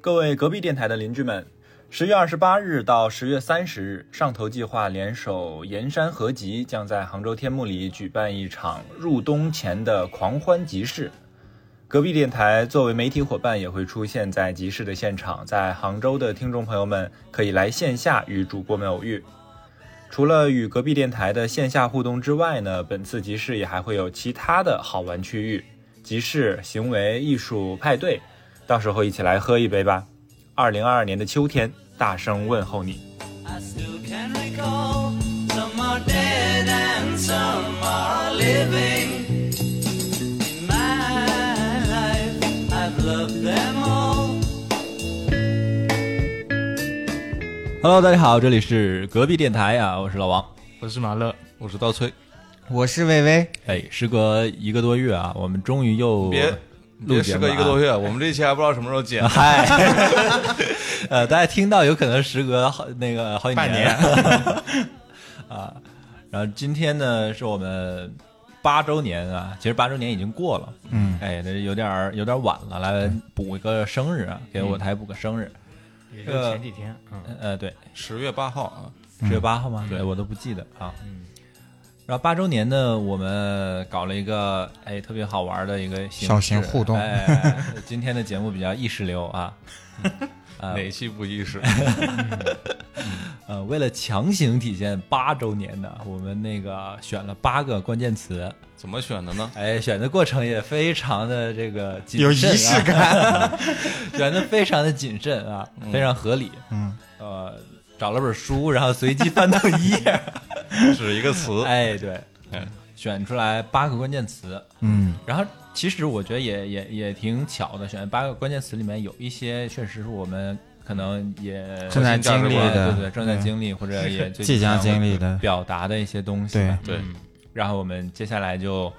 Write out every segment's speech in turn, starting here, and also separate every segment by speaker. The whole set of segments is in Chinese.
Speaker 1: 各位隔壁电台的邻居们，十月二十八日到十月三十日，上头计划联手盐山合集，将在杭州天目里举办一场入冬前的狂欢集市。隔壁电台作为媒体伙伴，也会出现在集市的现场，在杭州的听众朋友们可以来线下与主播们偶遇。除了与隔壁电台的线下互动之外呢，本次集市也还会有其他的好玩区域，集市、行为艺术派对，到时候一起来喝一杯吧。二零二二年的秋天，大声问候你。
Speaker 2: I still can recall some are dead and some are living. In my life, I've loved them all.
Speaker 1: Hello，大家好，这里是隔壁电台啊，我是老王。
Speaker 3: 我是马乐，
Speaker 4: 我是刀崔，
Speaker 5: 我是薇薇，
Speaker 1: 哎，时隔一个多月啊，我们终于又
Speaker 4: 别
Speaker 1: 录
Speaker 4: 别
Speaker 1: 节
Speaker 4: 时
Speaker 1: 目
Speaker 4: 隔
Speaker 1: 了啊，
Speaker 4: 一个多月，我们这一期还不知道什么时候 剪
Speaker 1: 嗨，呃，大家听到有可能时隔好那个好几
Speaker 3: 半
Speaker 1: 年
Speaker 3: 年
Speaker 1: 啊，然后今天呢是我们八周年啊，其实八周年已经过了，嗯，哎，这有点儿有点晚了，来补一个生日啊，给我台补个生日，
Speaker 3: 嗯也
Speaker 1: 就
Speaker 3: 就
Speaker 1: 前
Speaker 3: 前几天，嗯，
Speaker 1: 呃，对，
Speaker 4: 十月八号啊，
Speaker 1: 十月八号吗？
Speaker 3: 对
Speaker 1: 哎我都不记得啊。
Speaker 3: 嗯。
Speaker 1: 然后八周年呢，我们搞了一个哎特别好玩的一个形式
Speaker 5: 小型互动
Speaker 1: 哎，哎哎今天的节目比较意识流 啊。啊
Speaker 4: 哪期不意 识？
Speaker 1: 呃，为了强行体现八周年呢，我们那个选了八个关键词，
Speaker 4: 怎么选的呢？
Speaker 1: 哎，选的过程也非常的这个谨慎、啊，
Speaker 5: 有仪式
Speaker 1: 感， 选的非常的谨慎啊，非常合理。
Speaker 5: 嗯，
Speaker 1: 呃，找了本书，然后随机翻到一页，
Speaker 4: 只一个词，
Speaker 1: 哎，对
Speaker 4: 哎，
Speaker 1: 选出来八个关键词，
Speaker 5: 嗯，
Speaker 1: 然后其实我觉得也也也挺巧的，选八个关键词里面有一些确实是我们可能也
Speaker 5: 正在经历
Speaker 1: 哎
Speaker 5: 的，
Speaker 1: 对对，正在经历或者也 最
Speaker 5: 即将经历
Speaker 1: 的
Speaker 5: 的，
Speaker 1: 表达的一些东西吧。
Speaker 5: 对
Speaker 4: 对，
Speaker 1: 然后我们接下来就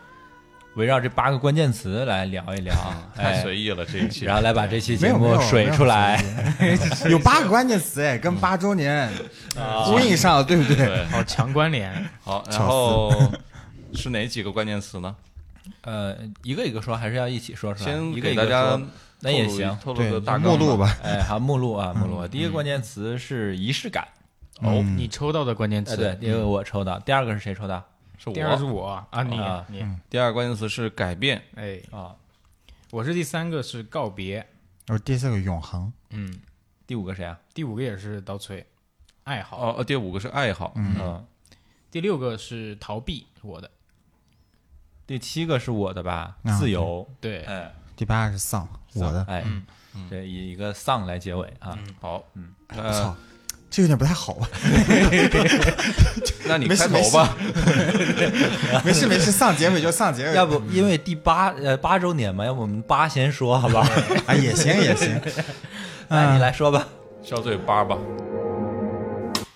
Speaker 1: 围绕这八个关键词来聊一聊，
Speaker 4: 啊太
Speaker 1: 意、
Speaker 4: 随意了这一期
Speaker 1: 哎然。后来把这期
Speaker 5: 没
Speaker 1: 节
Speaker 5: 有没
Speaker 1: 目
Speaker 5: 有
Speaker 1: 水出来。，
Speaker 5: 有八个关键词哎，跟八周年呼应上了，对不对？
Speaker 4: 对，
Speaker 3: 好强关联，
Speaker 4: 好，然后是哪几个关键词呢？
Speaker 1: 呃，一个一个说，还是要一起说出来？
Speaker 4: 先
Speaker 1: 一个
Speaker 4: 给
Speaker 1: 一
Speaker 4: 大
Speaker 1: 个
Speaker 4: 家
Speaker 1: 说，那也行。
Speaker 4: 透露
Speaker 5: 对
Speaker 4: 个，大纲
Speaker 5: 目录吧，
Speaker 1: 哎，好，目录啊，目录。第一个关键词是仪式感，
Speaker 4: 哦，
Speaker 5: 嗯
Speaker 3: 你抽嗯到的关键
Speaker 1: 哎，
Speaker 3: 词，
Speaker 1: 对，第一个我抽到，第二个是谁抽到？
Speaker 4: 是
Speaker 3: 第二是
Speaker 4: 我。
Speaker 3: 我啊，你
Speaker 1: 啊
Speaker 3: 你，
Speaker 4: 第二个关键词是改变，
Speaker 3: 哎，
Speaker 1: 啊，
Speaker 3: 我是第三个是告别，
Speaker 5: 我第四个永恒，
Speaker 3: 嗯，
Speaker 1: 第五个谁啊？
Speaker 3: 第五个也是刀锤，爱好，
Speaker 4: 哦，呃第五个是爱好，
Speaker 1: 嗯，
Speaker 3: 第六个是逃避，我的，
Speaker 1: 第七个是我的吧
Speaker 5: 啊，
Speaker 1: 自由。
Speaker 3: 对，
Speaker 1: 哎，
Speaker 5: 第八个是丧，我的，
Speaker 1: 哎，这以一个丧来结尾啊。
Speaker 4: 嗯好，
Speaker 1: 嗯，
Speaker 5: 我
Speaker 4: 那
Speaker 5: 操，这有点不太好吧？啊
Speaker 4: 那你
Speaker 5: 没事
Speaker 4: 开头吧，
Speaker 5: 没事没事，丧结尾就丧结尾，
Speaker 1: 要不因为第八呃八周年嘛，要不我们八先说好吧？
Speaker 5: 啊也行也行，
Speaker 1: 那你来说 吧。
Speaker 4: 小嘴巴吧，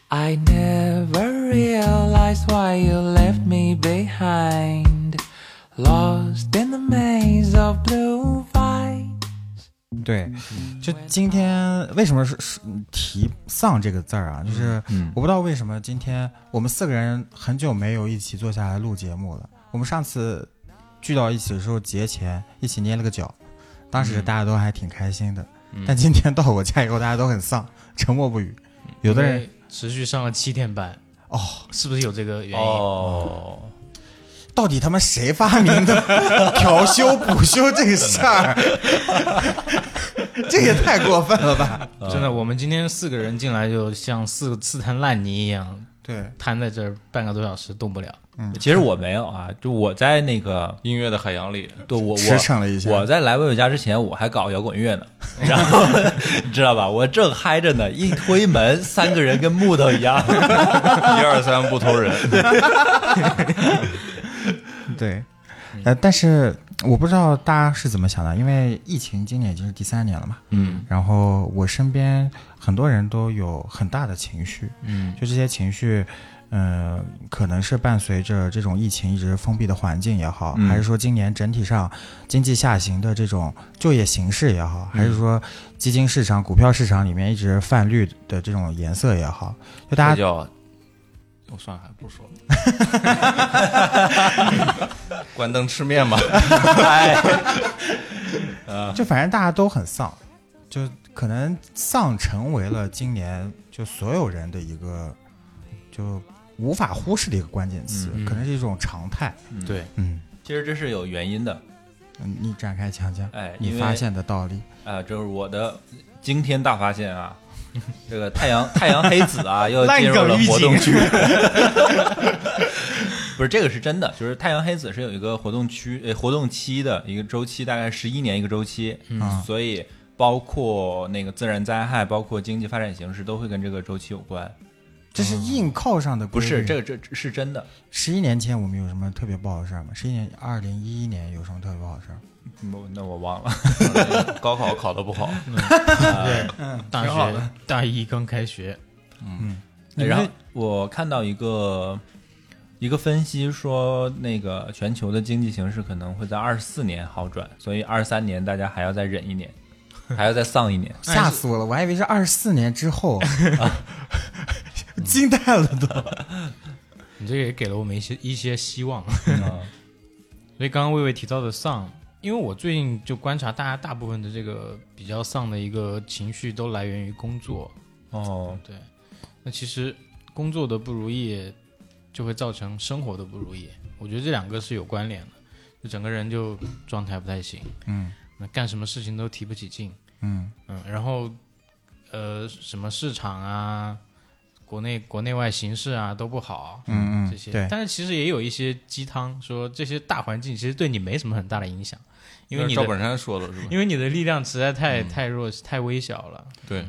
Speaker 2: I never realized why you left me behind. Lost in the maze of blue vines.
Speaker 5: 对，就今天为什么是是提“丧”这个字儿啊？就是我不知道为什么今天我们四个人很久没有一起坐下来录节目了。我们上次聚到一起的时候，节前一起捏了个脚，当时大家都还挺开心的。但今天到我家以后，大家都很丧，沉默不语。有的人
Speaker 3: 因为持续上了七天班，
Speaker 5: 哦，
Speaker 3: 是不是有这个原因？
Speaker 1: 哦，
Speaker 5: 到底他妈谁发明的调休补休这个事儿？这也太过分了吧？
Speaker 1: 嗯
Speaker 3: 真的，我们今天四个人进来就像四四滩烂泥一样，
Speaker 5: 对，
Speaker 3: 瘫在这儿半个多小时动不了。
Speaker 1: 其实我没有啊，就我在那个，
Speaker 4: 音乐的海洋里，
Speaker 1: 对我
Speaker 5: 驰骋了一下
Speaker 1: 我我在来薇薇家之前，我还搞摇滚乐呢，然 后你知道吧？我正嗨着呢，一推门，三个人跟木头一样。
Speaker 4: 一二三不投人，
Speaker 5: 对，呃，但是我不知道大家是怎么想的，因为疫情今年已经是第三年了嘛，
Speaker 1: 嗯，
Speaker 5: 然后我身边很多人都有很大的情绪，
Speaker 3: 嗯，
Speaker 5: 就这些情绪，嗯、可能是伴随着这种疫情一直封闭的环境也好，还是说今年整体上经济下行的这种就业形势也好，还是说基金市场、股票市场里面一直泛绿的这种颜色也好，就
Speaker 4: 这
Speaker 5: 大家
Speaker 4: 叫，我算了，还不说 了，关灯吃面吧。
Speaker 5: 就反正大家都很丧，就可能丧成为了今年就所有人的一个就无法忽视的一个关键词，
Speaker 3: 嗯
Speaker 5: 可能是一种常态。
Speaker 3: 对，
Speaker 5: 嗯，
Speaker 6: 其实这是有原因的，
Speaker 5: 你展开讲讲
Speaker 6: 哎，因
Speaker 5: 你
Speaker 6: 为
Speaker 5: 发现的道理。
Speaker 6: 啊，这是我的惊天大发现啊！这个太阳太阳黑子啊，又
Speaker 3: 烂
Speaker 6: 进入
Speaker 3: 梗
Speaker 6: 了
Speaker 3: 预
Speaker 6: 活动
Speaker 3: 警
Speaker 6: 区。 不是这个是真的，就是太阳黑子是有一个活动区呃活动期的一个周期，大概十一年一个周期，
Speaker 5: 嗯
Speaker 6: 所以包括那个自然灾害，包括经济发展形势都会跟这个周期有关。
Speaker 5: 这是硬靠上的
Speaker 6: 嗯不
Speaker 5: 规律，
Speaker 6: 是这个这这是真的，
Speaker 5: 十一年前我们有什么特别不好的事儿吗？十一年，二零一一年有什么特别不好的事儿？
Speaker 6: 嗯我那我忘了。
Speaker 1: 高考考得不 好，
Speaker 6: 啊
Speaker 3: 大学大一刚开学，
Speaker 5: 你
Speaker 6: 然后
Speaker 5: 们
Speaker 6: 我看到一个一个分析说，那个全球的经济形势可能会在二十四年好转，所以二三年大家还要再忍一年，还要再丧一年。
Speaker 5: 吓死我了，我还以为是二十四年之后，惊呆了都。
Speaker 3: 你这个也给了我们一些一些希望。
Speaker 6: 嗯
Speaker 3: 所以刚刚魏魏提到的丧，因为我最近就观察大家大部分的这个比较丧的一个情绪都来源于工作，
Speaker 6: 哦，
Speaker 3: 对，那其实工作的不如意就会造成生活的不如意，我觉得这两个是有关联的，就整个人就状态不太行，
Speaker 5: 嗯
Speaker 3: 那干什么事情都提不起劲，
Speaker 5: 嗯
Speaker 3: 嗯，然后呃什么市场啊，国内国内外形势啊都不好，
Speaker 5: 嗯
Speaker 3: 这
Speaker 5: 嗯
Speaker 3: 些，，
Speaker 5: 对，
Speaker 3: 但是其实也有一些鸡汤说这些大环境其实对你没什么很大的影响，因为你
Speaker 1: 赵
Speaker 3: 的
Speaker 1: 本山说了是吧？
Speaker 3: 因为你的力量实在太太弱太微小了，
Speaker 1: 对，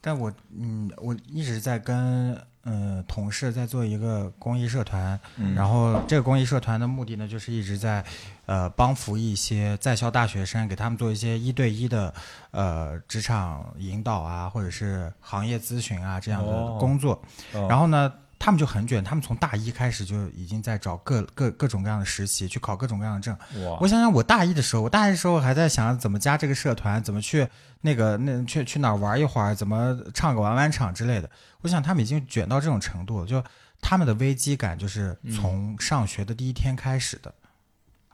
Speaker 5: 但我嗯，我一直在跟呃同事在做一个公益社团，
Speaker 6: 嗯
Speaker 5: 然后这个公益社团的目的呢，就是一直在呃帮扶一些在校大学生，给他们做一些一对一的呃职场引导啊，或者是行业咨询啊这样的
Speaker 6: 哦
Speaker 5: 工作。
Speaker 6: 哦
Speaker 5: 然后呢，他们就很卷，他们从大一开始就已经在找各各各种各样的实习，去考各种各样的证。
Speaker 1: 啊
Speaker 6: 哇，
Speaker 5: 我想想，我大一的时候，我大一的时候还在想怎么加这个社团，怎么去那个那去去哪儿玩一会儿，怎么唱个玩玩场之类的。我想他们已经卷到这种程度了，就他们的危机感就是从上学的第一天开始的。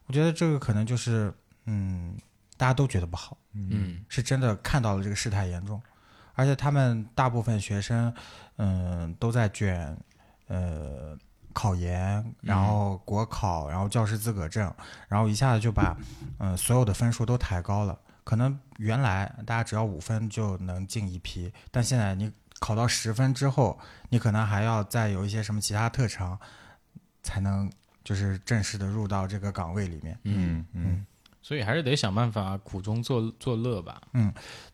Speaker 5: 我觉得这个可能就是，嗯，大家都觉得不好，
Speaker 3: 嗯，
Speaker 5: 是真的看到了这个事态严重，而且他们大部分学生，嗯、都在卷，呃，考研，然后国考，然后教师资格证，然后一下子就把，嗯、所有的分数都抬高了。可能原来大家只要五分就能进一批，但现在你考到十分之后，你可能还要再有一些什么其他特长，才能就是正式的入到这个岗位里面。
Speaker 6: 嗯嗯，
Speaker 3: 所以还是得想办法苦中作作乐吧。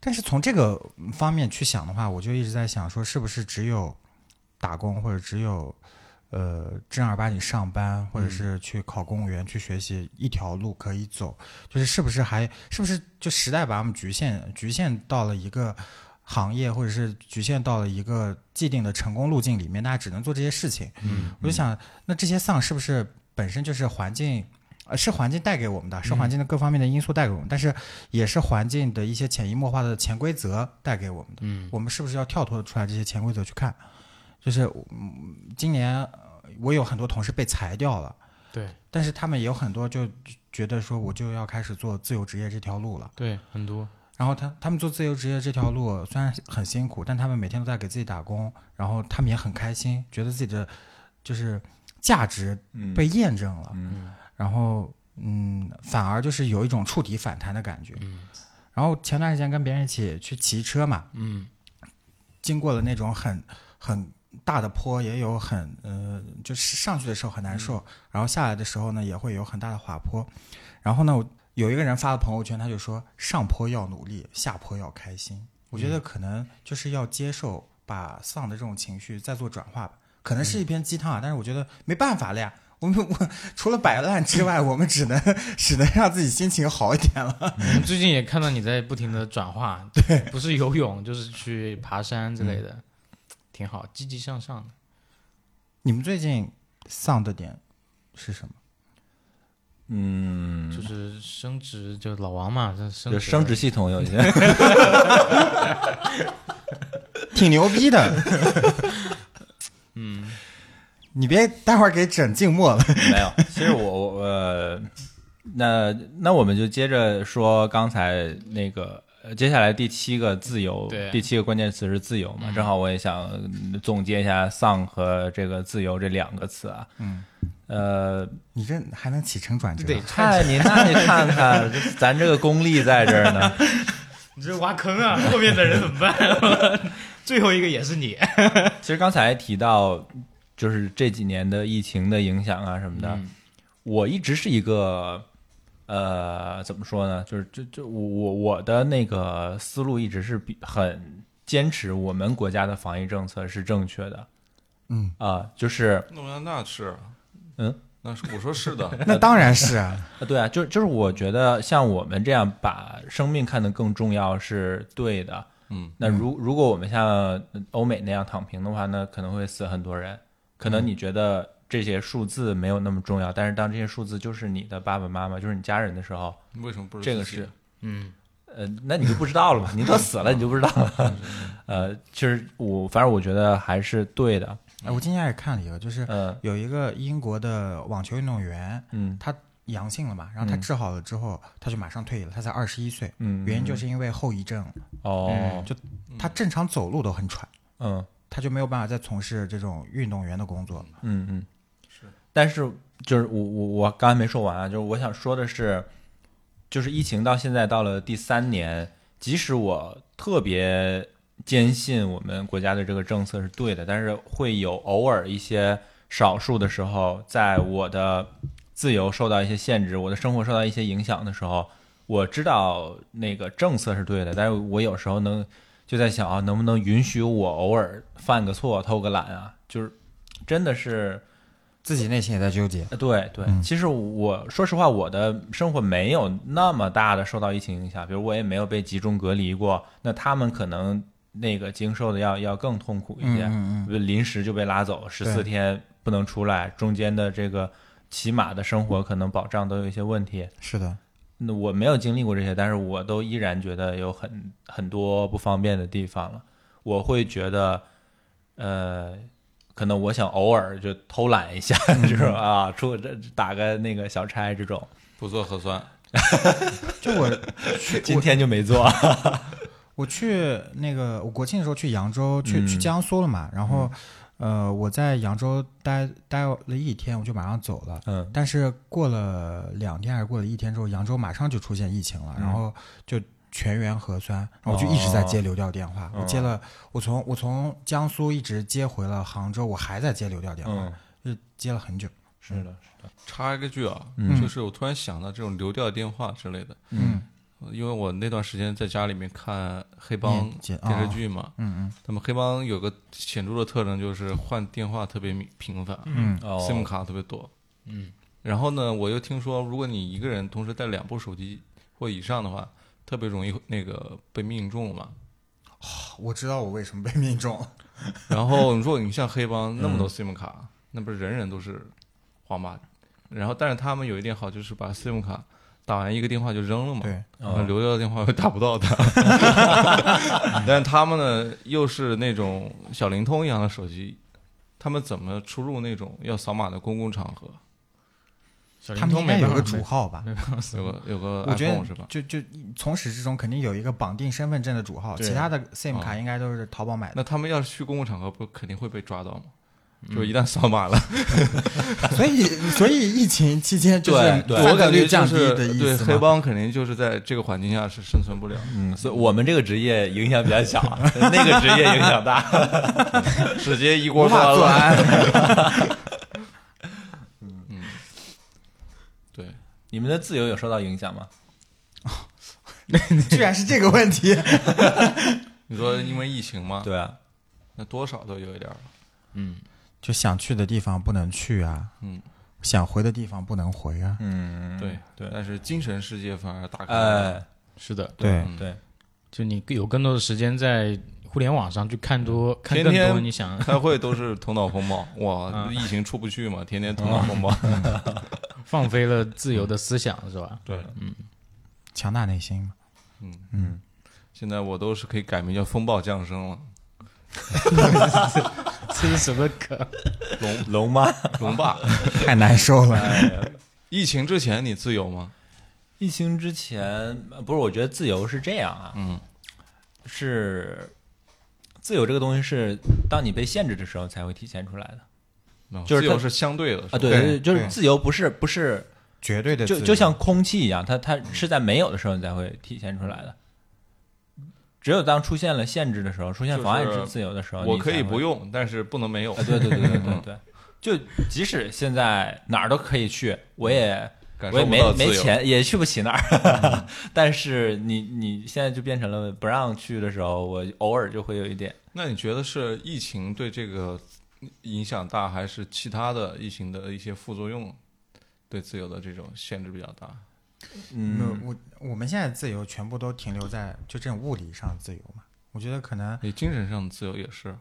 Speaker 5: 但是从这个方面去想的话，我就一直在想说，是不是只有打工或者只有呃正儿八经上班，或者是去考公务员、去学习一条路可以走？就是是不是还是不是就时代把我们局限局限到了一个行业，或者是局限到了一个既定的成功路径里面，大家只能做这些事情。嗯，我就想，那这些丧是不是本身就是环境？呃，是环境带给我们的，是环境的各方面的因素带给我们，但是也是环境的一些潜移默化的潜规则带给我们的。
Speaker 3: 嗯，
Speaker 5: 我们是不是要跳脱出来这些潜规则去看？就是、嗯、今年呃我有很多同事被裁掉了，
Speaker 3: 对
Speaker 5: 但是他们也有很多就觉得说我就要开始做自由职业这条路了。
Speaker 3: 对，很多，
Speaker 5: 然后他他们做自由职业这条路虽然很辛苦，但他们每天都在给自己打工，然后他们也很开心，觉得自己的就是价值
Speaker 3: 嗯
Speaker 5: 被验证了，
Speaker 6: 嗯
Speaker 5: 然后嗯，反而就是有一种触底反弹的感觉。
Speaker 3: 嗯
Speaker 5: 然后前段时间跟别人一起去骑车嘛，
Speaker 3: 嗯
Speaker 5: 经过了那种很很大的坡，也有很呃，就是上去的时候很难受，
Speaker 3: 嗯
Speaker 5: 然后下来的时候呢也会有很大的滑坡。然后呢，我有一个人发了朋友圈，他就说上坡要努力，下坡要开心。我
Speaker 3: 嗯
Speaker 5: 觉得可能就是要接受把丧的这种情绪再做转化吧，
Speaker 3: 嗯
Speaker 5: 可能是一篇鸡汤啊，但是我觉得没办法了呀。我们 我除了摆烂之外，我们只能只能让自己心情好一点了。
Speaker 3: 我们最近也看到你在不停的转化，对，不是游泳就是去爬山之类的，挺好，积极向上的。
Speaker 5: 你们最近丧的点是什么？
Speaker 1: 嗯
Speaker 3: 就是升职，就老王嘛，这升
Speaker 6: 就
Speaker 3: 职
Speaker 6: 嗯生殖系统有一 些，
Speaker 5: 挺牛逼的。嗯， 你别待会儿给整静默了。
Speaker 6: 没有，其实我我呃，那那我们就接着说刚才那个
Speaker 1: 呃接下来第七个自由
Speaker 3: 对，
Speaker 1: 第七个关键词是自由嘛，正好我也想嗯总结一下丧和这个自由这两个词啊。
Speaker 5: 嗯，
Speaker 1: 呃，
Speaker 5: 你这还能起承转折？
Speaker 3: 对，
Speaker 1: 看你那你看看，这咱这个功力在这儿呢。
Speaker 3: 你这挖坑啊，后面的人怎么办？ 最后一个也是你，
Speaker 1: 其实刚才提到，就是这几年的疫情的影响啊什么的，我一直是一个，呃，怎么说呢？就是这这我我我的那个思路一直是比很坚持我们国家的防疫政策是正确的
Speaker 5: 嗯，
Speaker 1: 啊、就是
Speaker 4: 那那是，
Speaker 1: 嗯，
Speaker 4: 那是我说是的，
Speaker 5: 那当然是 啊，
Speaker 1: 啊，对啊，就就是我觉得像我们这样把生命看得更重要是对的。
Speaker 4: 嗯，
Speaker 1: 那如如果我们像欧美那样躺平的话，那可能会死很多人。可
Speaker 5: 嗯
Speaker 1: 能你觉得这些数字没有那么重要，但是当这些数字就是你的爸爸妈妈，就是你家人的时候，
Speaker 4: 为什么不是
Speaker 1: 这个
Speaker 4: 自己
Speaker 1: 是
Speaker 3: 嗯，
Speaker 1: 呃，那你就不知道了嘛，你都死了，你就不知道 了。呃，其实我反正我觉得还是对的。
Speaker 5: 哎我今天也看了一个，就是
Speaker 1: 嗯
Speaker 5: 有一个英国的网球运动员，
Speaker 1: 嗯
Speaker 5: 他阳性了嘛，然后他
Speaker 1: 嗯
Speaker 5: 治好了之后，他就马上退役了，他才二十一岁，
Speaker 1: 嗯，
Speaker 5: 原因就是嗯因为后遗症，
Speaker 3: 嗯
Speaker 1: 哦，
Speaker 5: 就他正常走路都很喘，
Speaker 1: 嗯
Speaker 5: 他就没有办法再从事这种运动员的工作。
Speaker 1: 嗯，嗯，是，但是就是我我我刚才没说完啊，就是我想说的是，就是疫情到现在到了第三年，即使我特别坚信我们国家的这个政策是对的，但是会有偶尔一些少数的时候，在我的自由受到一些限制，我的生活受到一些影响的时候，我知道那个政策是对的，但是我有时候能就在想啊，能不能允许我偶尔犯个错、偷个懒啊？就是真的是，
Speaker 5: 自己内心也在纠结，
Speaker 1: 呃对对。
Speaker 5: 嗯
Speaker 1: 其实我说实话，我的生活没有那么大的受到疫情影响，比如我也没有被集中隔离过。那他们可能那个经受的要要更痛苦一
Speaker 5: 嗯
Speaker 1: 些，
Speaker 5: 嗯嗯，
Speaker 1: 临时就被拉走，十
Speaker 5: 对
Speaker 1: 四天不能出来，中间的这个起码的生活可能保障都有一些问题。
Speaker 5: 是的，
Speaker 1: 那我没有经历过这些，但是我都依然觉得有很很多不方便的地方了。我会觉得，呃，可能我想偶尔就偷懒一下， 就是啊，出这打个那个小差这种，
Speaker 4: 不做核酸？
Speaker 5: 就我去
Speaker 1: 今天就没 做。
Speaker 5: 我去那个我国庆的时候去扬州，去、去
Speaker 1: 嗯
Speaker 5: 江苏了嘛，然后、呃我在扬州待待了一天，我就马上走了。
Speaker 1: 嗯
Speaker 5: 但是过了两天还是过了一天之后，扬州马上就出现疫情
Speaker 1: 嗯
Speaker 5: 了，然后就全员核酸，然后
Speaker 1: 哦
Speaker 5: 我就一直在接流调电话，我接了，我从我从江苏一直接回了杭州，我还在接流调电话，
Speaker 1: 嗯，
Speaker 5: 就接了很久。
Speaker 1: 是的，
Speaker 4: 插一个句啊，
Speaker 1: 嗯
Speaker 4: 就是我突然想到这种流调电话之类的，
Speaker 5: 嗯
Speaker 4: 因为我那段时间在家里面看黑帮
Speaker 5: 嗯解
Speaker 4: 电视剧
Speaker 1: 哦
Speaker 4: 嘛，
Speaker 5: 嗯
Speaker 4: 他们黑帮有个显著的特征就是换电话特别频频繁、
Speaker 5: 嗯
Speaker 1: 哦
Speaker 4: s i m 卡特别多。
Speaker 3: 嗯，
Speaker 4: 然后呢，我又听说，如果你一个人同时带两部手机或以上的话，特别容易那个被命中嘛。
Speaker 5: 嗯，我知道我为什么被 命中。
Speaker 4: 然后你说你像黑帮那么
Speaker 5: 嗯
Speaker 4: 多 SIM 卡，那不是人人都是黄马？然后但是他们有一点好，就是把 SIM 卡打完一个电话就扔了嘛。
Speaker 5: 对，哦
Speaker 4: 然后
Speaker 1: 哦
Speaker 4: 留掉的电话又打不到他， 但是他们呢又是那种小灵通一样的手机，他们怎么出入那种要扫码的公共场合？
Speaker 3: 小
Speaker 5: 他
Speaker 3: 灵
Speaker 5: 们
Speaker 3: 通
Speaker 5: 应
Speaker 3: 没
Speaker 5: 该有
Speaker 3: 办
Speaker 5: 个
Speaker 3: 法
Speaker 5: 主号吧？
Speaker 4: 有个有个
Speaker 5: 嗯我觉
Speaker 4: iPhone 是
Speaker 5: 得
Speaker 4: 吧？
Speaker 5: 就就从始至终肯定有一个绑定身份证的主号，
Speaker 1: 对
Speaker 5: 其他的 SIM
Speaker 4: 啊
Speaker 5: 卡应该都是淘宝买的。
Speaker 4: 那他们要是去公共场合，不肯定会被抓到吗？就
Speaker 5: 嗯
Speaker 4: 一旦扫码了，
Speaker 5: 所以所以疫情期间就是
Speaker 1: 对对
Speaker 4: 我
Speaker 5: 感染
Speaker 4: 感觉
Speaker 5: 率
Speaker 4: 就
Speaker 5: 降低
Speaker 4: 是
Speaker 5: 的意
Speaker 4: 对
Speaker 5: 思嘛
Speaker 4: 黑帮肯定就是在这个环境下是生存不了。
Speaker 1: 嗯，所以我们这个职业影响比较小， 那个职业影响大。
Speaker 4: 直接一
Speaker 5: 无
Speaker 4: 锅
Speaker 5: 法
Speaker 4: 端
Speaker 5: 作
Speaker 4: 了。嗯
Speaker 5: 案。
Speaker 1: 嗯
Speaker 4: 对，
Speaker 1: 你们的自由有受到影响吗？
Speaker 5: 居然是这个问题，
Speaker 4: 你说因为疫情嘛，
Speaker 1: 对啊，
Speaker 4: 那多少都有一点儿。
Speaker 3: 嗯，
Speaker 5: 就想去的地方不能去啊，
Speaker 4: 嗯，
Speaker 5: 想回的地方不能回啊。
Speaker 1: 嗯，
Speaker 4: 对
Speaker 1: 对，
Speaker 4: 但是精神世界反而打开了。
Speaker 1: 哎，
Speaker 3: 是的，
Speaker 5: 对，
Speaker 4: 嗯
Speaker 1: 对，
Speaker 3: 就你有更多的时间在互联网上去看多看
Speaker 4: 天
Speaker 3: 更多，
Speaker 4: 天
Speaker 3: 你想
Speaker 4: 开会都是头脑 风暴，哇，
Speaker 1: 嗯
Speaker 4: 疫情出不去嘛，天天头脑风暴。
Speaker 3: 放飞了自由的思 想是吧？
Speaker 4: 对，
Speaker 5: 强大内心嘛。
Speaker 4: 现在我都是可以改名叫风暴降生了，
Speaker 3: 这是什么梗？
Speaker 1: 龙龙妈，
Speaker 4: 龙爸。
Speaker 5: 太难受了。
Speaker 4: 疫情之前你自由吗？
Speaker 1: 疫情之前呃不是，我觉得自由是这样啊，
Speaker 4: 嗯，
Speaker 1: 是自由这个东西是当你被限制的时候才会体现出来的
Speaker 4: 没有
Speaker 1: 就是
Speaker 4: 自由
Speaker 1: 它
Speaker 4: 是相对的是
Speaker 1: 啊。
Speaker 4: 吧
Speaker 1: 对，
Speaker 5: 对
Speaker 1: 就是
Speaker 5: 对
Speaker 1: 自由不是不是，
Speaker 5: 绝对的自
Speaker 1: 就
Speaker 5: 由，
Speaker 1: 就像空气一样，它它是在没有的时候你才会体现出来的。只有当出现了限制的时候，出现
Speaker 4: 就是
Speaker 1: 妨碍是自由的时候，
Speaker 4: 我
Speaker 1: 你
Speaker 4: 可以
Speaker 1: 才会
Speaker 4: 不用，但是不能没有
Speaker 1: 啊，。对对对 对对对，就即使现在哪儿都可以去，我也
Speaker 4: 感
Speaker 1: 我
Speaker 4: 受
Speaker 1: 也
Speaker 4: 不
Speaker 1: 没
Speaker 4: 到自
Speaker 1: 没
Speaker 4: 由，
Speaker 1: 钱，也去不起那儿。 但是你你现在就变成了不让去的时候，我偶尔就会有一点。
Speaker 4: 那你觉得是疫情对这个影响大，还是其他的疫情的一些副作用对自由的这种限制比较大？
Speaker 5: 没有
Speaker 1: 嗯，
Speaker 5: 我我们现在自由全部都停留在就这种物理上的自由嘛。我觉得可能，
Speaker 4: 你精神上的自由也是，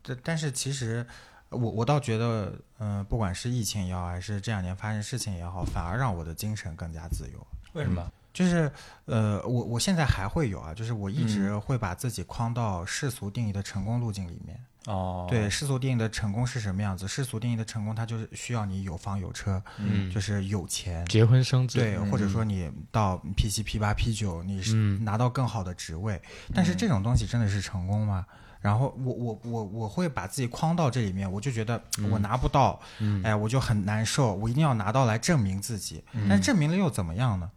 Speaker 5: 但但是其实我我倒觉得，嗯、不管是疫情也好，还是这两年发生事情也好，反而让我的精神更加自由。
Speaker 1: 为什么？
Speaker 5: 就是呃，我我现在还会有啊，就是我一直
Speaker 1: 嗯
Speaker 5: 会把自己框到世俗定义的成功路径里面。
Speaker 1: 哦，
Speaker 5: 对，世俗定义的成功是什么样子？世俗定义的成功，它就是需要你有房有车，
Speaker 3: 嗯
Speaker 5: 就是有钱，
Speaker 3: 结婚生子，
Speaker 5: 对，或者说你到 P 七、P 八、P 九，你是
Speaker 3: 嗯
Speaker 5: 拿到更好的职位，但是这种东西真的是成功吗？然后我我我我会把自己框到这里面，我就觉得我拿不到，哎，我就很难受，我一定要拿到来证明自己。但证明了又怎么样呢？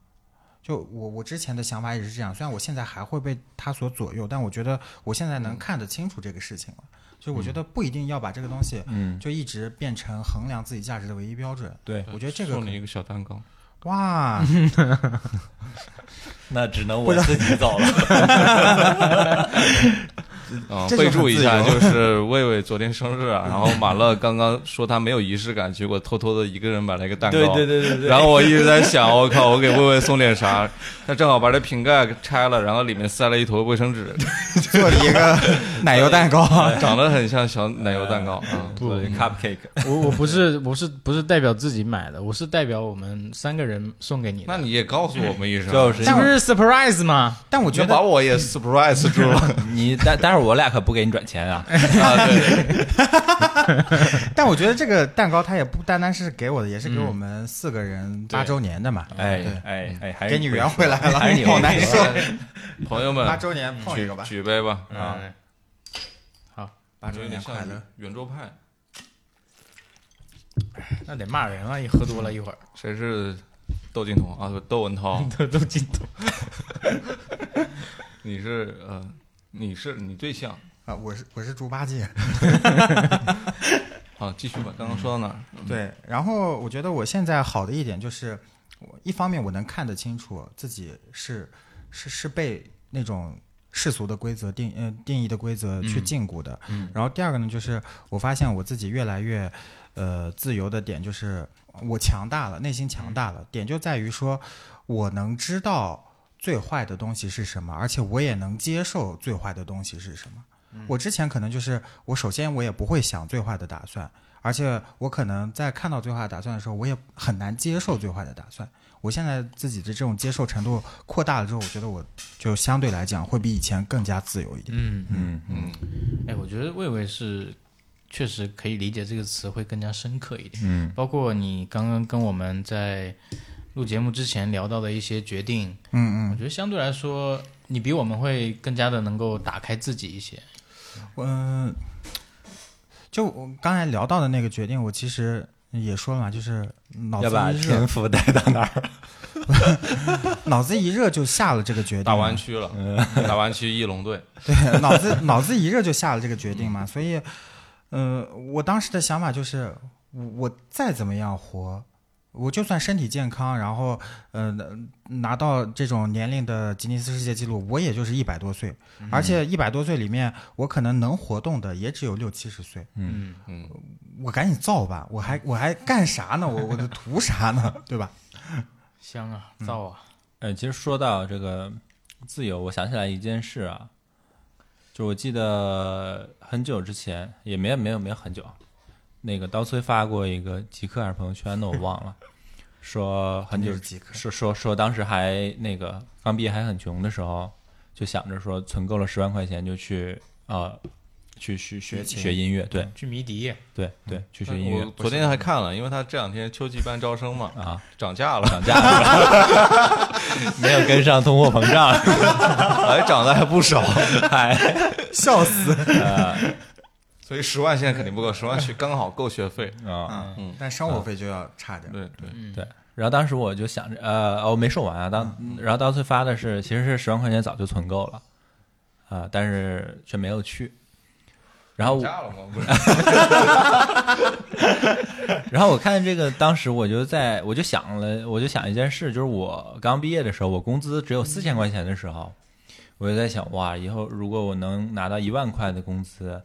Speaker 5: 就我我之前的想法也是这样，虽然我现在还会被他所左右，但我觉得我现在能看得清楚这个事情了。所以我觉得不一定要把这个东西
Speaker 1: 嗯，
Speaker 5: 就一直变成衡量自己价值的唯一标准。
Speaker 1: 对，
Speaker 5: 我觉得这个
Speaker 4: 送你一个小蛋糕，
Speaker 5: 哇，
Speaker 1: 那只能我自己走了。
Speaker 4: 啊、
Speaker 5: 这就
Speaker 4: 备
Speaker 5: 很
Speaker 4: 注一下，
Speaker 5: 自由
Speaker 4: 就是魏魏昨天生日啊，然后马乐刚刚说他没有仪式感，结果偷偷的一个人买了一个蛋糕，
Speaker 1: 对对对对对。
Speaker 4: 然后我一直在想，我靠，我给魏魏送点啥？他正好把这瓶盖给拆了，然后里面塞了一坨卫生 纸，
Speaker 5: 做了一个 奶油蛋糕。
Speaker 4: 长得很像小奶油蛋糕啊。
Speaker 1: 不 cupcake，
Speaker 3: 我我不是我是不是代表自己买的，我是代表我们三个人送给你的。
Speaker 4: 那你也告诉我们一声，
Speaker 1: 就是
Speaker 3: 这不是 surprise 吗？
Speaker 5: 但我
Speaker 4: 你嗯就
Speaker 5: 觉
Speaker 4: 把
Speaker 5: 得，
Speaker 4: 我也 surprise 住 了。
Speaker 1: 你待待会儿我俩可不给你转钱
Speaker 5: 哎
Speaker 1: 啊。
Speaker 4: 啊，对，
Speaker 5: 但我觉得这个蛋糕它也不单单是给我的，也是给我们四个人八周年的嘛。
Speaker 1: 哎
Speaker 5: 对，
Speaker 4: 嗯
Speaker 1: 哎哎，还是
Speaker 5: 给你圆回来了，
Speaker 1: 还是你
Speaker 5: 好难受。
Speaker 4: 朋友们
Speaker 5: 八，周年碰一个吧，
Speaker 4: 举杯吧，
Speaker 1: 啊
Speaker 3: 嗯，
Speaker 5: 八周
Speaker 4: 有
Speaker 5: 年
Speaker 4: 点
Speaker 5: 快
Speaker 4: 像
Speaker 5: 乐。
Speaker 4: 圆桌派。
Speaker 3: 那得骂人了，一喝多了一会儿
Speaker 4: 谁是窦靖童啊？不窦文涛，
Speaker 3: 都都进头。
Speaker 4: 你是呃，你是你最像。
Speaker 5: 啊，我是我是猪八戒，
Speaker 4: 好，啊继续吧。刚刚说到哪儿？
Speaker 5: 对。然后我觉得我现在好的一点就是，我一方面我能看得清楚自己是是是被那种世俗的规则定呃定义的规则去禁锢的。然后第二个呢，就是我发现我自己越来越呃自由的点就是我强大了，内心强大了，点就在于说我能知道最坏的东西是什么，而且我也能接受最坏的东西是什么。我之前可能就是，我首先我也不会想最坏的打算，而且我可能在看到最坏的打算的时候，我也很难接受最坏的打算。我现在自己的这种接受程度扩大了之后，我觉得我就相对来讲会比以前更加自由一点。
Speaker 3: 嗯，
Speaker 1: 嗯嗯
Speaker 3: 哎，我觉得魏魏是确实可以理解这个词会更加深刻一点。
Speaker 1: 嗯
Speaker 3: 包括你刚刚跟我们在录节目之前聊到的一些决定，
Speaker 5: 嗯
Speaker 3: 我觉得相对来说，你比我们会更加的能够打开自己一些。
Speaker 5: 嗯嗯，就我刚才聊到的那个决定，我其实也说了嘛，就是脑子
Speaker 1: 要把
Speaker 5: 一热
Speaker 1: 天，赋带到哪儿？
Speaker 5: 脑子一热就下了这个决定。
Speaker 4: 大湾区了，大湾区翼龙队。
Speaker 5: 对，脑子脑子一热就下了这个决定
Speaker 1: 嗯
Speaker 5: 嘛，所以，呃，我当时的想法就是，我我再怎么样活，我就算身体健康，然后呃拿到这种年龄的吉尼斯世界纪录，我也就是一百多岁，
Speaker 1: 嗯
Speaker 5: 而且一百多岁里面，我可能能活动的也只有六七十岁，
Speaker 3: 嗯，
Speaker 4: 嗯，
Speaker 5: 我赶紧造吧，我还我还干啥呢？我我的图啥呢？ 对吧？
Speaker 3: 香啊，造啊，
Speaker 1: 呃，其实说到这个自由，我想起来一件事啊，就我记得很久之前，也没有没有没有很久，那个刀崔发过一个极客还是朋友圈的，我忘了，说很久
Speaker 5: 就是极客
Speaker 1: 说说说当时还那个刚毕业还很穷的时候，就想着说存够了十万块钱就去呃去去学
Speaker 5: 琴
Speaker 1: 学音乐，对
Speaker 3: 去迷笛，
Speaker 1: 对对，去学音乐
Speaker 4: 我。昨天还看了，因为他这两天秋季班招生嘛，
Speaker 1: 啊，
Speaker 4: 涨价了，
Speaker 1: 涨价了，没有跟上通货膨胀，
Speaker 4: 还涨得还不少，
Speaker 1: 哎，
Speaker 5: 笑死！
Speaker 4: 所以十万现在肯定不够，十万去刚好够学费。
Speaker 1: 啊，
Speaker 5: 嗯，但生活费就要差点。
Speaker 4: 对对，
Speaker 1: 对。然后当时我就想着，呃，哦我没说完啊。当
Speaker 4: 嗯
Speaker 1: 然后当时发的是，其实是十万块钱早就存够了，啊、但是却没有去。然后我
Speaker 4: 了吗？不是，
Speaker 1: 然后我看这个，当时我就在，我就想了，我就想一件事，就是我刚毕业的时候，我工资只
Speaker 4: 嗯
Speaker 1: 有四千块钱的时候，我就在想，哇，以后如果我能拿到一万块的工资，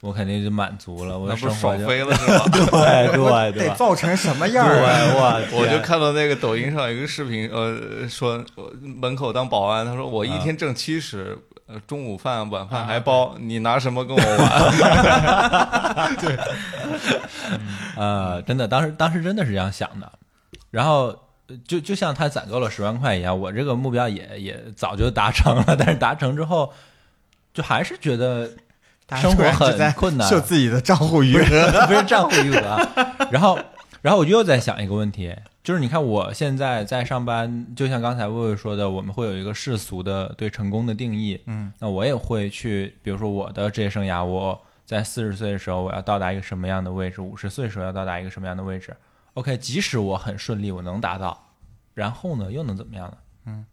Speaker 1: 我肯定就满足了，我
Speaker 4: 那
Speaker 1: 的
Speaker 4: 不
Speaker 1: 生
Speaker 4: 是
Speaker 1: 活
Speaker 4: 爽
Speaker 1: 就
Speaker 4: 飞了是吧？
Speaker 1: 对 对对
Speaker 5: 得
Speaker 1: 吧，
Speaker 5: 造成什么样
Speaker 1: 对
Speaker 5: 儿啊？
Speaker 1: 哇，
Speaker 4: 我就
Speaker 1: 天
Speaker 4: 看到那个抖音上有一个视频，呃，说我门口当保安，他说我一天挣七十，呃，中午饭晚饭还
Speaker 1: 啊
Speaker 4: 包，你拿什么跟我 玩？
Speaker 1: 呃，真的，当时当时真的是这样想的。然后呃就就像他攒够了十万块一样，我这个目标也也早就达成了，但是达成之后，就还是觉得
Speaker 5: 大家
Speaker 1: 生
Speaker 5: 突
Speaker 1: 活
Speaker 5: 然就在
Speaker 1: 很困难，
Speaker 5: 秀自己的账户余 额。
Speaker 1: 不是账户余额啊。然后，然后我又在想一个问题，就是你看我现在在上班，就像刚才魏魏说的，我们会有一个世俗的对成功的定义。
Speaker 5: 嗯，
Speaker 1: 那我也会去，比如说我的职业生涯，我在四十岁的时候我要到达一个什么样的位置，五十岁的时候要到达一个什么样的位置。OK，即使我很顺利，我能达到，然后呢又能怎么样呢？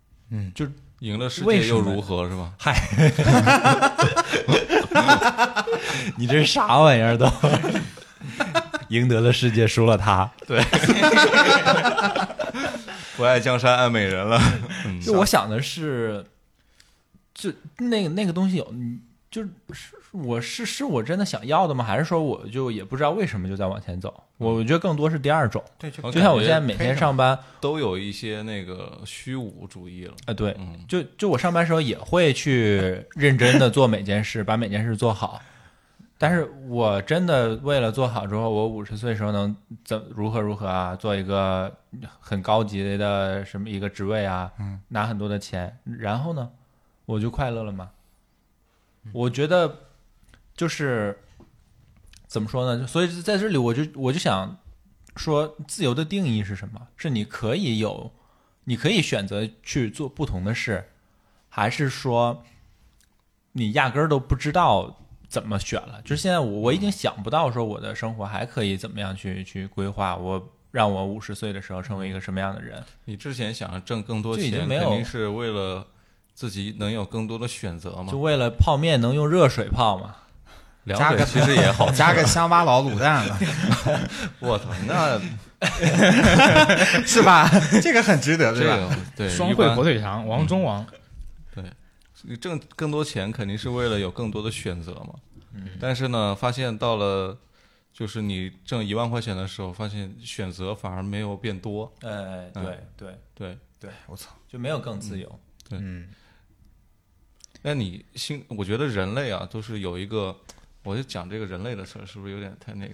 Speaker 4: 赢了世
Speaker 1: 为
Speaker 4: 界
Speaker 1: 什
Speaker 4: 又
Speaker 1: 么
Speaker 4: 如何是吧？
Speaker 1: 嗨， 你这是啥玩意儿 都？赢得了世界，输了他。
Speaker 4: 不爱江山爱美 人了。嗯
Speaker 1: 就我想的是，就那个那个东西有，嗯就是是我是是我真的想要的吗？还是说我就也不知道为什么就在往前走？我我觉得更多是第二种。
Speaker 5: 对，就
Speaker 4: 嗯我
Speaker 1: 就像我
Speaker 4: 感觉
Speaker 1: 现在每天上班，啊、
Speaker 4: 都有一些那个虚无主义了。
Speaker 1: 对，
Speaker 4: 嗯，
Speaker 1: 就就我上班时候也会去认真的做每件事，把每件事做好。但是我真的为了做好之后，我五十岁时候能怎如何如何啊？做一个很高级的什么一个职位啊，
Speaker 5: 嗯，
Speaker 1: 拿很多的钱，然后呢，我就快乐了吗？我觉得就是怎么说呢？就所以在这里，我就我就想说，自由的定义是什么？是你可以有，你可以选择去做不同的事，还是说你压根儿都不知道怎么选了？就是现在我我已经想不到说我的生活还可以怎么样去去规划，我让我五十岁的时候成为一个什么样的人？
Speaker 4: 你之前想要挣更多
Speaker 1: 就已
Speaker 4: 钱，
Speaker 1: 经没有
Speaker 4: 肯定是为了自己能有更多的选择嘛
Speaker 1: 就。为了泡面能用热水泡吗？
Speaker 4: 凉水 其实 也好，
Speaker 1: 哎
Speaker 5: 加个香巴佬卤蛋了，
Speaker 4: 我操， 那
Speaker 5: 是吧？ 这个很值得，
Speaker 4: 这
Speaker 5: 对吧？
Speaker 4: 个对
Speaker 3: 双
Speaker 4: 一
Speaker 3: 汇
Speaker 4: 般
Speaker 3: 火腿肠，王中王，
Speaker 4: 你挣更多钱肯定是为了有更多的选择嘛。嗯，但是呢，发现到了就是你挣一万块钱的时候，发现选择反而没有变多。
Speaker 1: 呃，
Speaker 4: 嗯
Speaker 1: 对对，
Speaker 4: 对，
Speaker 5: 对，我操，
Speaker 1: 就没有更自由。
Speaker 3: 嗯，
Speaker 4: 那你心，我觉得人类啊，都是有一个，我就讲这个人类的事儿，是不是有点太那个？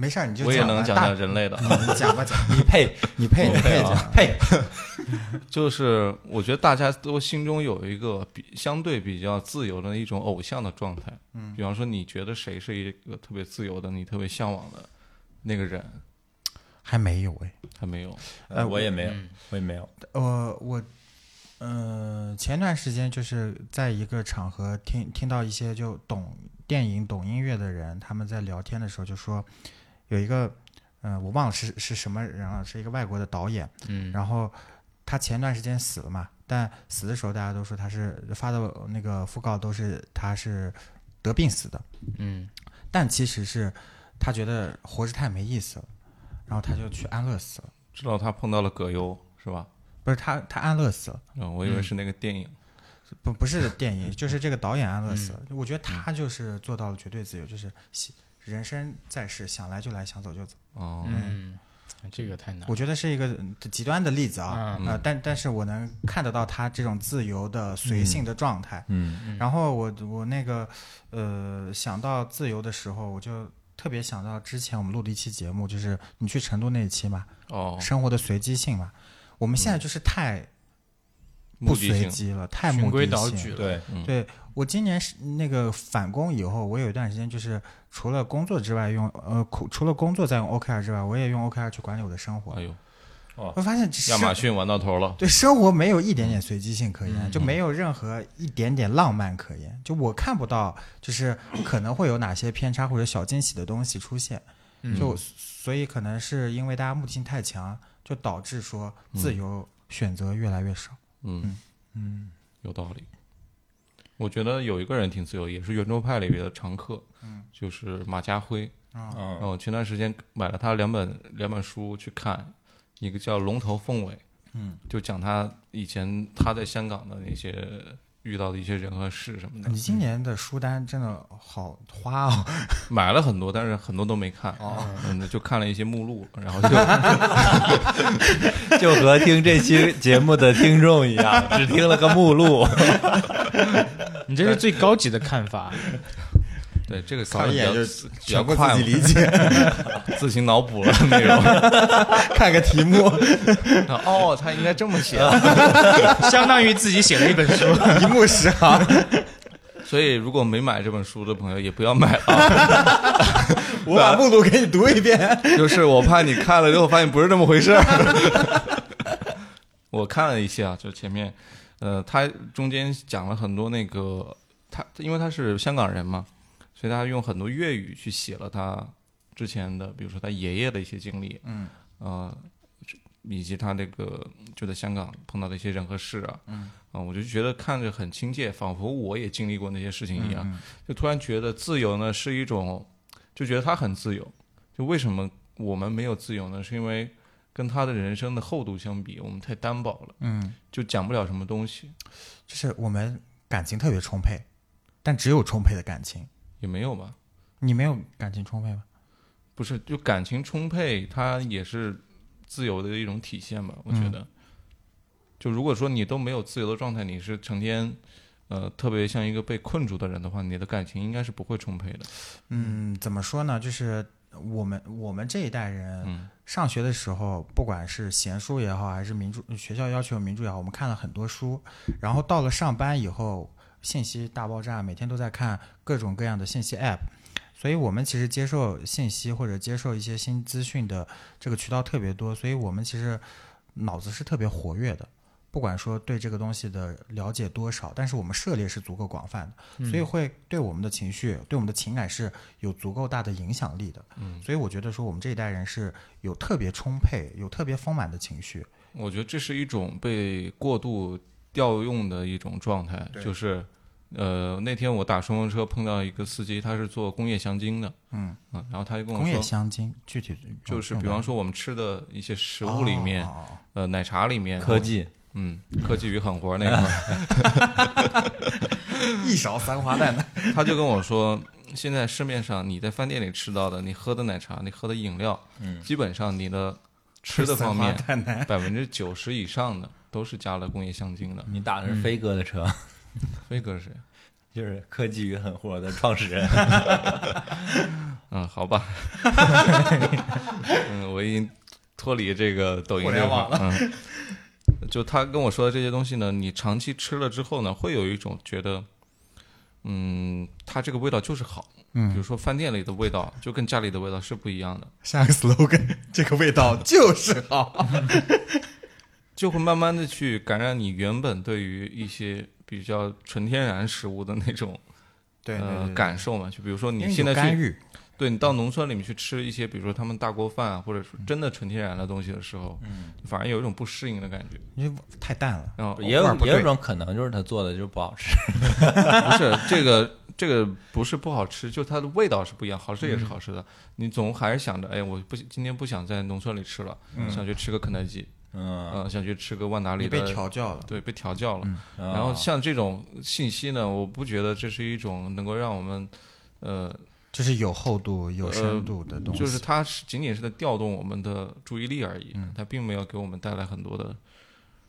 Speaker 5: 没事儿，你就
Speaker 4: 我也能
Speaker 5: 吧
Speaker 4: 讲
Speaker 5: 大嗯
Speaker 4: 讲人类的啊。
Speaker 5: 你讲吧讲，
Speaker 1: 你嗯配
Speaker 5: 你配
Speaker 4: 我
Speaker 5: 你
Speaker 4: 配
Speaker 5: 配
Speaker 4: 啊
Speaker 5: 讲，
Speaker 1: 配，
Speaker 4: 就是我觉得大家都心中有一个比相对比较自由的一种偶像的状态，嗯，比方说你觉得谁是一个特别自由的，你特别向往的那个人，
Speaker 5: 还没有哎，
Speaker 4: 他没有，
Speaker 5: 呃
Speaker 1: 我也没有
Speaker 3: 嗯，
Speaker 1: 我也没有。
Speaker 5: 呃，我，呃，前段时间就是在一个场合听听到一些就懂电影、懂音乐的人，他们在聊天的时候就说，有一个，呃，我忘了是是什么人了，是一个外国的导演，
Speaker 3: 嗯，
Speaker 5: 然后他前段时间死了嘛，但死的时候大家都说他是发的那个讣告都是他是得病死的，
Speaker 3: 嗯
Speaker 5: 但其实是他觉得活着太没意思了，然后他就去安乐死了，
Speaker 4: 知道他碰到了葛优是吧？
Speaker 5: 不是他他安乐死了。
Speaker 4: 嗯，我以为是那个电影，
Speaker 5: 不不是电
Speaker 3: 嗯
Speaker 5: 影，就是这个导演安乐死了。我觉得他就是做到了绝对自由，就是喜人生在世，想来就来，想走就走。
Speaker 4: 哦，
Speaker 3: 嗯，这个太难了
Speaker 5: 我，觉得是一个嗯极端的例子啊，
Speaker 3: 嗯
Speaker 5: 呃，但但是我能看得到他这种自由的随性的状态。
Speaker 1: 嗯
Speaker 3: 嗯
Speaker 5: 然后我我那个呃想到自由的时候，我就特别想到之前我们录的一期节目，就是你去成都那一期嘛，
Speaker 4: 哦，
Speaker 3: 嗯
Speaker 5: 生活的随机性嘛。我们现在就是太不
Speaker 4: 目的
Speaker 5: 随
Speaker 4: 性，
Speaker 5: 机了，太
Speaker 3: 循
Speaker 5: 目
Speaker 3: 规
Speaker 5: 的
Speaker 3: 蹈
Speaker 5: 性
Speaker 3: 矩了。
Speaker 1: 对，
Speaker 4: 嗯
Speaker 5: 对我今年是那个返工以后，我有一段时间就是除了工作之外用呃，除除了工作在用 OKR 之外，我也用 OKR 去管理我的生活
Speaker 4: 哎。呦，
Speaker 5: 我发现生
Speaker 4: 亚马逊玩到头了，
Speaker 5: 对生活没有一点点随机性可言，就没有任何一点点浪漫可言。就我看不到，就是可能会有哪些偏差或者小惊喜的东西出现。
Speaker 4: 嗯
Speaker 5: 就所以可能是因为大家目的性太强，就导致说自由选择越来越少。
Speaker 4: 嗯
Speaker 5: 嗯
Speaker 4: 嗯，有道理。我觉得有一个人挺自由，也是圆桌派里边的常客，嗯，就是马家辉。
Speaker 1: 嗯，
Speaker 4: 我前段时间买了他两本两本书去看，一个叫《龙头凤尾》，嗯，就讲他以前他在香港的那些遇到的一些人和事什么的
Speaker 5: 你，今年的书单真的好花哦！
Speaker 4: 买了很多，但是很多都没看，嗯，就看了一些目录，然后 就
Speaker 1: 就和听这期节目的听众一样，只听了个目录。
Speaker 3: 你这是最高级的看法，
Speaker 4: 对这个看
Speaker 5: 扫
Speaker 4: 得
Speaker 5: 一
Speaker 4: 比
Speaker 5: 眼
Speaker 4: 较
Speaker 5: 就
Speaker 4: 自比较
Speaker 5: 全部
Speaker 4: 快
Speaker 5: 自
Speaker 4: 嘛，
Speaker 5: 己理 解，
Speaker 4: 自行脑补了内容。
Speaker 5: 看个题目，
Speaker 4: 哦，他应该这么 写。
Speaker 3: 相当于自己写了一本书。
Speaker 5: 一目十 行。
Speaker 4: 所以，如果没买这本书的朋友，也不要买啊！
Speaker 5: 我把目录给你读一遍。
Speaker 4: 就是我怕你看了之后发现不是这么回事儿。 我看了一些啊，就前面，呃，他中间讲了很多那个他，因为他是香港人嘛，所以他用很多粤语去写了他之前的，比如说他爷爷的一些经历，
Speaker 5: 嗯，
Speaker 4: 呃，以及他这个就在香港碰到的一些人和事啊，嗯，啊、我就觉得看着很亲切，仿佛我也经历过那些事情一样，就突然觉得自由呢是一种，就觉得他很自由，就为什么我们没有自由呢？是因为跟他的人生的厚度相比，我们太单薄了，
Speaker 5: 嗯，
Speaker 4: 就讲不了什么东西，
Speaker 5: 就是我们感情特别充沛，但只有充沛的感情。
Speaker 4: 也没有吧。
Speaker 5: 你没有感情充沛吗？
Speaker 4: 不是，就感情充沛，它也是自由的一种体现吧？我觉得，就如果说你都没有自由的状态，你是成天，呃，特别像一个被困住的人的话，你的感情应该是不会充沛的。
Speaker 5: 嗯，怎么说呢？就是我们我们这一代人，
Speaker 4: 嗯
Speaker 5: 上学的时候，不管是闲书也好，还是名著学校要求名著也好，我们看了很多书。然后到了上班以后，信息大爆炸，每天都在看各种各样的信息 app，所以我们其实接受信息或者接受一些新资讯的这个渠道特别多，所以我们其实脑子是特别活跃的。不管说对这个东西的了解多少，但是我们涉猎是足够广泛的，所以会对我们的情绪、对我们的情感是有足够大的影响力的。
Speaker 4: 嗯，
Speaker 5: 所以我觉得说我们这一代人是有特别充沛、有特别丰满的情绪。
Speaker 4: 我觉得这是一种被过度调用的一种状态，就是，呃，那天我打顺风车碰到一个司机，他是做工业香精的，
Speaker 5: 嗯
Speaker 4: 啊，然后他就跟我
Speaker 5: 工业
Speaker 4: 说，
Speaker 5: 香精具体
Speaker 4: 就是比方说我们吃的一些食物里面，
Speaker 5: 哦哦哦
Speaker 4: 呃，奶茶里面，
Speaker 1: 科技，
Speaker 4: 嗯，科技与狠活那 个。
Speaker 5: 哦一勺三花淡的，
Speaker 4: 他就跟我说，现在市面上你在饭店里吃到的，你喝的奶茶，你喝的饮料，
Speaker 1: 嗯
Speaker 4: 基本上你 的吃的方面，
Speaker 5: 太难。
Speaker 4: 百分之九十以上的都是加了工业香 精的。
Speaker 1: 你打的是飞哥的车，
Speaker 4: 飞哥是谁？
Speaker 1: 就是科技与狠活的创始人。
Speaker 4: 嗯，好吧， 嗯，我已经脱离这个抖音这块儿嗯，就他跟我说的这些东西呢，你长期吃了之后呢，会有一种觉得，嗯，它这个味道就是好。比如
Speaker 5: 嗯，
Speaker 4: 说饭店里的味道，就跟家里的味道是不一样的。
Speaker 5: 下个 slogan，这 个味道就是好。
Speaker 4: 就会慢慢的去感染你原本对于一些比较纯天然食物的那种
Speaker 5: 对
Speaker 4: 呃，感受嘛。就比如说
Speaker 5: 对对
Speaker 4: 你
Speaker 5: 因为
Speaker 4: 现
Speaker 5: 有
Speaker 4: 在
Speaker 5: 干
Speaker 4: 去，
Speaker 5: 预，
Speaker 4: 对你到
Speaker 1: 嗯
Speaker 4: 农村里面去吃一些，比如说他们大锅饭啊，或者说真的纯天然的东西的时候，嗯，反而有一种不适应的感觉。
Speaker 5: 因为太淡了。
Speaker 4: 然后
Speaker 1: 也
Speaker 5: 偶
Speaker 1: 有
Speaker 5: 尔不
Speaker 1: 也有
Speaker 5: 对
Speaker 1: 种可能就是他做的就是不好吃，
Speaker 4: 不是这个这个不是不好吃，就它的味道是不一样，好吃也是好吃
Speaker 1: 嗯
Speaker 4: 的。你总还是想着，哎，我不今天不想在农村里吃了，想去吃个肯德基，
Speaker 1: 嗯，
Speaker 4: 嗯，想去吃个万达里
Speaker 5: 你
Speaker 4: 的
Speaker 5: 被调教了，
Speaker 4: 对，被调教了。
Speaker 1: 啊
Speaker 4: 然后像这种信息呢，我不觉得这是一种能够让我们，呃，
Speaker 5: 就是有厚度、有深度的东西。
Speaker 4: 就是它是仅仅是在调动我们的注意力而已，
Speaker 5: 嗯
Speaker 4: 它并没有给我们带来很多的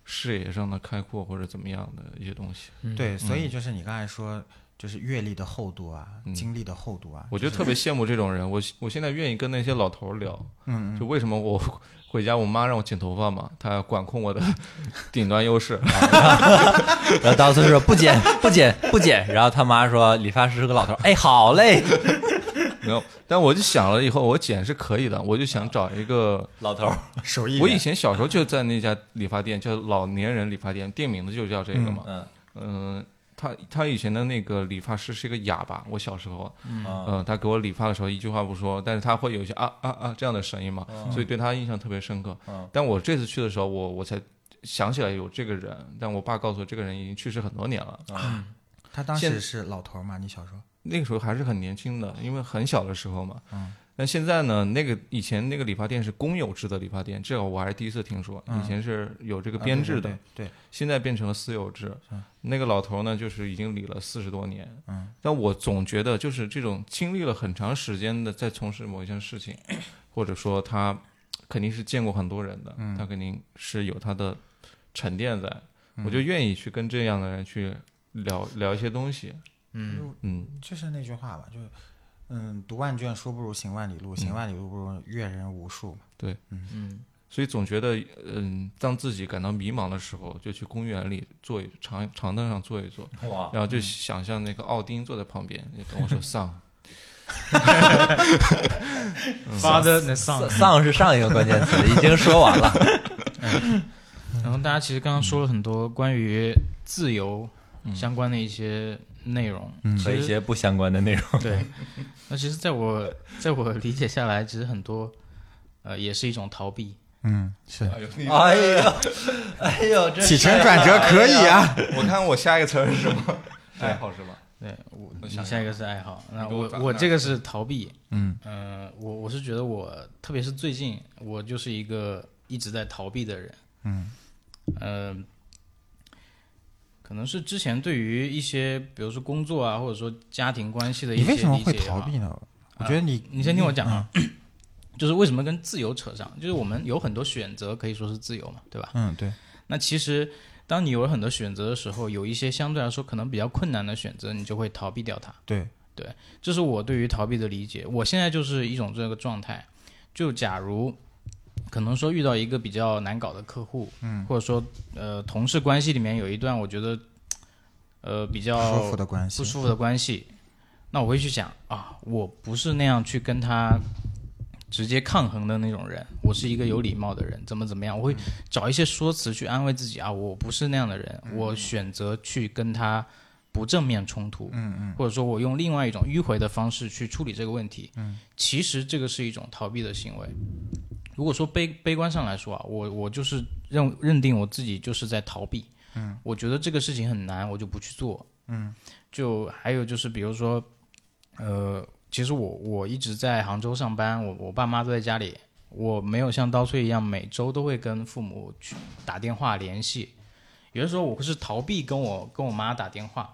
Speaker 4: 视野上的开阔或者怎么样的一些东西。
Speaker 5: 对，所以就是你刚才说，就是阅历的厚度啊，
Speaker 4: 嗯
Speaker 5: 经历的厚度啊，
Speaker 4: 我就特别羡慕这种人。我我现在愿意跟那些老头儿聊，
Speaker 5: 嗯，
Speaker 4: 就为什么我回家我妈让我剪头发嘛，她管控 我的顶端优势，
Speaker 5: 啊
Speaker 1: 然后大孙说不剪不剪不剪，然后他妈说理发师是个老头儿，哎，好嘞，
Speaker 4: 没有。但我就想了以后，我剪是可以的，我就想找一个
Speaker 5: 啊
Speaker 1: 老头儿，
Speaker 5: 手艺
Speaker 4: 我以
Speaker 5: 人
Speaker 4: 前小时候就在那家理发店，叫老年人理发店，店名字就叫这个嘛。
Speaker 1: 嗯
Speaker 4: 嗯、他他以前的那个理发师是一个哑巴，我小时候，
Speaker 1: 啊
Speaker 4: 嗯、他给我理发的时候一句话不说，但是他会有一些啊啊啊这样的声音嘛，所以对他印象特别深刻。
Speaker 5: 啊
Speaker 1: 嗯
Speaker 4: 但我这次去的时候，我我才想起来有这个人，但我爸告诉我这个人已经去世很多年了，
Speaker 5: 啊他当
Speaker 4: 现
Speaker 5: 时是老头儿嘛？你小时候，
Speaker 4: 那个时候还是很年轻的，因为很小的时候嘛。
Speaker 5: 嗯
Speaker 4: 但现在呢，那个以前那个理发店是公有制的理发店，这个我还是第一次听说。
Speaker 5: 嗯
Speaker 4: 以前是有这个
Speaker 5: 这
Speaker 4: 编制的，
Speaker 5: 啊对，对
Speaker 4: 现在变成了私有制
Speaker 5: 嗯。
Speaker 4: 那个老头呢，就是已经理了四十多年。
Speaker 5: 嗯，
Speaker 4: 但我总觉得，就是这种经历了很长时间的在从事某一项事情，或者说他肯定是见过很多人的，他肯定是有他的沉淀在。我就愿意去跟这样的人去聊聊一些东西。
Speaker 5: 嗯，
Speaker 4: 嗯，
Speaker 5: 就是那句话吧，就是，嗯，读万卷书不如行万里路，行万里路不如阅人无数嘛。
Speaker 4: 所以总觉得，嗯，当自己感到迷茫的时候，就去公园里坐一长长凳上坐一坐，
Speaker 1: 哇，
Speaker 4: 然后就想象那个奥丁坐在旁边，也跟我说上。
Speaker 3: Father the
Speaker 1: 丧
Speaker 3: Son。
Speaker 1: 丧是上一个关键词，已经说完了，
Speaker 3: 然后大家其实刚刚说了很多关于自由相关的一些内容，其
Speaker 1: 和一
Speaker 3: 实
Speaker 1: 些不相关的内容，
Speaker 3: 对，那其实在我在我理解下来，其实很多呃也是一种逃避。
Speaker 5: 嗯，
Speaker 3: 呃
Speaker 5: 是
Speaker 1: 哎呦哎呦，这哎
Speaker 5: 起承转折可以啊。
Speaker 4: 我看我下一个词儿是什么？爱好是吧？
Speaker 3: 对我，
Speaker 4: 我
Speaker 3: 你
Speaker 4: 想
Speaker 3: 下一个是爱好，那
Speaker 4: 你给我
Speaker 3: 我
Speaker 4: 打
Speaker 3: 我
Speaker 4: 那
Speaker 3: 这个是逃避。
Speaker 5: 嗯
Speaker 3: 呃，我我是觉得我特别是最近，我就是一个一直在逃避的人。
Speaker 5: 嗯
Speaker 3: 呃，可能是之前对于一些比如说工作啊，或者说家庭关系的一
Speaker 5: 你
Speaker 3: 些
Speaker 5: 为什么
Speaker 3: 理
Speaker 5: 会
Speaker 3: 解也
Speaker 5: 逃
Speaker 3: 好
Speaker 5: 避呢？嗯我觉得你，
Speaker 3: 你先听我讲啊， 就是为什么跟自由扯上？就是我们有很多选择，可以说是自由嘛，对吧？
Speaker 5: 嗯，对，
Speaker 3: 那其实当你有了很多选择的时候，有一些相对来说可能比较困难的选择，你就会逃避掉它。
Speaker 5: 对，
Speaker 3: 这是我对于逃避的理解。我现在就是一种这个状态，就假如可能说遇到一个比较难搞的客户，嗯，或者说呃同事关系里面有一段我觉得呃比
Speaker 5: 不
Speaker 3: 较
Speaker 5: 舒服的关系
Speaker 3: 不，舒服的关系，那我会去想啊，我不是那样去跟他直接抗衡的那种人，我是一个有礼貌的人，怎么怎么样，我会找一些说辞去安慰自己啊，我不是那样的人，我选择去跟他不正面冲突，嗯嗯，或者说我用另外一种迂回的方式去处理这个问题，嗯，其实这个是一种逃避的行为。如果说悲悲观上来说啊，我我就是认认定我自己就是在逃避，嗯，我觉得这个事情很难，我就不去做，就还有就是，比如说，呃，其实我我一直在杭州上班，我我爸妈都在家里，我没有像刀碎一样每周都会跟父母去打电话联系。有的时候我会是逃避跟我跟我妈打电话。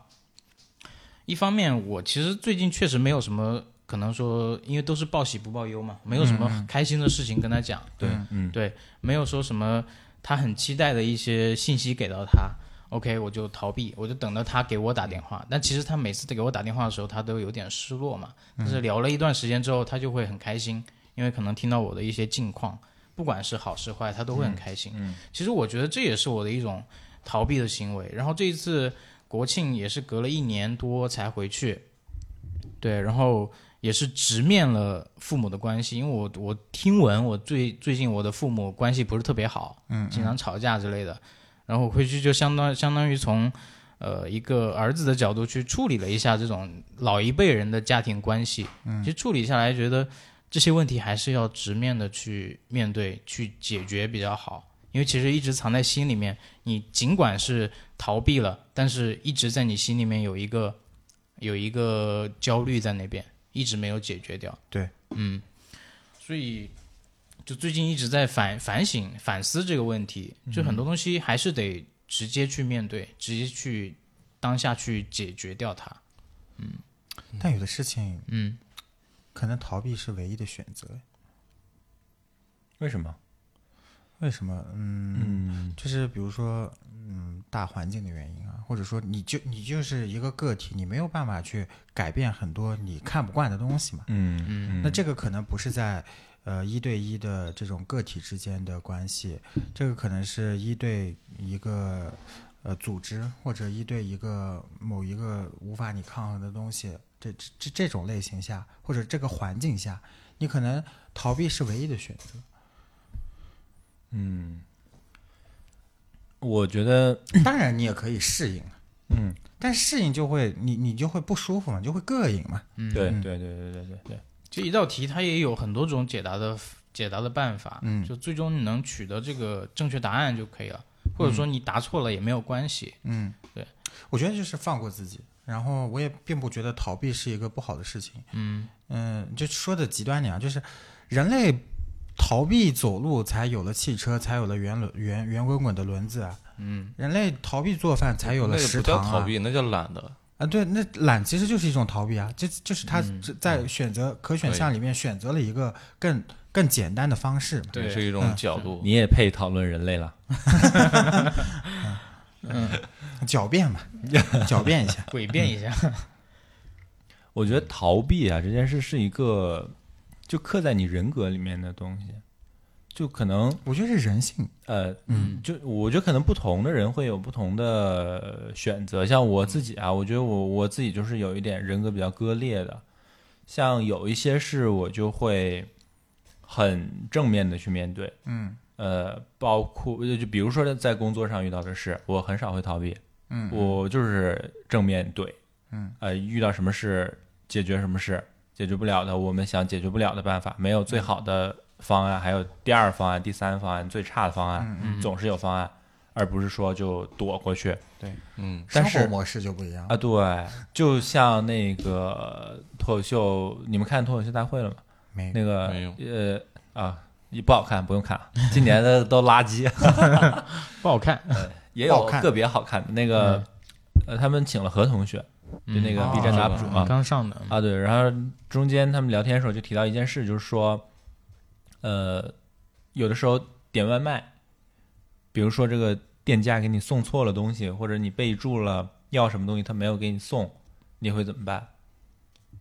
Speaker 3: 一方面，我其实最近确实没有什么可能说，因为都是报喜不报忧嘛，没有什么开心的事情跟他讲。
Speaker 1: 对，嗯，
Speaker 3: 对，没有说什么他很期待的一些信息给到他。OK，我就逃避，我就等到他给我打电话。但其实他每次给我打电话的时候，他都有点失落嘛。但是聊了一段时间之后，他就会很开心，因为可能听到我的一些近况，不管是好是坏，他都会很开心。其实我觉得这也是我的一种逃避的行为。然后这一次国庆也是隔了一年多才回去，对，然后也是直面了父母的关系，因为我我听闻我最最近我的父母关系不是特别好，嗯，经常吵架之类的，然后我回去就相当相当于从呃一个儿子的角度去处理了一下这种老一辈人的家庭关系，嗯，其实处理下来觉得这些问题还是要直面的去面对去解决比较好。因为其实一直藏在心里面，你尽管是逃避了，但是一直在你心里面有一个有一个焦虑在那边，一直没有解决掉。
Speaker 5: 对，
Speaker 3: 嗯，所以就最近一直在反反省、反思这个问题，就很多东西还是得直接去面对，直接去当下去解决掉它。
Speaker 5: 但有的事情
Speaker 3: 嗯，
Speaker 5: 可能逃避是唯一的选择。
Speaker 1: 为什么？
Speaker 5: 为什么？嗯，
Speaker 1: 嗯
Speaker 5: 就是比如说，嗯，大环境的原因啊，或者说你就你就是一个个体，你没有办法去改变很多你看不惯的东西嘛。
Speaker 1: 嗯嗯，
Speaker 5: 那这个可能不是在呃一对一的这种个体之间的关系，这个可能是一对一个呃组织或者一对一个某一个无法你抗衡的东西，这这这这种类型下或者这个环境下，你可能逃避是唯一的选择。
Speaker 1: 嗯，我觉得
Speaker 5: 当然，你也可以适应，啊
Speaker 1: 嗯。
Speaker 5: 但适应就会你你就会不舒服嘛，你就会膈应嘛。
Speaker 3: 嗯
Speaker 1: 对对对对对对对，
Speaker 3: 就一道题，它也有很多种解答的解答的办法，
Speaker 5: 嗯
Speaker 3: 就最终你能取得这个正确答案就可以了，或者
Speaker 1: 嗯
Speaker 3: 说你答错了也没有关 系，
Speaker 5: 嗯，
Speaker 3: 对，
Speaker 5: 我觉得就是放过自己，然后我也并不觉得逃避是一个不好的事情。
Speaker 3: 嗯
Speaker 5: 嗯，就说的极端点啊，就是人类逃避走路才有了汽车，才有了圆轮圆圆滚滚的轮子啊。
Speaker 3: 嗯，
Speaker 5: 人类逃避做饭才有
Speaker 4: 那
Speaker 5: 了
Speaker 4: 个
Speaker 5: 食
Speaker 4: 不叫
Speaker 5: 堂
Speaker 4: 逃
Speaker 5: 啊。
Speaker 4: 避，那叫懒得。
Speaker 5: 啊，对，那懒其实就是一种逃避啊，这就是他
Speaker 3: 嗯
Speaker 5: 只在选择可选
Speaker 4: 对
Speaker 5: 项里面选择了一个更更简单的方式嘛。
Speaker 3: 对
Speaker 4: 也是一种
Speaker 5: 嗯
Speaker 4: 角度。
Speaker 1: 你也配讨论人类了？
Speaker 5: 狡辩嘛，狡辩一下。
Speaker 3: 诡辩一下，
Speaker 1: 我觉得逃避啊这件事是一个就刻在你人格里面的东西，就可能
Speaker 5: 我觉得是人性，
Speaker 1: 呃，
Speaker 3: 嗯
Speaker 1: 就我觉得可能不同的人会有不同的选择。像我自己啊，
Speaker 5: 嗯
Speaker 1: 我觉得我我自己就是有一点人格比较割裂的，像有一些事我就会很正面的去面对，
Speaker 5: 嗯
Speaker 1: 呃，包括就就比如说在工作上遇到的事，我很少会逃避，
Speaker 5: 嗯
Speaker 1: 我就是正面对，
Speaker 5: 嗯，
Speaker 1: 呃，遇到什么事解决什么事，解决不了的我们想解决不了的办法，没有
Speaker 5: 嗯
Speaker 1: 最好的方案，还有第二方案、第三方案、最差的方案，
Speaker 3: 嗯
Speaker 1: 总是有方案，而不是说就躲过去
Speaker 4: 嗯，
Speaker 1: 但
Speaker 5: 生
Speaker 1: 是
Speaker 5: 活模式就不一样
Speaker 1: 啊。对，就像那个脱口秀，你们看脱口秀大会了吗？
Speaker 5: 没
Speaker 1: 那个
Speaker 4: 没有
Speaker 1: 呃啊，也不好看，不用看，今年的都垃圾。
Speaker 3: 不好看，
Speaker 1: 也
Speaker 5: 不
Speaker 1: 有
Speaker 5: 好看
Speaker 1: 个别好看的那个，呃，他们请了何同学，就那个
Speaker 5: 嗯
Speaker 1: B 站的
Speaker 5: 哦
Speaker 1: UP 主嘛，
Speaker 3: 啊刚上的，
Speaker 1: 啊对，然后中间他们聊天的时候就提到一件事，就是说，呃，有的时候点外卖，比如说这个店家给你送错了东西，或者你备注了要什么东西，他没有给你送，你会怎么办？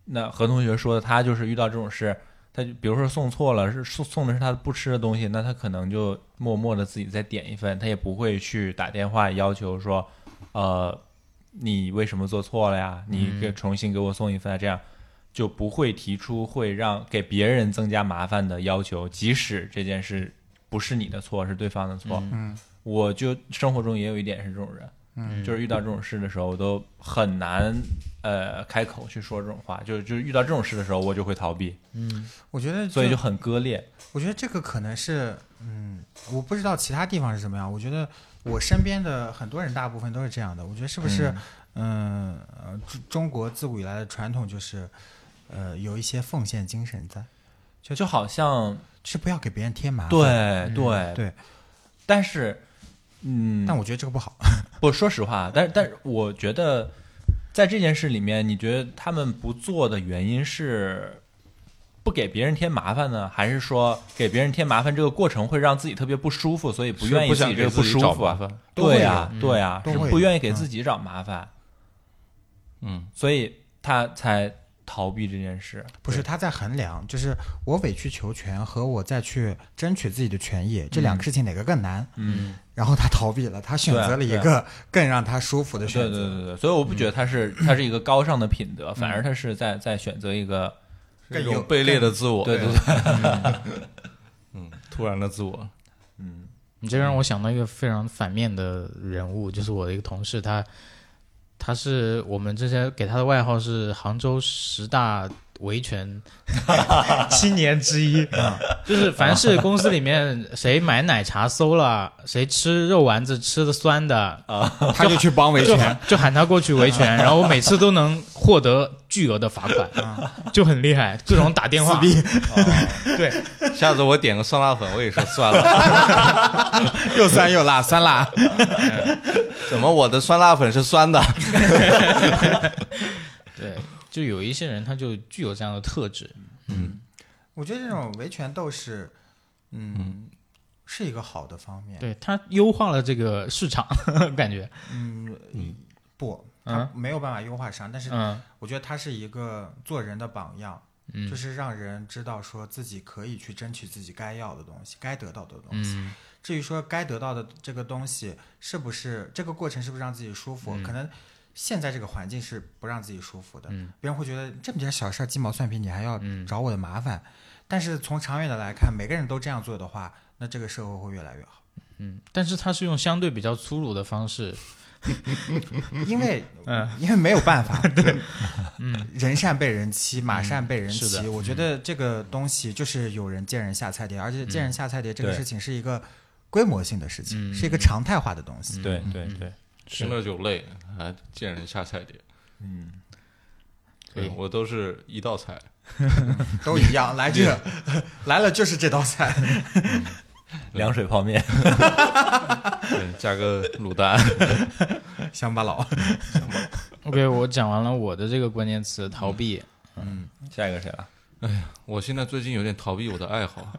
Speaker 1: 那何同学说，他就是遇到这种事，他就比如说送错了，是送送的是他不吃的东西，那他可能就默默的自己再点一份，他也不会去打电话要求说，呃，你为什么做错了呀？你给重新给我送一份啊，这样就不会提出会让给别人增加麻烦的要求，即使这件事不是你的错，是对方的错。
Speaker 5: 嗯
Speaker 1: 我就生活中也有一点是这种人，
Speaker 5: 嗯
Speaker 1: 就是遇到这种事的时候，我都很难呃开口去说这种话，就就遇到这种事的时候，我就会逃避，
Speaker 3: 嗯
Speaker 5: 我觉得，
Speaker 1: 所以就很割裂。
Speaker 5: 我觉得这个可能是，嗯，我不知道其他地方是什么样。我觉得我身边的很多人大部分都是这样的。我觉得是不是，嗯，呃，中中国自古以来的传统就是，呃，有一些奉献精神在，
Speaker 1: 就就好像
Speaker 5: 是不要给别人添麻烦。
Speaker 1: 对对
Speaker 5: 对，
Speaker 1: 但是嗯，
Speaker 5: 但我觉得这个不好。
Speaker 1: 不说实话，但是但是我觉得在这件事里面，你觉得他们不做的原因是不给别人添麻烦呢，还是说给别人添麻烦这个过程会让自己特别不舒服，所以不愿意
Speaker 4: 是不
Speaker 1: 自
Speaker 4: 想
Speaker 1: 己这
Speaker 4: 给
Speaker 1: 个不
Speaker 4: 自己
Speaker 1: 舒
Speaker 4: 找
Speaker 1: 服
Speaker 4: 麻
Speaker 1: 啊？
Speaker 4: 烦。
Speaker 5: 都会
Speaker 1: 对呀
Speaker 5: 有，
Speaker 1: 对呀，
Speaker 5: 嗯
Speaker 1: 是
Speaker 5: 都会
Speaker 1: 不
Speaker 5: 有
Speaker 1: 愿意给
Speaker 5: 嗯
Speaker 1: 自己找麻烦，
Speaker 4: 嗯，
Speaker 1: 所以他才逃避这件事。嗯
Speaker 5: 不是他在衡量，就是我委曲求全和我再去争取自己的权益，这两个事情哪个更难？
Speaker 1: 嗯，
Speaker 5: 然后他逃避了，他选择了一
Speaker 1: 对
Speaker 5: 个更让他舒服的
Speaker 1: 对
Speaker 5: 选
Speaker 1: 对
Speaker 5: 择。
Speaker 1: 对对对，所以我不觉得他是他是一个高尚的品德，反而他是在在选择一个
Speaker 4: 这
Speaker 5: 更有
Speaker 4: 种卑劣的自我，
Speaker 1: 对对
Speaker 4: 对，嗯，突然的自我，
Speaker 1: 嗯
Speaker 3: 你这让我想到一个非常反面的人物，就是我的一个同事，他他是我们之前给他的外号是杭州十大维 权青年之一，
Speaker 5: 嗯
Speaker 3: 就是凡是公司里面谁买奶茶馊了，谁吃肉丸子吃的酸的，
Speaker 5: 他就去帮维
Speaker 3: 就
Speaker 5: 权。
Speaker 3: 就喊他过去维权，然后我每次都能获得巨额的罚款，
Speaker 5: 嗯
Speaker 3: 就很厉害，各种打电话，对，
Speaker 4: 下次我点个酸辣粉，我也说算 了。
Speaker 5: 又酸又辣，酸辣。
Speaker 4: 怎么我的酸辣粉是酸的？
Speaker 3: 对，就有一些人他就具有这样的特质，
Speaker 5: 我觉得这种维权斗士，嗯，是一个好的方面。
Speaker 3: 对它优化了这个市场， 感觉，
Speaker 5: 不，
Speaker 3: 嗯
Speaker 5: 它没有办法优化上，但是
Speaker 3: 嗯
Speaker 5: 我觉得它是一个做人的榜样，
Speaker 3: 嗯
Speaker 5: 就是让人知道说自己可以去争取自己该要的东西，该得到的东西。
Speaker 3: 嗯
Speaker 5: 至于说该得到的这个东西是不是这个过程是不是让自己舒服，可能现在这个环境是不让自己舒服的，
Speaker 3: 嗯
Speaker 5: 别人会觉得这么点小事儿鸡毛蒜皮，你还要
Speaker 3: 嗯
Speaker 5: 找我的麻烦。但是从长远的来看，每个人都这样做的话，那这个社会会越来越好。
Speaker 3: 嗯，但是它是用相对比较粗鲁的方式，
Speaker 5: 因为，因为没有办法，对， 人善被人欺，马善被人
Speaker 3: 嗯是
Speaker 5: 骑。
Speaker 3: 的
Speaker 5: 我觉得这个东西就是有人见人下菜碟，而且见人下菜碟这个
Speaker 1: 对
Speaker 5: 事情是一个规模性的事情，
Speaker 3: 嗯
Speaker 5: 是一个常态化的东西。
Speaker 1: 对对对，
Speaker 4: 听了就累，还见人下菜碟。嗯，对
Speaker 3: 对
Speaker 4: 我都是一道 菜，
Speaker 5: 都一样，来这 来了就是这道菜。
Speaker 1: 凉水泡面，
Speaker 4: 对加个卤蛋。
Speaker 5: 乡巴佬，
Speaker 3: OK，我讲完了我的这个关键词逃避，
Speaker 1: 下一个谁了？
Speaker 4: 我现在最近有点逃避我的爱好，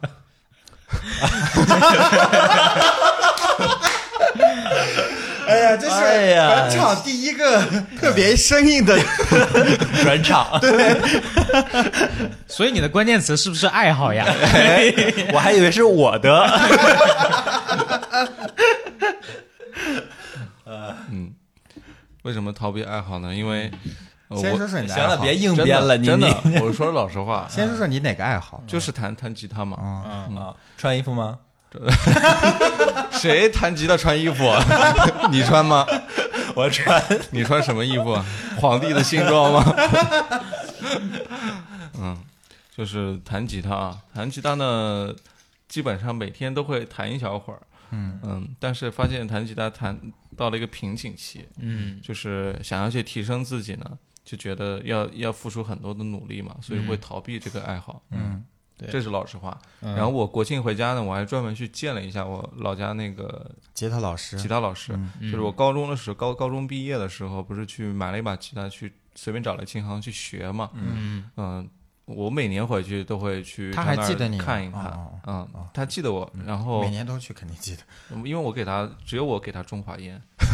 Speaker 5: 哎呀，这是
Speaker 1: 哎呀
Speaker 5: 本场第一个特别生硬的，
Speaker 1: 转场，
Speaker 4: 嗯
Speaker 3: 所以你的关键词是不是爱 好呀？
Speaker 1: 我还以为是我 的。
Speaker 4: 为什么逃避爱好呢？因为、呃
Speaker 5: 先
Speaker 4: 我
Speaker 5: 说说你的
Speaker 1: 行
Speaker 5: 爱
Speaker 1: 了，
Speaker 5: 好
Speaker 1: 别硬
Speaker 4: 真
Speaker 1: 编了，
Speaker 4: 的
Speaker 1: 你
Speaker 4: 真的
Speaker 1: 你，
Speaker 4: 我说老实话，
Speaker 5: 先哦说说你哪个爱好？
Speaker 4: 就是弹弹吉他嘛。
Speaker 1: 啊，穿衣服吗？
Speaker 4: 谁弹吉他穿衣服？啊你穿吗？
Speaker 1: 我穿，
Speaker 4: 你穿什么衣服？啊皇帝的新装吗？嗯，就是弹吉他啊，弹吉他呢，基本上每天都会弹一小会儿。嗯但是发现弹吉他弹到了一个瓶颈期，
Speaker 3: 嗯
Speaker 4: 就是想要去提升自己呢，就觉得要要付出很多的努力嘛，所以会逃避这个爱好。嗯，
Speaker 3: 对
Speaker 4: 这是老实话。
Speaker 5: 嗯
Speaker 4: 然后我国庆回家呢，我还专门去见了一下我老家那个
Speaker 5: 杰特老师
Speaker 4: 吉他老师，
Speaker 5: 嗯
Speaker 4: 就是我高中的时候，高高中毕业的时候，不是去买了一把吉他，去随便找了琴行去学嘛。嗯我每年回去都会去
Speaker 5: 他还
Speaker 4: 那儿
Speaker 5: 记得你吗
Speaker 4: 看一看，
Speaker 5: 哦
Speaker 4: 嗯，他记得我，然后
Speaker 5: 每年都去，肯定记得。
Speaker 4: 因为我给他只有我给他中华烟，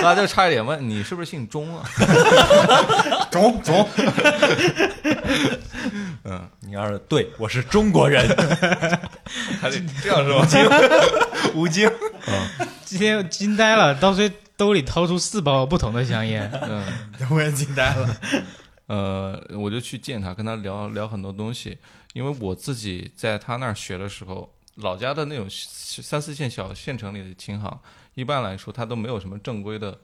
Speaker 4: 他就差一点问你是不是姓钟啊？
Speaker 5: 中中，
Speaker 1: 你要是对我是中国人，
Speaker 4: 还得这样说，吧？
Speaker 1: 吴京，
Speaker 3: 今天我惊呆了，到最兜里掏出四包不同的香 烟，
Speaker 4: 嗯，
Speaker 5: 我也惊呆了。
Speaker 4: 呃，我就去见他，跟他聊聊很多东西，因为我自己在他那儿学的时候，老家的那种三四线小县城里的琴行，一般来说他都没有什么正规的，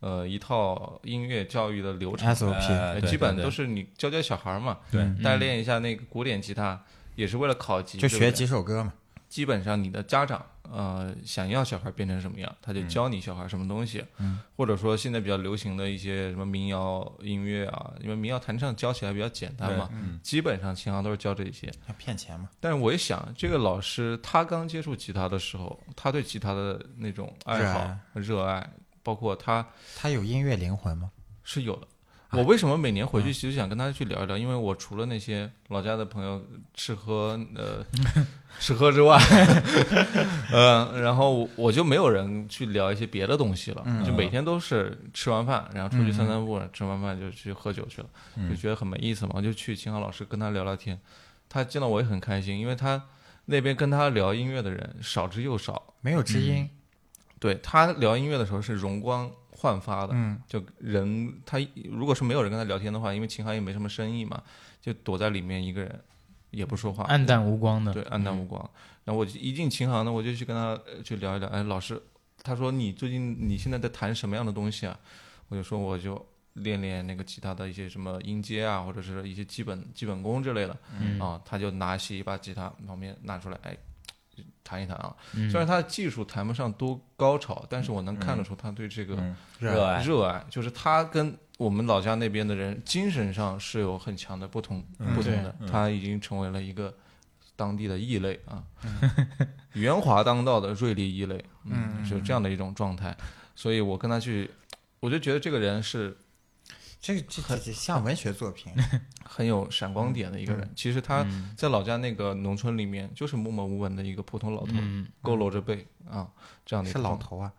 Speaker 4: 呃，一套音乐教育的流程，
Speaker 5: SOP
Speaker 4: 呃
Speaker 1: 哎
Speaker 4: 基本都
Speaker 1: 是
Speaker 4: 是你教教小孩儿嘛，对，代练一下那个古典吉他，也是为了考级，
Speaker 5: 就
Speaker 4: 对不
Speaker 5: 学
Speaker 4: 对
Speaker 5: 几首歌嘛。
Speaker 4: 基本上你的家长呃想要小孩变成什么样，他就教你小孩什么东西，或者说现在比较流行的一些什么民谣音乐啊，因为民谣弹唱教起来比较简单嘛，基本上琴行都是教这些。
Speaker 5: 要骗钱嘛？
Speaker 4: 但是我一想，这个老师他刚接触吉他的时候，他对吉他的那种爱好、热爱，包括他
Speaker 5: 他有音乐灵魂吗？
Speaker 4: 是有的。我为什么每年回去其实想跟他去聊一聊？因为我除了那些老家的朋友吃喝呃吃喝之外， 呃，然后我我就没有人去聊一些别的东西了，就每天都是吃完饭，然后出去散散步，吃完饭就去喝酒去了，就觉得很没意思嘛，我就去秦昊老师跟他聊聊天，他见到我也很开心，因为他那边跟他聊音乐的人少之又少，
Speaker 5: 没有知音，
Speaker 4: 嗯对他聊音乐的时候是容光焕发的，就人他如果是没有人跟他聊天的话，因为琴行也没什么生意嘛，就躲在里面一个人也不说话，
Speaker 3: 暗淡无光的。
Speaker 4: 对暗淡无光。然后我就一进琴行呢，我就去跟他呃去聊一聊，哎，老师，他说你最近你现在在弹什么样的东西啊？我就说我就练练那个吉他的一些什么音阶啊，或者是一些基本基本功之类的。
Speaker 3: 嗯
Speaker 4: 啊，他就拿起一把吉他，旁边拿出来，哎，弹一弹啊。
Speaker 3: 嗯
Speaker 4: 虽然他的技术谈不上多高超，但是我能看得出他对这
Speaker 3: 嗯
Speaker 4: 个
Speaker 1: 热爱，
Speaker 4: 热爱，就是他跟我们老家那边的人精神上是有很强的不同，
Speaker 3: 嗯
Speaker 4: 不同的，他已经成为了一个当地的异类 啊，圆滑当道的瑞丽异类，
Speaker 3: 嗯
Speaker 4: 嗯，是这样的一种状态，所以我跟他去，我就觉得这个人是
Speaker 5: 这这这这像文学 作品，
Speaker 4: 很有闪光点的一个人。其实他在老家那个农村里面，就是默默无闻的一个普通老头，
Speaker 3: 嗯，
Speaker 4: 佝偻着背啊，这样的一
Speaker 5: 是
Speaker 4: 个
Speaker 5: 老
Speaker 4: 状态，
Speaker 5: 头啊！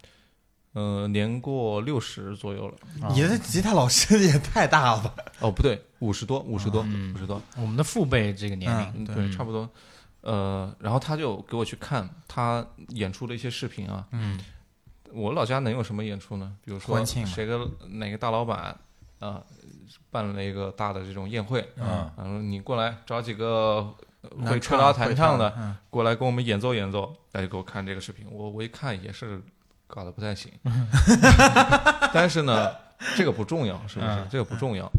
Speaker 4: 呃，年过六十左右了。
Speaker 5: 你的吉他老师也太大了吧？
Speaker 4: 哦，不对，五十多，五十多，
Speaker 3: 嗯
Speaker 4: 五十多，
Speaker 3: 我们的父辈这个年龄，
Speaker 4: 嗯，对，差不多。呃，然后他就给我去看他演出的一些视频啊。
Speaker 5: 嗯，
Speaker 4: 我老家能有什么演出呢？比如说
Speaker 5: 婚庆嘛
Speaker 4: 谁个哪个大老板啊、办了一个大的这种宴会，
Speaker 1: 嗯，
Speaker 4: 然后你过来找几个呃
Speaker 5: 能
Speaker 4: 会吹
Speaker 5: 唱
Speaker 4: 拉
Speaker 5: 会
Speaker 4: 弹唱
Speaker 5: 唱
Speaker 4: 的
Speaker 5: 嗯
Speaker 4: 过来给我们演奏演奏。大家给我看这个视频，我我一看也是搞得不太行，但是呢，这个不重要，是不是？这个不重要。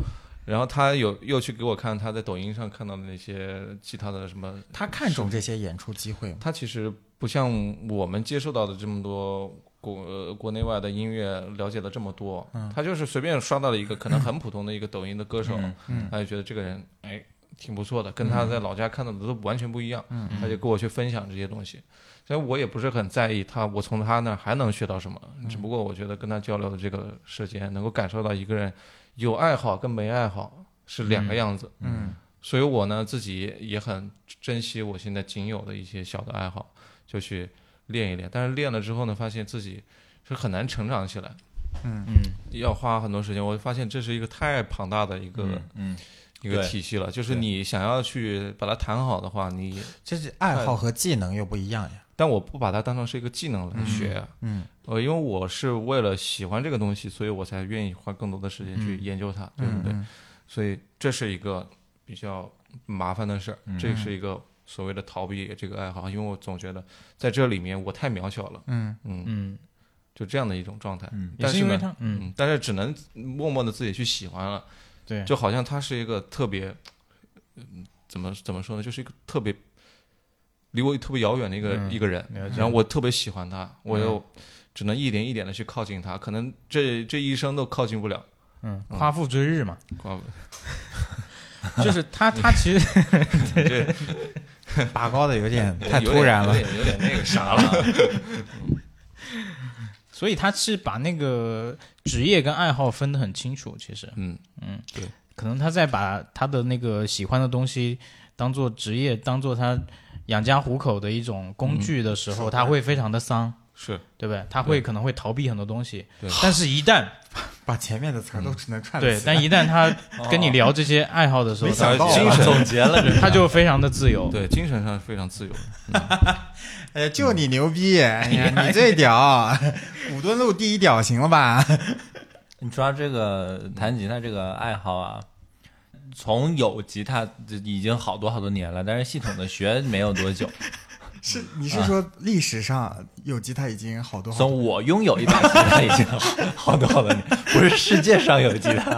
Speaker 4: 然后他有又去给我看他在抖音上看到的那些其他的什么，
Speaker 5: 他看中这些演出机会吗？
Speaker 4: 他其实不像我们接受到的这么多国、呃、国内外的音乐了解的这么多，
Speaker 5: 嗯
Speaker 4: 他就是随便刷到了一个可能很普通的一个抖音的歌手，
Speaker 5: 嗯
Speaker 4: 他就觉得这个人哎挺不错的，跟他在老家看到的都完全不一样，
Speaker 5: 嗯
Speaker 4: 他就跟我去分享这些东西。所以我也不是很在意他，我从他那儿还能学到什么？
Speaker 5: 嗯
Speaker 4: 只不过我觉得跟他交流的这个时间，能够感受到一个人有爱好跟没爱好是两个样子。
Speaker 5: 嗯，
Speaker 4: 所以我呢自己也很珍惜我现在仅有的一些小的爱好，就去练一练。但是练了之后呢，发现自己是很难成长起来，
Speaker 3: 嗯，
Speaker 4: 要花很多时间。我发现这是一个太庞大的一个、
Speaker 1: 嗯，
Speaker 4: 一个
Speaker 1: 对
Speaker 4: 体系了，就是你想要去把它弹好的话，你
Speaker 5: 这是爱好和技能又不一样呀。
Speaker 4: 但我不把它当成是一个技能来学啊。
Speaker 5: 嗯，
Speaker 4: 呃，因为我是为了喜欢这个东西，所以我才愿意花更多的时间
Speaker 5: 嗯
Speaker 4: 去研究它，对不对？所以这是一个比较麻烦的事儿，
Speaker 5: 嗯
Speaker 4: 这是一个所谓的逃避这个爱好，因为我总觉得在这里面我太渺小了，
Speaker 5: 嗯
Speaker 4: 嗯，
Speaker 3: 嗯，
Speaker 4: 就这样的一种状态。
Speaker 1: 嗯
Speaker 3: 也
Speaker 4: 但
Speaker 3: 是
Speaker 4: 是
Speaker 3: 因为
Speaker 4: 呢，
Speaker 3: 他，嗯，
Speaker 4: 嗯，但是只能默默的自己去喜欢了，
Speaker 3: 对，
Speaker 4: 就好像它是一个特别，嗯，怎么怎么说呢，就是一个特别离我特别遥远的一个、
Speaker 3: 嗯
Speaker 4: 一个人，
Speaker 3: 了解
Speaker 4: 然后我特别喜欢他，我又
Speaker 1: 嗯
Speaker 4: 只能一点一点的去靠近他，可能这这一生都靠近不了。
Speaker 3: 嗯，夸父追日 嘛，
Speaker 4: 啊
Speaker 3: 就是他，他其实
Speaker 4: 这
Speaker 5: 拔高的 有点嗯太
Speaker 4: 呃有
Speaker 5: 突然了
Speaker 4: 有。点有点那个啥了。
Speaker 3: 所以他是把那个职业跟爱好分得很清楚，其实，
Speaker 4: 嗯，
Speaker 3: 可能他在把他的那个喜欢的东西当做职业，当做他养家糊口的一种
Speaker 5: 嗯
Speaker 3: 工具的时候，他会非常的丧，
Speaker 4: 是
Speaker 3: 对不对？他会可能会逃避很多东西
Speaker 4: 对，
Speaker 3: 但是一 旦
Speaker 5: 把前面的词儿
Speaker 4: 嗯
Speaker 5: 都只能串得
Speaker 3: 对，
Speaker 5: 起来
Speaker 3: 但一旦 他跟你聊这些爱好的时候，
Speaker 5: 哦没想到
Speaker 3: 他
Speaker 4: 精神
Speaker 1: 总结了这
Speaker 3: 他就非常的自由。
Speaker 4: 对精神上非常自由。
Speaker 5: 哎呀，就你牛逼！哎呀，
Speaker 4: 嗯
Speaker 5: 你最屌， 古墩路第一屌，行了吧？
Speaker 1: 你说到这个弹吉他这个爱好啊，从有吉他这已经好多好多年了，但是系统的学没有多久。
Speaker 5: 是你
Speaker 4: 啊
Speaker 5: 是说历史上有吉他已经好多好多
Speaker 1: 从我拥有一把吉他已经好多好多年，不是世界上有吉他，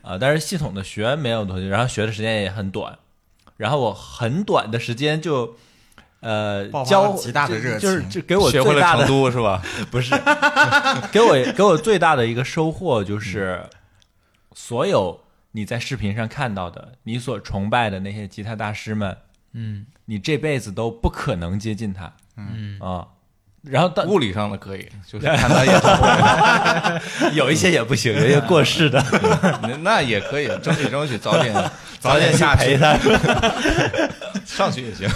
Speaker 1: 啊，但是系统的学没有多久，然后学的时间也很短，然后我很短的时间就呃
Speaker 5: 爆发了
Speaker 1: 教
Speaker 5: 极大的热情
Speaker 1: 就是就给我
Speaker 4: 学
Speaker 1: 最
Speaker 4: 会了
Speaker 1: 大
Speaker 4: 成
Speaker 1: 的
Speaker 4: 都是吧？
Speaker 1: 不是给我给我最大的一个收获就是，所有你在视频上看到的，你所崇拜的那些吉他大师们，
Speaker 3: 嗯
Speaker 1: 你这辈子都不可能接近他
Speaker 3: 嗯，
Speaker 1: 啊。然后到
Speaker 4: 物理上的可以，就是看他演唱 会
Speaker 1: 有一些也不行，有一些过世的，
Speaker 4: 那那也可以，争取争取早点
Speaker 1: 早点去陪他。
Speaker 4: 上去也行。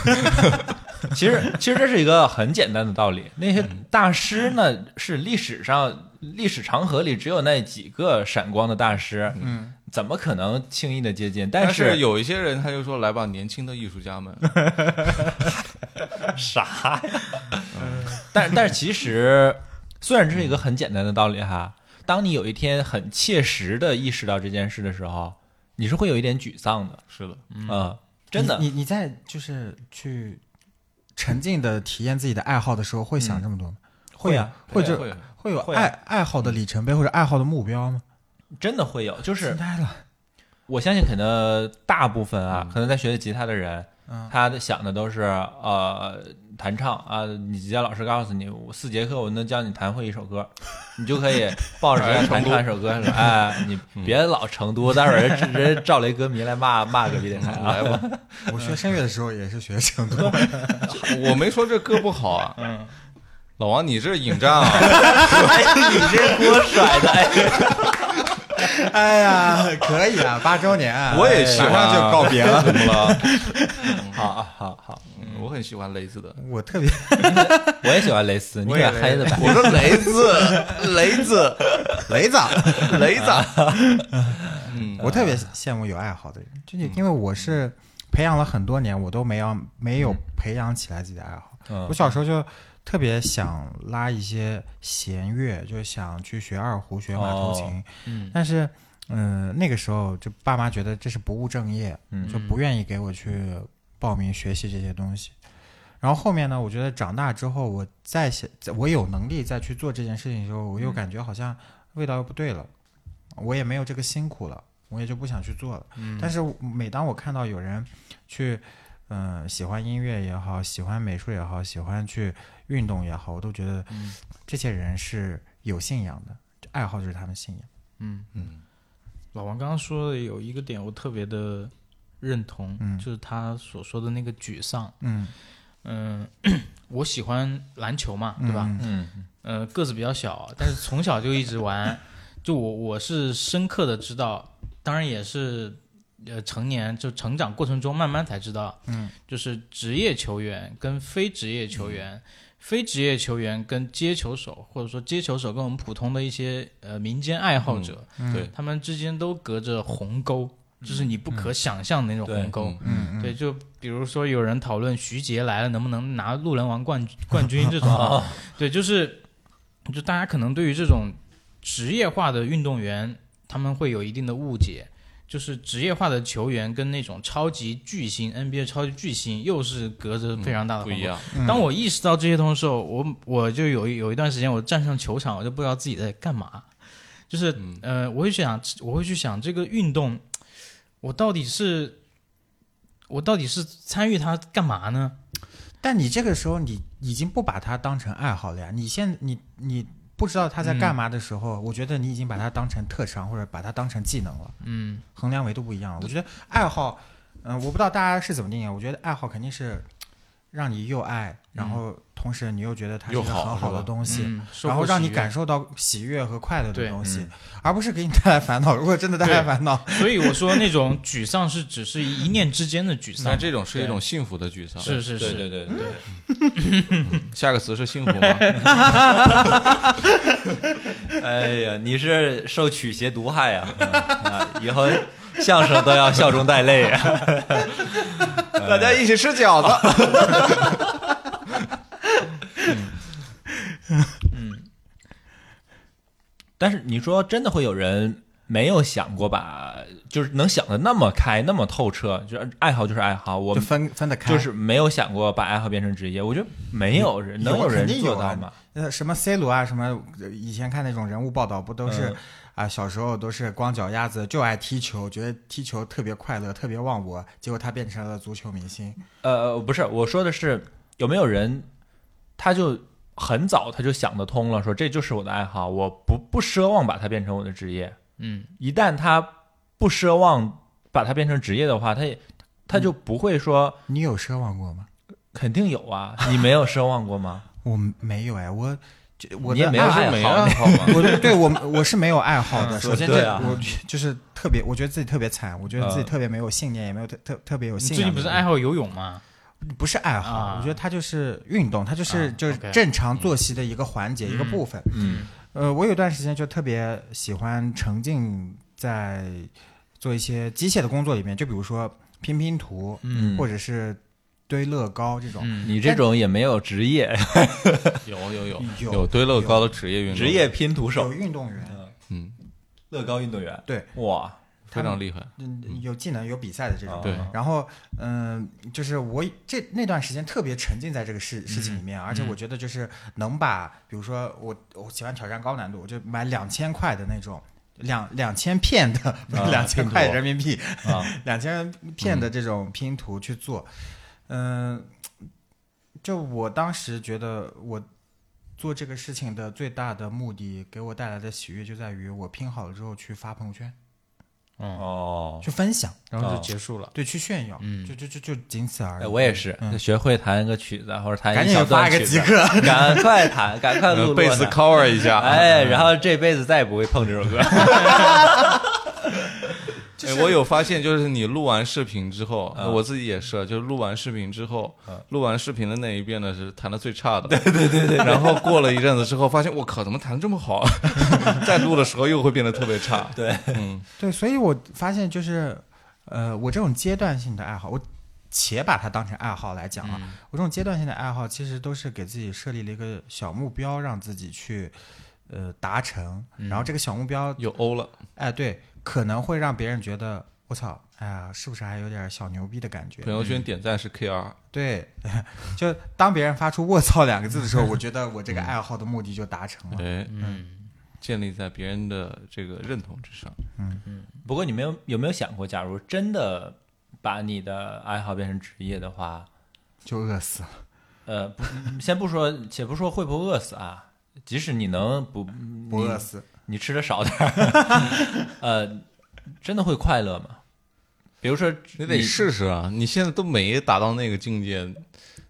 Speaker 1: 其实，其实这是一个很简单的道理。那些大师呢，是历史上历史长河里只有那几个闪光的大师，嗯，怎么可能轻易的接近？但
Speaker 4: 但
Speaker 1: 是
Speaker 4: 是有一些人他就说来吧，年轻的艺术家们，
Speaker 1: 啥呀？但但是其实，虽然这是一个很简单的道理哈，当你有一天很切实的意识到这件事的时候，你是会有一点沮丧的，
Speaker 4: 是的，
Speaker 1: 嗯，真的
Speaker 5: 你你你在就是去沉浸的体验自己的爱好的时候，会想这么多吗？
Speaker 1: 会啊，
Speaker 5: 或
Speaker 4: 对
Speaker 5: 者
Speaker 4: 哎会
Speaker 5: 会有
Speaker 1: 会啊
Speaker 5: 爱爱好的里程碑或者爱好的目标吗？
Speaker 1: 真的会有，就是
Speaker 5: 惊呆了，
Speaker 1: 我相信，可能大部分啊，可能在学吉他的人，
Speaker 5: 嗯
Speaker 1: 他的想的都是呃弹唱啊，你吉他老师告诉你，我四节课我能教你弹会一首歌， 你就可以抱着吉他弹唱一首歌， 说哎，你别老成都，待会儿人 人赵雷歌迷来骂骂隔壁电台啊，
Speaker 5: 我学声乐的时候也是学成都，
Speaker 4: 我没说这歌不好啊，嗯，老王你这引战啊，
Speaker 1: 哎，你这锅甩的，哎，
Speaker 5: 哎呀，可以啊，八周年啊，
Speaker 1: 我也喜欢
Speaker 5: 马
Speaker 1: 啊
Speaker 5: 上就告别了。
Speaker 1: 怎么了？好好好，
Speaker 4: 嗯我很喜欢雷子的，
Speaker 5: 我特别
Speaker 1: 我也喜欢蕾丝，你
Speaker 5: 我也
Speaker 1: 敢黑的吧？
Speaker 4: 我说雷子，雷子，
Speaker 5: 雷子啊，
Speaker 4: 雷子，嗯，
Speaker 5: 我特别羡慕有爱好的人，就是因为我是培养了很多年，我都没有没有培养起来自己的爱好。
Speaker 1: 嗯
Speaker 5: 我小时候就特别想拉一些弦乐，就想去学二胡、学马头
Speaker 1: 哦
Speaker 5: 琴，
Speaker 3: 嗯
Speaker 5: 但是。嗯，那个时候就爸妈觉得这是不务正业，
Speaker 1: 嗯
Speaker 5: 就不愿意给我去报名学习这些东西。然后后面呢，我觉得长大之后，我再想，我有能力再去做这件事情的时候，
Speaker 1: 嗯
Speaker 5: 我又感觉好像味道又不对了，我也没有这个辛苦了，我也就不想去做了。
Speaker 1: 嗯
Speaker 5: 但是每当我看到有人去，嗯、喜欢音乐也好，喜欢美术也好，喜欢去运动也好，我都觉得这些人是有信仰的，爱好就是他们信仰。
Speaker 3: 嗯嗯，老王刚刚说的有一个点我特别的认同，
Speaker 5: 嗯
Speaker 3: 就是他所说的那个沮丧。
Speaker 5: 嗯，
Speaker 3: 嗯、 我喜欢篮球嘛，对吧？
Speaker 5: 嗯？
Speaker 1: 嗯
Speaker 3: 呃，个子比较小，但是从小就一直玩。 就我我是深刻的知道，当然也是呃成年就成长过程中慢慢才知道，
Speaker 5: 嗯，
Speaker 3: 就是职业球员跟非职业
Speaker 4: 嗯
Speaker 3: 球员。非职业球员跟接球手，或者说接球手跟我们普通的一些呃民间爱好者，
Speaker 4: 嗯对，
Speaker 3: 他们之间都隔着鸿沟，就是你不可想象的那种鸿沟。
Speaker 4: 嗯
Speaker 5: 嗯
Speaker 3: 对，就比如说有人讨论徐杰来了能不能拿路人王冠冠军这种，
Speaker 4: 啊
Speaker 3: 啊对，就是就大家可能对于这种职业化的运动员，他们会有一定的误解，就是职业化的球员跟那种超级巨星 NBA 超级巨星又是隔着非常大的
Speaker 4: 嗯不
Speaker 3: 鸿
Speaker 4: 一
Speaker 3: 沟。
Speaker 4: 样，
Speaker 5: 嗯
Speaker 3: 当我意识到这些东西的时候，我我就有一有一段时间，我站上球场，我就不知道自己在干嘛，就是、
Speaker 4: 嗯
Speaker 3: 呃，我会想，我会去想这个运动，我到底是我到底是参与它干嘛呢？
Speaker 5: 但你这个时候，你已经不把它当成爱好了呀。你现你你不知道他在干嘛的时候，我觉得你已经把它当成特长或者把它当成技能了，
Speaker 3: 嗯
Speaker 5: 衡量维度不一样了。我觉得爱好，嗯、我不知道大家是怎么定义。啊我觉得爱好肯定是让你又爱，然后同时你又觉得它是一
Speaker 4: 又
Speaker 5: 个
Speaker 4: 好
Speaker 5: 很好
Speaker 4: 是
Speaker 5: 的
Speaker 4: 吧
Speaker 5: 东西。
Speaker 3: 嗯，
Speaker 5: 然后让你感
Speaker 3: 受
Speaker 5: 受到喜悦和快乐的
Speaker 3: 对
Speaker 5: 东西
Speaker 1: 嗯，
Speaker 5: 而不是给你带来烦恼。如果真的带来
Speaker 3: 对
Speaker 5: 烦恼，
Speaker 3: 不喜悦。所以我说那种沮丧是只是一念之间的沮丧
Speaker 4: 但，这种是一种幸福的沮丧，
Speaker 3: 是是
Speaker 1: 对
Speaker 3: 是，
Speaker 1: 对对对，
Speaker 4: 下个词是幸福吗？
Speaker 1: 哎呀，你是受曲协毒害呀、啊！以后相声都要笑中带泪呀、
Speaker 4: 大家一起吃饺子。
Speaker 1: 嗯但是你说真的会有人没有想过把，就是能想的那么开、那么透彻，就是爱好就是爱好，我
Speaker 5: 就分分得开。
Speaker 1: 就是没有想过把爱好变成职业。我觉得没有人能
Speaker 5: 有
Speaker 1: 人
Speaker 5: 肯定有
Speaker 1: 做到
Speaker 5: 啊
Speaker 1: 吗？
Speaker 5: 呃，什么 C 罗啊，什么呃以前看那种人物报道，不都是
Speaker 1: 嗯
Speaker 5: 啊、小时候都是光脚丫子，就爱踢球，觉得踢球特别快乐，特别忘我，结果他变成了足球明星。
Speaker 1: 呃，不是，我说的是有没有人，他就呃很早他就想得通了，说这就是我的爱好，我不不奢望把它变成我的职业。
Speaker 3: 嗯，
Speaker 1: 一旦他不奢望把它变成职业的话，他也他就不会说、
Speaker 5: 你有奢望过吗？
Speaker 1: 肯定有 啊，你没有奢望过吗？
Speaker 5: 我没有哎，我这我
Speaker 1: 你也
Speaker 5: 的
Speaker 1: 没有
Speaker 5: 爱好
Speaker 1: 爱好好吗？
Speaker 5: 我对我我是没有爱好的。
Speaker 1: 嗯
Speaker 5: 首先
Speaker 1: 对
Speaker 5: 这、
Speaker 1: 啊
Speaker 5: 我就是特别，我觉得自己特别惨，我觉得自己
Speaker 1: 嗯
Speaker 5: 特别没有信念，也没有特特特别有
Speaker 3: 你
Speaker 5: 信
Speaker 3: 最
Speaker 5: 仰。
Speaker 3: 近不是爱好游泳吗？
Speaker 5: 不是爱好，
Speaker 3: 啊
Speaker 5: 我觉得它就是运动，它就是、
Speaker 3: 啊
Speaker 5: 就是
Speaker 3: OK
Speaker 5: 正常作息的一个环节、
Speaker 3: 嗯
Speaker 5: 一个部分。
Speaker 1: 嗯，
Speaker 5: 呃，我有一段时间就特别喜欢沉浸在做一些机械的工作里面，就比如说拼拼图，
Speaker 1: 嗯
Speaker 5: 或者是堆乐高这种。
Speaker 3: 嗯，
Speaker 1: 你这种也没有职 业，
Speaker 4: 有有有
Speaker 5: 有
Speaker 4: 有堆乐高的职业运动，
Speaker 1: 职业拼图手
Speaker 5: 有、运动员，
Speaker 4: 嗯，
Speaker 1: 乐高运动员，
Speaker 5: 对，
Speaker 1: 哇，
Speaker 4: 非常厉害。
Speaker 5: 嗯，有技能、有比赛的这种。
Speaker 4: 对
Speaker 5: 然后，嗯、就是我这那段时间特别沉浸在这个事事情里
Speaker 1: 嗯
Speaker 5: 面，而且我觉得就是能把，比如说我我喜欢挑战高难度，我就买两千块的那种。两两千片的，两千块人民币，
Speaker 1: 啊， 嗯
Speaker 5: 两千片的这种拼图去做，嗯、就我当时觉得我做这个事情的最大的目的，给我带来的喜悦就在于我拼好了之后去发朋友圈，
Speaker 1: 哦，
Speaker 5: 去分享，
Speaker 3: 然后就结束了。
Speaker 5: 对，去炫耀，
Speaker 3: 嗯
Speaker 5: 就就就就仅此而已。
Speaker 1: 哎，我也是，
Speaker 5: 嗯
Speaker 1: 学会弹个曲子或者弹
Speaker 5: 赶
Speaker 1: 一
Speaker 5: 紧
Speaker 1: 小段
Speaker 5: 发
Speaker 1: 曲
Speaker 5: 个
Speaker 1: 子
Speaker 5: 即，刻。
Speaker 1: 赶快弹，赶快录
Speaker 4: 贝
Speaker 1: 录
Speaker 4: 斯
Speaker 1: 呢
Speaker 4: cover 一下。
Speaker 1: 哎，然后这辈子再也不会碰这首歌。
Speaker 4: 哎，我有发现，就是你录完视频之后，我自己也是，就是录完视频之后，录完视频的那一遍呢是弹的最差的，对对对对。然后过了一阵子之后，发现我靠，怎么弹的这么好？啊 再录的时候又会变得特别差。对，嗯，
Speaker 5: 对，所以我发现就是，呃，我这种阶段性的爱好，我且把它当成爱好来讲啊，我这种阶段性的爱好其实都是给自己设立了一个小目标，让自己去呃达成，然后这个小目标，
Speaker 4: 又欧了。
Speaker 5: 哎，对，可能会让别人觉得我操，哎呀，是不是还有点小牛逼的感觉？
Speaker 4: 朋友圈点赞是 K R，
Speaker 5: 对， 就当别人发出“卧槽”两个字的时候，我觉得我这个爱好的目的就达成了。
Speaker 4: 哎，
Speaker 3: 嗯，
Speaker 4: 建立在别人的这个认同之上。
Speaker 1: 不过你没有有没有想过，假如真的把你的爱好变成职业的话，
Speaker 5: 就饿死了。
Speaker 1: 呃，不， 先不说，且不说会不会饿死啊，即使你能不
Speaker 5: 不饿死，
Speaker 1: 你吃的少点儿， 呃，真的会快乐吗？比如说
Speaker 4: 你得试试啊！你现在都没达到那个境界，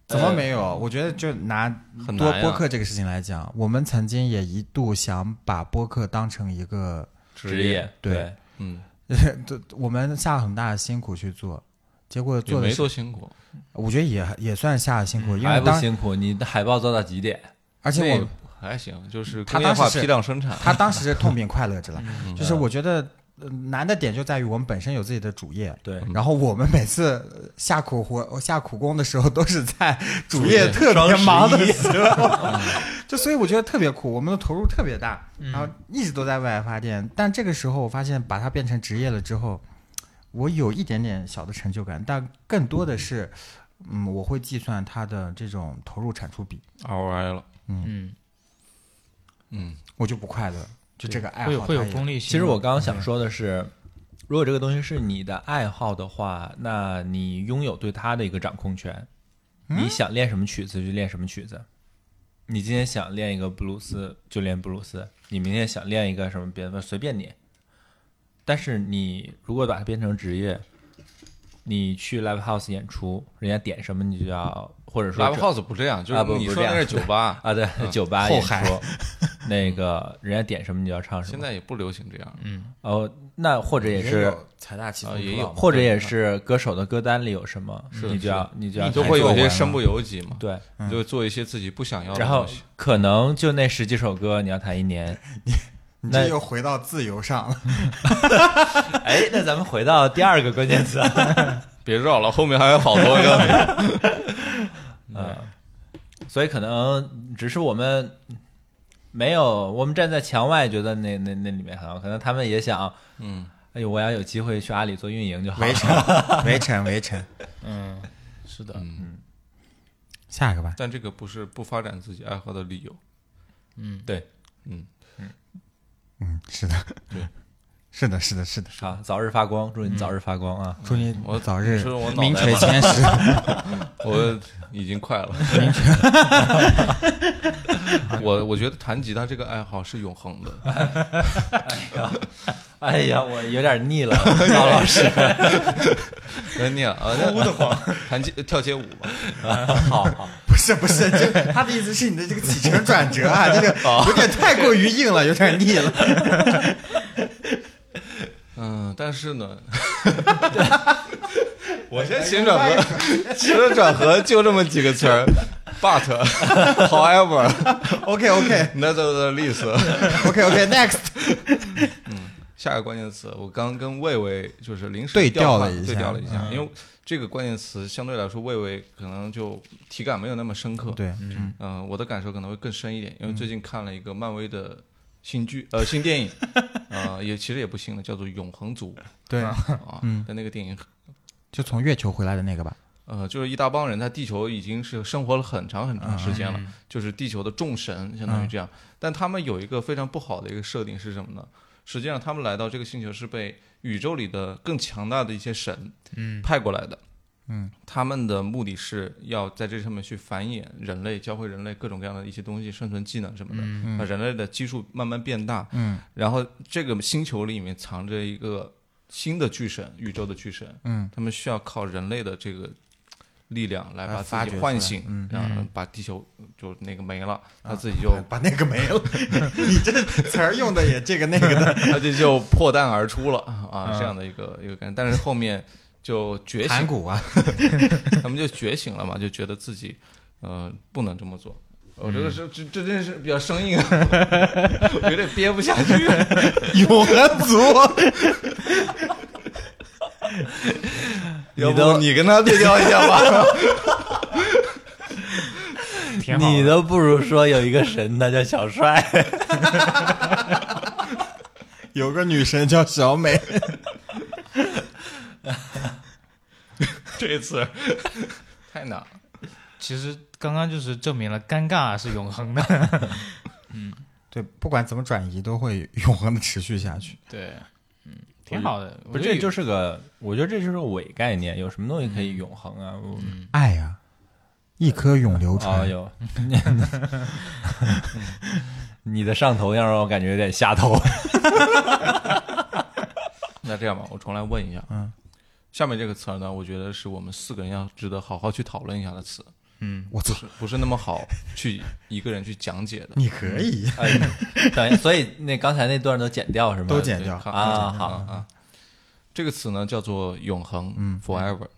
Speaker 5: 怎么没有？我觉得就拿
Speaker 4: 很
Speaker 5: 多
Speaker 4: 难呀啊
Speaker 5: 播客这个事情来讲，我们曾经也一度想把播客当成一个，
Speaker 1: 职业，
Speaker 5: 对
Speaker 1: 对，
Speaker 4: 嗯，
Speaker 5: 这我们下了很大的辛苦去做，结果
Speaker 4: 也
Speaker 5: 做的
Speaker 4: 没
Speaker 5: 是，
Speaker 4: 多辛苦。
Speaker 5: 我觉得也也算下了辛苦，因
Speaker 1: 嗯还
Speaker 5: 为
Speaker 1: 不
Speaker 5: 当
Speaker 1: 辛苦，你的海报做到几点？
Speaker 5: 而且我
Speaker 4: 那还行，就是
Speaker 5: 他
Speaker 4: 工业化
Speaker 5: 当时是
Speaker 4: 批量生产。
Speaker 5: 他当时是痛并快乐着了，
Speaker 3: 嗯
Speaker 1: 嗯
Speaker 5: 就是我觉得。呃难的点就在于我们本身有自己的主业，
Speaker 1: 对，嗯
Speaker 5: 然后我们每次呃下苦活、下苦工的时候，都是在主
Speaker 4: 主
Speaker 5: 业
Speaker 4: 业
Speaker 5: 特别
Speaker 1: 双十一
Speaker 5: 忙的时 候，就所以我觉得特别苦，我们的投入特别大，
Speaker 3: 嗯
Speaker 5: 然后一直都在为爱发电。但这个时候，我发现把它变成职业了之后，我有一点点小的成就感，但更多的是，嗯，我会计算它的这种投入产出比，
Speaker 4: ROI 了，
Speaker 3: 嗯，
Speaker 4: 嗯，
Speaker 5: 我就不快乐。就这个爱好
Speaker 3: 会有会有
Speaker 5: 它也
Speaker 3: 功利性。
Speaker 1: 其实我刚刚
Speaker 4: 嗯
Speaker 1: 想说的是，如果这个东西是你的爱好的话，那你拥有对它的一个掌控权。
Speaker 4: 嗯
Speaker 1: 你想练什么曲子就练什么曲子，你今天想练一个布鲁斯就练布鲁斯，你明天想练一个什么别的随便你。但是你如果把它变成职业，你去 live house 演出，人家点什么你就要，或者说
Speaker 4: Live House 不这样，就
Speaker 1: 啊
Speaker 4: 是
Speaker 1: 不
Speaker 4: 你
Speaker 1: 不
Speaker 4: 说
Speaker 1: 这样
Speaker 4: 那是酒吧，
Speaker 1: 啊，对，酒吧
Speaker 5: 后
Speaker 1: 演
Speaker 5: 海
Speaker 1: 出，那个人家点什么你就要唱什么。
Speaker 4: 现在也不流行这样。
Speaker 1: 哦，那或者也
Speaker 5: 也
Speaker 1: 是
Speaker 5: 有财大气粗
Speaker 4: 啊也
Speaker 5: 头脑
Speaker 4: 有
Speaker 1: 或者也是歌手的歌单里有什么，
Speaker 4: 是
Speaker 1: 你就要你就要
Speaker 4: 你就
Speaker 1: 去
Speaker 4: 会
Speaker 1: 做
Speaker 4: 有一些
Speaker 1: 完
Speaker 4: 身不由己嘛，
Speaker 1: 对，
Speaker 4: 你就会做一些自己不想要的
Speaker 1: 嗯然后
Speaker 4: 东西。
Speaker 1: 可能就那十几首歌你要弹一年。
Speaker 5: 你
Speaker 1: 那
Speaker 5: 这又回到自由上了。
Speaker 1: 哎，那咱们回到第二个关键词 啊，
Speaker 4: 别绕了，后面还有好多 个。
Speaker 1: 所以可能只是我们没有，我们站在墙外觉得那那那里面很好，可能他们也想，
Speaker 4: 嗯，
Speaker 1: 哎呦，我要有机会去阿里做运营就好
Speaker 5: 围
Speaker 1: 了。
Speaker 5: 城，围城，围城。
Speaker 3: 嗯，是的，
Speaker 5: 下一个吧，
Speaker 4: 但这个不是不发展自己爱好的理由。
Speaker 1: 对，
Speaker 4: 嗯，
Speaker 5: 嗯，是的，
Speaker 4: 对，
Speaker 5: 是的，是的，是的。
Speaker 1: 好，早日发光，
Speaker 4: 嗯
Speaker 1: 祝你早日发光啊！
Speaker 5: 祝你
Speaker 4: 我
Speaker 5: 早日
Speaker 4: 你说我脑袋
Speaker 5: 名垂
Speaker 4: 吗
Speaker 5: 千史。
Speaker 4: 我已经 快了。我我觉得弹吉他这个爱好是永恒 的，
Speaker 1: 哎呀，我有点腻 了，高老师。
Speaker 4: 真的啊，那 弹吉跳街舞吧，
Speaker 1: 好好，
Speaker 5: 不是不是，这他的意思是你的这个起承转折啊，这个有点太过于硬了，有点腻了。
Speaker 4: 嗯，但是 呢，我先行转合，行转合就这么几个词 儿，but however
Speaker 5: OK OK
Speaker 4: nevertheless，
Speaker 5: OK OK Next，
Speaker 4: 下一个关键词，我刚跟魏魏就是临时
Speaker 5: 对调
Speaker 4: 调
Speaker 5: 了
Speaker 4: 换
Speaker 5: 一下嗯
Speaker 4: 对调了一下，因为这个关键词相对来说魏魏可能就体感没有那么深刻，，
Speaker 5: 对，嗯
Speaker 4: 嗯、我的感受可能会更深一点，因为最近看了一个漫威的新剧，呃，新 电影，啊、也其实也不新了，叫做《永恒族
Speaker 5: 对，》
Speaker 4: 啊，
Speaker 5: 嗯
Speaker 4: 但那个电影
Speaker 5: 就从月球回来的那个吧。
Speaker 4: 呃，就是一大帮人在地球已经是生活了很长很长时间
Speaker 3: 嗯
Speaker 4: 了，就是地球的众神，相当于这样。但他们有一个非常不好的一个设定是什么呢？实际上，他们来到这个星球是被宇宙里的更强大的一些神
Speaker 3: 嗯
Speaker 4: 派过来的。嗯，他们的目的是要在这上面去繁衍人类，教会人类各种各样的一些东西，生存技能什么的，
Speaker 5: 嗯
Speaker 4: 把人类的基数慢慢变大。嗯，然后这个星球里面藏着一个新的巨神，宇宙的巨神，
Speaker 5: 嗯，
Speaker 4: 他们需要靠人类的这个力量来
Speaker 5: 来
Speaker 4: 把
Speaker 5: 发
Speaker 4: 自己
Speaker 5: 掘
Speaker 4: 唤
Speaker 5: 出来
Speaker 4: 醒，
Speaker 5: 嗯啊
Speaker 4: 然后
Speaker 3: 嗯
Speaker 4: 把地球就那个没了，他自己 就
Speaker 5: 把那个没了，你这词儿用的也这个那个的，
Speaker 4: 他这就破蛋而出了啊，
Speaker 5: 嗯
Speaker 4: 这样的一个一个感觉。但是后面就觉
Speaker 5: 盘
Speaker 4: 醒，
Speaker 5: 古啊，
Speaker 4: 他们就觉醒了嘛，就觉得自己呃不能这么做。我这个
Speaker 5: 嗯
Speaker 4: 是这这真是比较生硬，啊， 我有点憋不下去。
Speaker 5: 永恒族，
Speaker 4: 要不你跟他对调一下吧？
Speaker 3: 挺好的。
Speaker 1: 你都不如说有一个神，他叫小帅。
Speaker 5: 有个女神叫小美，
Speaker 4: 这次太难了。
Speaker 3: 其实刚刚就是证明了尴尬是永恒的。
Speaker 5: 对，不管怎么转移都会 永恒的持续下去。
Speaker 3: 对，嗯，挺好的。
Speaker 1: 不是，这就是是个，我觉得这就是个伪概念。有什么东西可以永恒啊？我
Speaker 5: 爱呀、一颗永流传。
Speaker 1: 啊，有。你的上头要让我感觉有点下 头。
Speaker 4: 那这样吧，我重来问一下，
Speaker 5: 嗯，
Speaker 4: 下面这个词儿呢，我觉得是我们四个人要值得好好去讨论一下的词，
Speaker 3: 嗯，
Speaker 5: 我操，
Speaker 4: 是不是那么好去一个人去讲解的？
Speaker 5: 你可以
Speaker 1: 哎，等一下，所以那刚才那段都剪掉是吗？
Speaker 5: 都剪掉
Speaker 4: 对
Speaker 1: 啊好
Speaker 4: 啊，这个词呢叫做永恒，
Speaker 5: 嗯
Speaker 4: ，forever，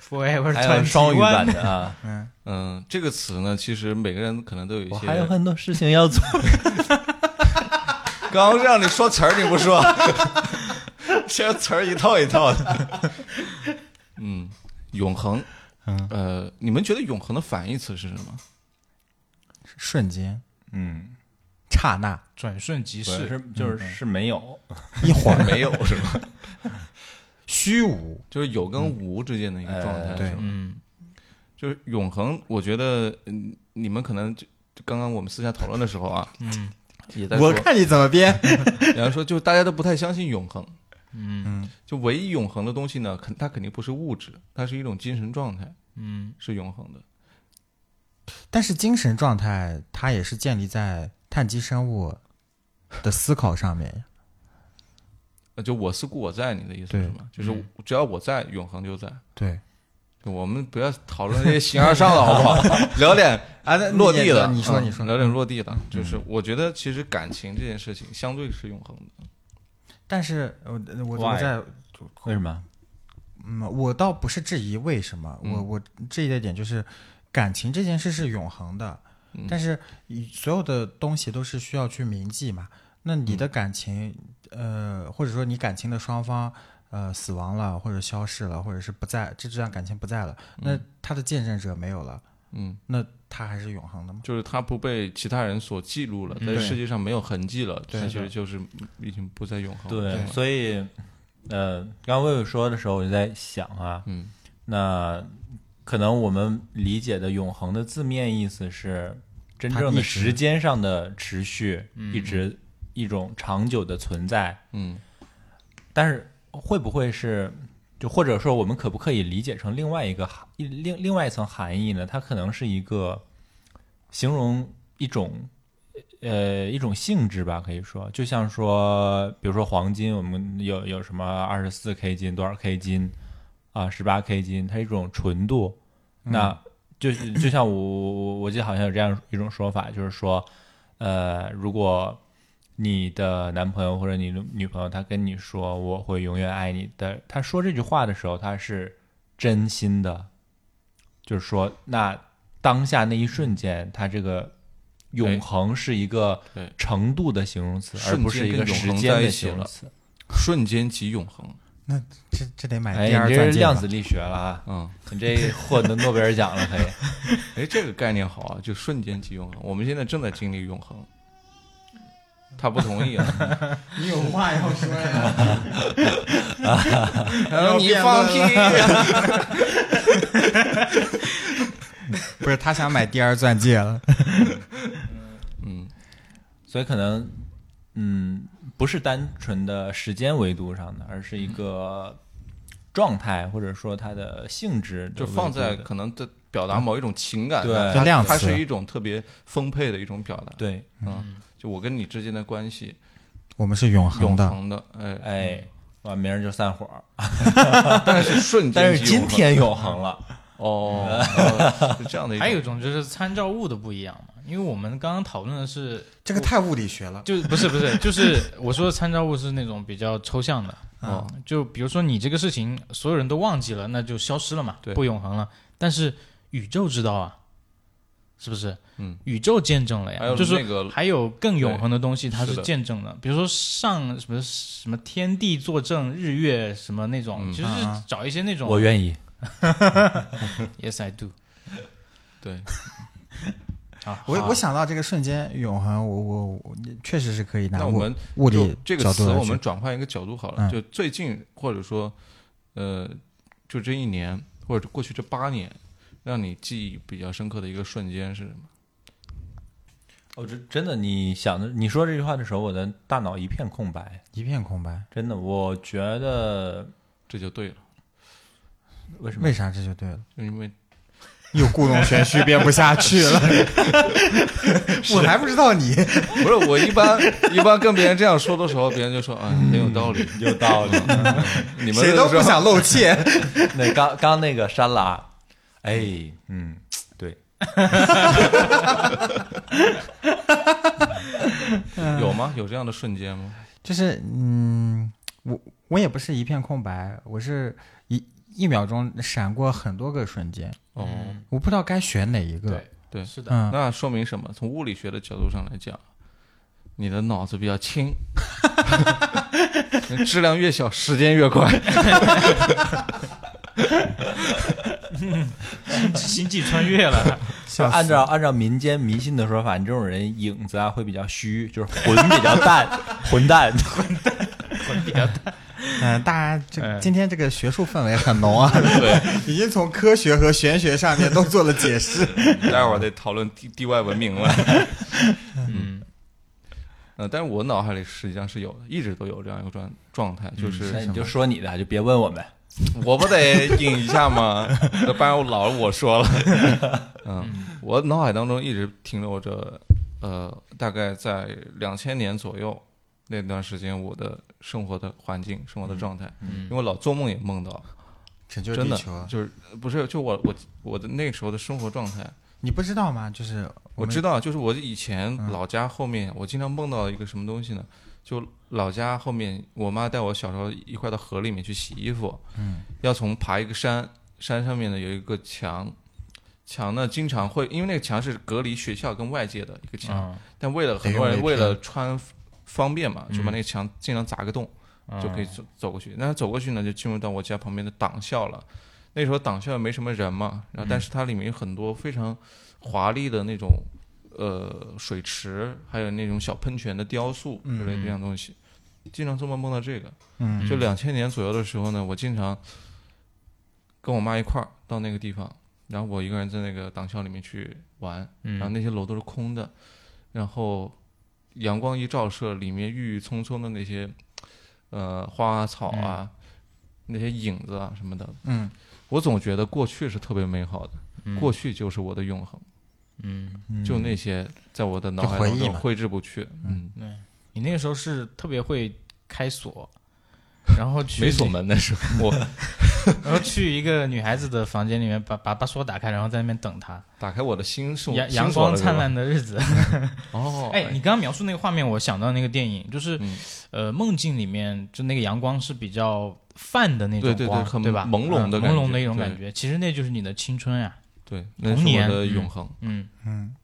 Speaker 3: Forever
Speaker 1: 还有双语版
Speaker 3: 21
Speaker 1: 的 啊，
Speaker 4: 嗯，这个词呢，其实每个人可能都有一
Speaker 1: 我
Speaker 4: 些，
Speaker 1: 还有很多事情要 做。
Speaker 4: 刚让你说词儿你不说，现在词儿一套一套的。嗯，永恒，
Speaker 5: 嗯
Speaker 4: 呃，你们觉得永恒的反义词是什么？
Speaker 5: 瞬间
Speaker 1: 嗯，
Speaker 5: 刹那
Speaker 3: 转瞬即
Speaker 1: 是
Speaker 3: 逝，
Speaker 1: 是就是是没有，
Speaker 5: 一会 儿
Speaker 4: 没有是吧？
Speaker 5: 虚无，
Speaker 4: 就是有跟无之间的一个状态，
Speaker 5: 嗯哎
Speaker 4: 是吧？
Speaker 3: 嗯，
Speaker 4: 就是永恒，我觉得嗯，你们可能就就刚刚我们私下讨论的时候啊，嗯，也在说
Speaker 5: 我，看你怎么编。
Speaker 4: 然后说就大家都不太相信永恒，
Speaker 5: 嗯，
Speaker 4: 就唯一永恒的东西呢，肯它肯定不是物质，它是一种精神状态，
Speaker 3: 嗯，
Speaker 4: 是永恒的。
Speaker 5: 但是精神状态它也是建立在碳基生物的思考上面呀。
Speaker 4: 呃，就我思故我在，你的意思
Speaker 5: 对嗯
Speaker 4: 是吗？就是只要我在，永恒就在。
Speaker 5: 对，
Speaker 4: 就我们不要讨论这些形而上的好不好？ 聊点
Speaker 5: 啊，那
Speaker 4: 落地的，
Speaker 5: 你说
Speaker 4: 嗯
Speaker 5: 你说，
Speaker 4: 聊点落地的。就是我觉得其实感情这件事情相对是永恒的，
Speaker 5: 但是我我我
Speaker 1: Why？
Speaker 5: 在
Speaker 1: 为什么？
Speaker 5: 嗯，我倒不是质疑为什么，我
Speaker 4: 嗯
Speaker 5: 我质疑的点就是，感情这件事是永恒的，
Speaker 4: 嗯
Speaker 5: 但是以所有的东西都是需要去铭记嘛。那你的感情，呃，或者说你感情的双方，呃，死亡了，或者消逝了，或者是不在，这这段感情不在了，那他的见证者没有了，
Speaker 4: 嗯。
Speaker 5: 那他还是永恒的吗？
Speaker 4: 就是它不被其他人所记录了，
Speaker 3: 嗯
Speaker 4: 在
Speaker 5: 对
Speaker 4: 世界上没有痕迹了，它
Speaker 5: 是
Speaker 4: 其实就是已经不再永恒了。
Speaker 1: 对，
Speaker 5: 对
Speaker 1: 所以，呃，刚刚魏魏说的时候，我就在想啊，
Speaker 4: 嗯
Speaker 1: 那可能我们理解的永恒的字面意思是真
Speaker 5: 它
Speaker 1: 正
Speaker 5: 一
Speaker 1: 的
Speaker 5: 直
Speaker 1: 时间上的持续，
Speaker 3: 嗯
Speaker 1: 一直一种长久的存在。
Speaker 4: 嗯
Speaker 1: 但是会不会是，就或者说我们可不可以理解成另外一个含一另另外一层含义呢？它可能是一个形容一种呃一种性质吧，可以说，就像说，比如说黄金，我们有有什么二十四 K 金、多少 K 金啊，十八 K 金，它是一种纯度。
Speaker 4: 嗯
Speaker 1: 那就是就像我我我记得好像有这样一种说法，就是说，呃，如果你的男朋友或者你的女朋友，他跟你说我会永远爱你的，他说这句话的时候，他是真心的，就是说，那当下那一瞬间，他这个永恒是一个
Speaker 4: 哎对
Speaker 1: 程度的形容词，而
Speaker 4: 瞬间
Speaker 1: 不是一个
Speaker 4: 跟永
Speaker 1: 时
Speaker 4: 恒
Speaker 1: 间
Speaker 4: 在一
Speaker 1: 的
Speaker 4: 起
Speaker 1: 形容
Speaker 4: 了
Speaker 1: 词。
Speaker 4: 瞬间即永恒。
Speaker 5: 那这这得买
Speaker 1: 哎，
Speaker 5: 第二
Speaker 1: 你这
Speaker 5: 钻
Speaker 1: 是
Speaker 5: 戒
Speaker 1: 量
Speaker 5: 吧
Speaker 1: 子力学了啊！
Speaker 4: 嗯，
Speaker 1: 你这获得诺贝尔奖了，可以。
Speaker 4: 哎，这个概念好啊，就瞬间即永恒。我们现在正在经历永恒。他不同意啊！
Speaker 5: 你有话要说呀？
Speaker 4: 你放屁！
Speaker 5: 不是，他想买第二钻戒了。
Speaker 4: 嗯，
Speaker 1: 所以可能，嗯，不是单纯的时间维度上的，而是一个状态或者说它的性质的
Speaker 4: 就放在
Speaker 1: 维度的
Speaker 4: 可能在表达某一种情感，
Speaker 1: 对
Speaker 4: 它
Speaker 5: 就量
Speaker 4: 它
Speaker 5: 词
Speaker 4: 是一种特别丰沛的一种表达。
Speaker 1: 对
Speaker 4: 嗯，就我跟你之间的关系，
Speaker 5: 我们是永
Speaker 4: 永
Speaker 5: 恒的。
Speaker 4: 恒的，哎，
Speaker 1: 哎，哇，明儿就散伙儿，
Speaker 4: 但是瞬间
Speaker 1: 但是
Speaker 4: 即
Speaker 1: 今
Speaker 4: 嗯永恒
Speaker 1: 天永恒 了，
Speaker 4: 哦，呃是这样的一种，
Speaker 3: 还有一种就是参照物的不一样嘛，因为我们刚刚讨论的是，
Speaker 5: 这个太物理学了，
Speaker 3: 就不是不是，就是我说的参照物是那种比较抽象的，
Speaker 4: 哦，
Speaker 3: 就比如说你这个事情所有人都忘记了，那就消失了嘛，
Speaker 4: 对
Speaker 3: 不永恒了。但是宇宙知道啊，是不是？
Speaker 4: 嗯，
Speaker 3: 宇宙见证了呀，
Speaker 4: 还有
Speaker 3: 就是
Speaker 4: 那个
Speaker 3: 还有更永恒的东西，它
Speaker 4: 嗯是
Speaker 3: 是
Speaker 4: 的
Speaker 3: 见证的，比如说上什么什么天地作证，日月什么那种，
Speaker 4: 嗯
Speaker 3: 其实是
Speaker 5: 啊
Speaker 3: 找一些那种。
Speaker 1: 我愿意。
Speaker 3: Yes I do
Speaker 4: 对，
Speaker 3: 啊。
Speaker 5: 我
Speaker 3: 好
Speaker 5: 我想到这个瞬间永恒，我我我确实是可以拿
Speaker 4: 那我
Speaker 5: 物
Speaker 4: 们
Speaker 5: 物
Speaker 4: 就
Speaker 5: 理
Speaker 4: 这个
Speaker 5: 角
Speaker 4: 词
Speaker 5: 度来
Speaker 4: 我
Speaker 5: 去
Speaker 4: 们转换一个角度好了，
Speaker 5: 嗯
Speaker 4: 就最近或者说呃，就这一年或者过去这八年，让你记忆比较深刻的一个瞬间是什么？
Speaker 1: 哦，这真的，你想的，你说这句话的时候，我的大脑一片空白。
Speaker 5: 一片空白。
Speaker 1: 真的，我觉得
Speaker 4: 这就对了，
Speaker 1: 为什么
Speaker 5: 为啥这就对了？
Speaker 4: 就因为
Speaker 5: 又故弄玄虚，编不下去 了。 我还不知道你，
Speaker 4: 不是我一般一般跟别人这样说的时候，别人就说哎很有道理，
Speaker 1: 有道 理？
Speaker 4: 你们
Speaker 5: 谁都不想露怯。
Speaker 1: 那刚刚那个删了啊，哎，嗯，对，
Speaker 4: 有吗？有这样的瞬间吗？
Speaker 5: 就是嗯，我我也不是一片空白，我是一一秒钟闪过很多个瞬间，
Speaker 4: 哦，
Speaker 5: 我不知道该选哪一个
Speaker 3: 对。
Speaker 4: 对
Speaker 3: 是的，
Speaker 5: 嗯，
Speaker 4: 那说明什么？从物理学的角度上来讲，你的脑子比较 轻，质量越小，时间越快。
Speaker 3: 星际穿越 了，
Speaker 1: 就按照按照民间迷信的说法，你这种人影子啊会比较虚，就是魂比较 淡，混蛋。
Speaker 5: 嗯，大家这
Speaker 3: 哎
Speaker 5: 今天这个学术氛围很 浓啊，对，已经从科学和玄学上面都做了解释。
Speaker 4: 待会儿得讨论地地外文明了。
Speaker 3: 嗯，
Speaker 4: 呃，但是我脑海里实际上是有的，一直都有这样一个状状态，就是
Speaker 1: 嗯那你就说你的，就别问我们。
Speaker 4: 我不得引一下吗？那不然我老我说了。嗯，我脑海当中一直停留着，呃，大概在两千年左右那段时间，我的生活的环境、生活的状态，因为我老做梦也梦到，
Speaker 5: 拯救
Speaker 4: 真
Speaker 5: 地
Speaker 4: 的
Speaker 5: 球，
Speaker 4: 就是不是就我我我的那时候的生活状态，
Speaker 5: 你不知道吗？就是
Speaker 4: 我
Speaker 5: 们
Speaker 4: 知道，就是我以前
Speaker 5: 嗯
Speaker 4: 老家后面，我经常梦到一个什么东西呢？就老家后面，我妈带我小时候一块到河里面去洗衣服，
Speaker 5: 嗯，
Speaker 4: 要从爬一个山，山上面呢有一个墙，墙呢经常会，因为那个墙是隔离学校跟外界的一个墙，
Speaker 3: 嗯
Speaker 4: 但为了很多
Speaker 5: 啊得
Speaker 4: 人
Speaker 5: 用
Speaker 4: 为
Speaker 5: 那片嗯
Speaker 4: 了穿方便嘛，就把那个墙尽量砸个洞，
Speaker 3: 啊
Speaker 4: 就可以走走过去。那走过去呢，就进入到我家旁边的党校了。那时候党校也没什么人嘛，然后但是它里面有很多非常华丽的那种呃水池，还有那种小喷泉的雕塑之类的这样东西。经常做梦梦到这个，
Speaker 5: 嗯，
Speaker 4: 就两千年左右的时候呢，我经常跟我妈一块儿到那个地方，然后我一个人在那个党校里面去玩，
Speaker 3: 嗯
Speaker 4: 然后那些楼都是空的，然后阳光一照射，里面郁郁葱葱的那些呃花草
Speaker 3: 嗯
Speaker 4: 啊，那些影子啊什么的，
Speaker 5: 嗯，
Speaker 4: 我总觉得过去是特别美好的，过去就是我的永恒，
Speaker 3: 嗯，
Speaker 4: 就那些在我的脑海
Speaker 5: 就回忆
Speaker 4: 当中
Speaker 5: 嘛
Speaker 4: 挥之不去，嗯，
Speaker 3: 你那个时候是特别会开 锁，然后去
Speaker 4: 没锁门那时候，我
Speaker 3: 然后去一个女孩子的房间里面把，把把锁打开，然后在那边等她。
Speaker 4: 打开我的心是我
Speaker 3: 阳
Speaker 4: 心
Speaker 3: 阳
Speaker 4: 锁
Speaker 3: 光
Speaker 4: 了
Speaker 3: 灿
Speaker 4: 是吧
Speaker 3: 烂的日子。
Speaker 4: 哦，
Speaker 3: 哎，你刚刚描述那个画面，我想到那个电影，就是、
Speaker 4: 嗯
Speaker 3: 呃，梦境里面就那个阳光是比较泛的那种
Speaker 4: 对对对
Speaker 3: 光，
Speaker 4: 很
Speaker 3: 吧？
Speaker 4: 朦胧的
Speaker 3: 嗯
Speaker 4: 感
Speaker 3: 朦
Speaker 4: 觉
Speaker 3: 胧的一种
Speaker 4: 对
Speaker 3: 感觉。其实那就是你的青春呀、
Speaker 4: 对，那是
Speaker 3: 童
Speaker 4: 我
Speaker 3: 年
Speaker 4: 的
Speaker 3: 嗯
Speaker 4: 永恒，
Speaker 3: 嗯
Speaker 5: 嗯，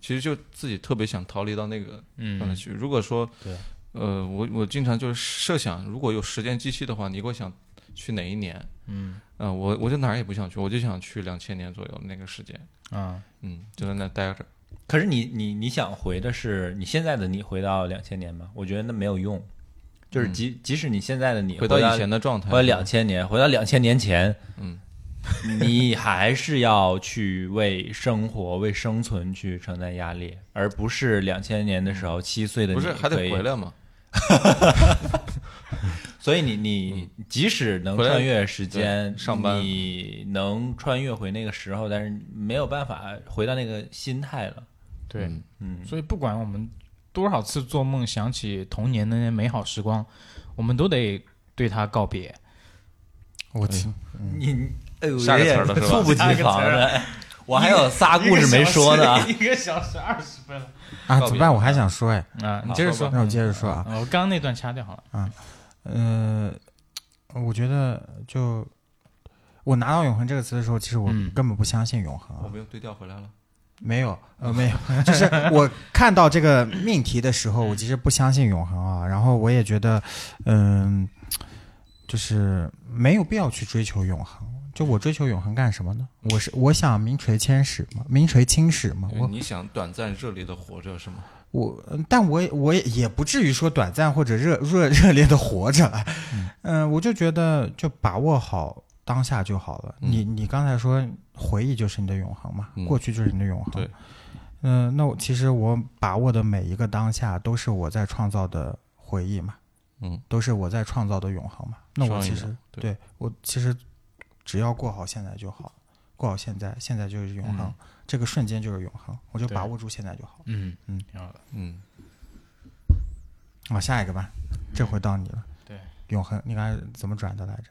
Speaker 4: 其实就自己特别想逃离到那个状态
Speaker 3: 嗯
Speaker 4: 去。如果说，
Speaker 3: 对，
Speaker 4: 呃，我我经常就是设想，如果有时间机器的话，你会想去哪一年？
Speaker 3: 嗯
Speaker 4: 嗯、我我就哪儿也不想去，我就想去两千年左右那个时间，
Speaker 3: 啊，
Speaker 4: 嗯，就在那待着。
Speaker 1: 可是你你你想回的是你现在的你回到两千年吗？我觉得那没有用，就是即、即使你现在的你
Speaker 4: 嗯回
Speaker 1: 到
Speaker 4: 到以前的状态，
Speaker 1: 回到两千年，回到两千年前，
Speaker 4: 嗯，
Speaker 1: 你还是要去为生活、为生存去承担压力，而不是两千年的时候七岁的你
Speaker 4: 不是还得
Speaker 1: 可以
Speaker 4: 回。来吗？
Speaker 1: 所以你你即使能
Speaker 4: 嗯回来
Speaker 1: 穿越时间，
Speaker 4: 对上班
Speaker 1: 你能穿越回那个时候，但是没有办法回到那个心态了。
Speaker 3: 对。
Speaker 4: 嗯
Speaker 1: 嗯，
Speaker 3: 所以不管我们多少次做梦想起童年的那些美好时光，我们都得对它告别。
Speaker 5: 我听，
Speaker 1: 你哎呦，
Speaker 4: 嗯下个词儿了是吧
Speaker 1: 猝不及防
Speaker 3: 下
Speaker 1: 的，我还有仨故事没说呢。
Speaker 3: 一个小时二十分了
Speaker 5: 啊，
Speaker 4: 哎告
Speaker 5: 怎
Speaker 4: 别嗯
Speaker 5: 么办？我还想说哎，
Speaker 3: 啊！你接着说，
Speaker 5: 那我接着说啊，
Speaker 3: 啊我刚刚那段掐掉好了。
Speaker 5: 呃，我觉得就我拿到“永恒”这个词的时候，其实我
Speaker 3: 嗯
Speaker 5: 根本不相信永恒啊、
Speaker 4: 我们又对调回来了。
Speaker 5: 没有，呃，没有， 就是我看到这个命题的时候，我其实不相信永恒啊，然后我也觉得，嗯、就是没有必要去追求永恒。就我追求永恒干什么呢？我是我想名垂千史嘛，名垂青史嘛。我
Speaker 4: 你想短暂热烈的活着是吗？
Speaker 5: 我，嗯但我也我也也不至于说短暂或者热热热烈的活着，嗯、我就觉得就把握好当下就好了。你你刚才说回忆就是你的永恒嘛，
Speaker 4: 嗯
Speaker 5: 过去就是你的永恒。
Speaker 4: 对，
Speaker 5: 嗯、那我其实我把握的每一个当下都是我在创造的回忆嘛，
Speaker 4: 嗯，
Speaker 5: 都是我在创造的永恒嘛。那我其实
Speaker 4: 双赢
Speaker 5: 对
Speaker 4: 对
Speaker 5: 我其实只要过好现在就好，过好现在，现在就是永恒，
Speaker 3: 嗯
Speaker 5: 这个瞬间就是永恒，我就
Speaker 3: 对
Speaker 5: 把握住现在就好。
Speaker 3: 嗯
Speaker 5: 嗯，
Speaker 3: 挺好的。
Speaker 4: 嗯，
Speaker 5: 往哦下一个吧，这回到你了。
Speaker 3: 对，
Speaker 5: 永恒，你刚才怎么转的来着？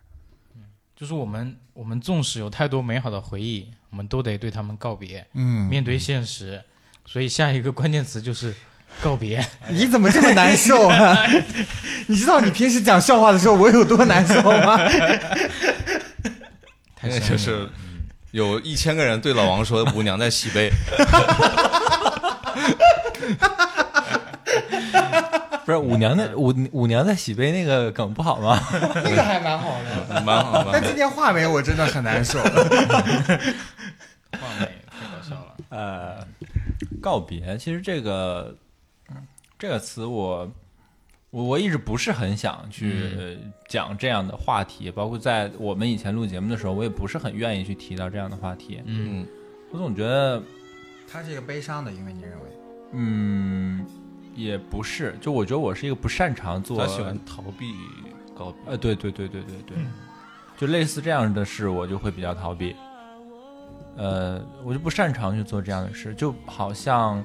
Speaker 3: 就是我们，我们纵使有太多美好的回忆，我们都得对他们告别，
Speaker 5: 嗯，
Speaker 3: 面对现实。所以下一个关键词就是告别。
Speaker 5: 你怎么这么难受啊？ 你知道你平时讲笑话的时候我有多难受吗？
Speaker 3: 太深
Speaker 4: 现
Speaker 3: 入了
Speaker 4: 在
Speaker 3: 嗯
Speaker 4: 就是有一千个人对老王说舞娘在洗杯，
Speaker 1: 不是舞娘的舞舞娘在洗杯那个梗不好吗？
Speaker 5: 那个还蛮好的，
Speaker 4: 蛮好蛮
Speaker 5: 但
Speaker 4: 好。
Speaker 5: 今天画眉我真的很难受。
Speaker 3: 画眉太搞笑了。
Speaker 1: 呃，告别，其实这个这个词我，我我一直不是很想去
Speaker 4: 嗯
Speaker 1: 呃讲这样的话题，包括在我们以前录节目的时候，我也不是很愿意去提到这样的话题。
Speaker 3: 嗯，
Speaker 4: 嗯，
Speaker 1: 我总觉得，
Speaker 5: 他是一个悲伤的，因为你认为
Speaker 1: 嗯，也不是，就我觉得我是一个不擅长做
Speaker 4: 他，喜欢逃避告别。
Speaker 1: 呃，对对对对对对，就类似这样的事，我就会比较逃避。呃，我就不擅长去做这样的事，就好像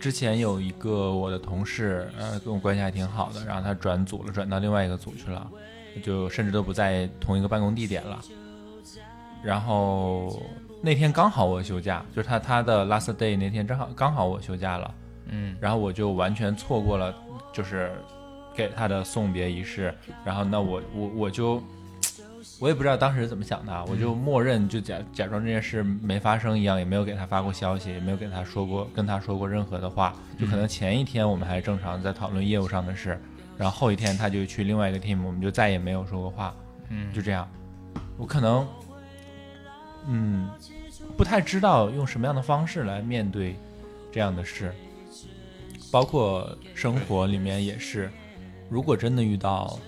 Speaker 1: 之前有一个我的同事，呃，跟我关系还挺好的，然后他转组了，转到另外一个组去了，就甚至都不在同一个办公地点了。然后那天刚好我休假，就是他他的 last day 那天正好刚好我休假了，
Speaker 3: 嗯，
Speaker 1: 然后我就完全错过了，就是给他的送别仪式。然后那我我我就我也不知道当时怎么想的啊，我就默认就假假装这件事没发生一样，也没有给他发过消息，也没有给他说过跟他说过任何的话。就可能前一天我们还正常在讨论业务上的事，然后后一天他就去另外一个 team，我们就再也没有说过话。
Speaker 3: 嗯
Speaker 1: 就这样，我可能嗯不太知道用什么样的方式来面对这样的事，包括生活里面也是，如果真的遇到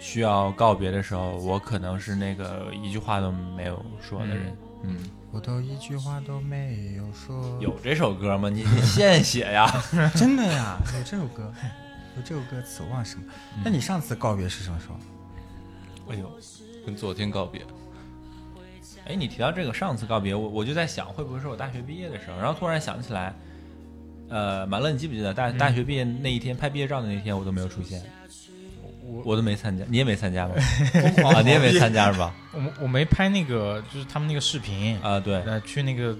Speaker 1: 需要告别的时候，我可能是那个一句话都没有说的人。嗯，
Speaker 5: 我都一句话都没有说，
Speaker 1: 有这首歌吗？你你现写呀？
Speaker 5: 真的呀，有这首歌，有这首歌词，我忘了什么。那你上次告别是什么时候？
Speaker 1: 哎呦，
Speaker 4: 跟昨天告别，
Speaker 1: 哎，你提到这个上次告别，我我就在想，会不会是我大学毕业的时候？然后突然想起来，呃，马乐，你记不记得大
Speaker 4: 嗯
Speaker 1: 大学毕业那一天拍毕业照的那天，我都没有出现，我我都没参加，你也没参 加吗？啊，你也没参加是吧？
Speaker 3: 我们我没拍那个，就是他们那个视频，
Speaker 1: 啊，对
Speaker 3: 呃，去那个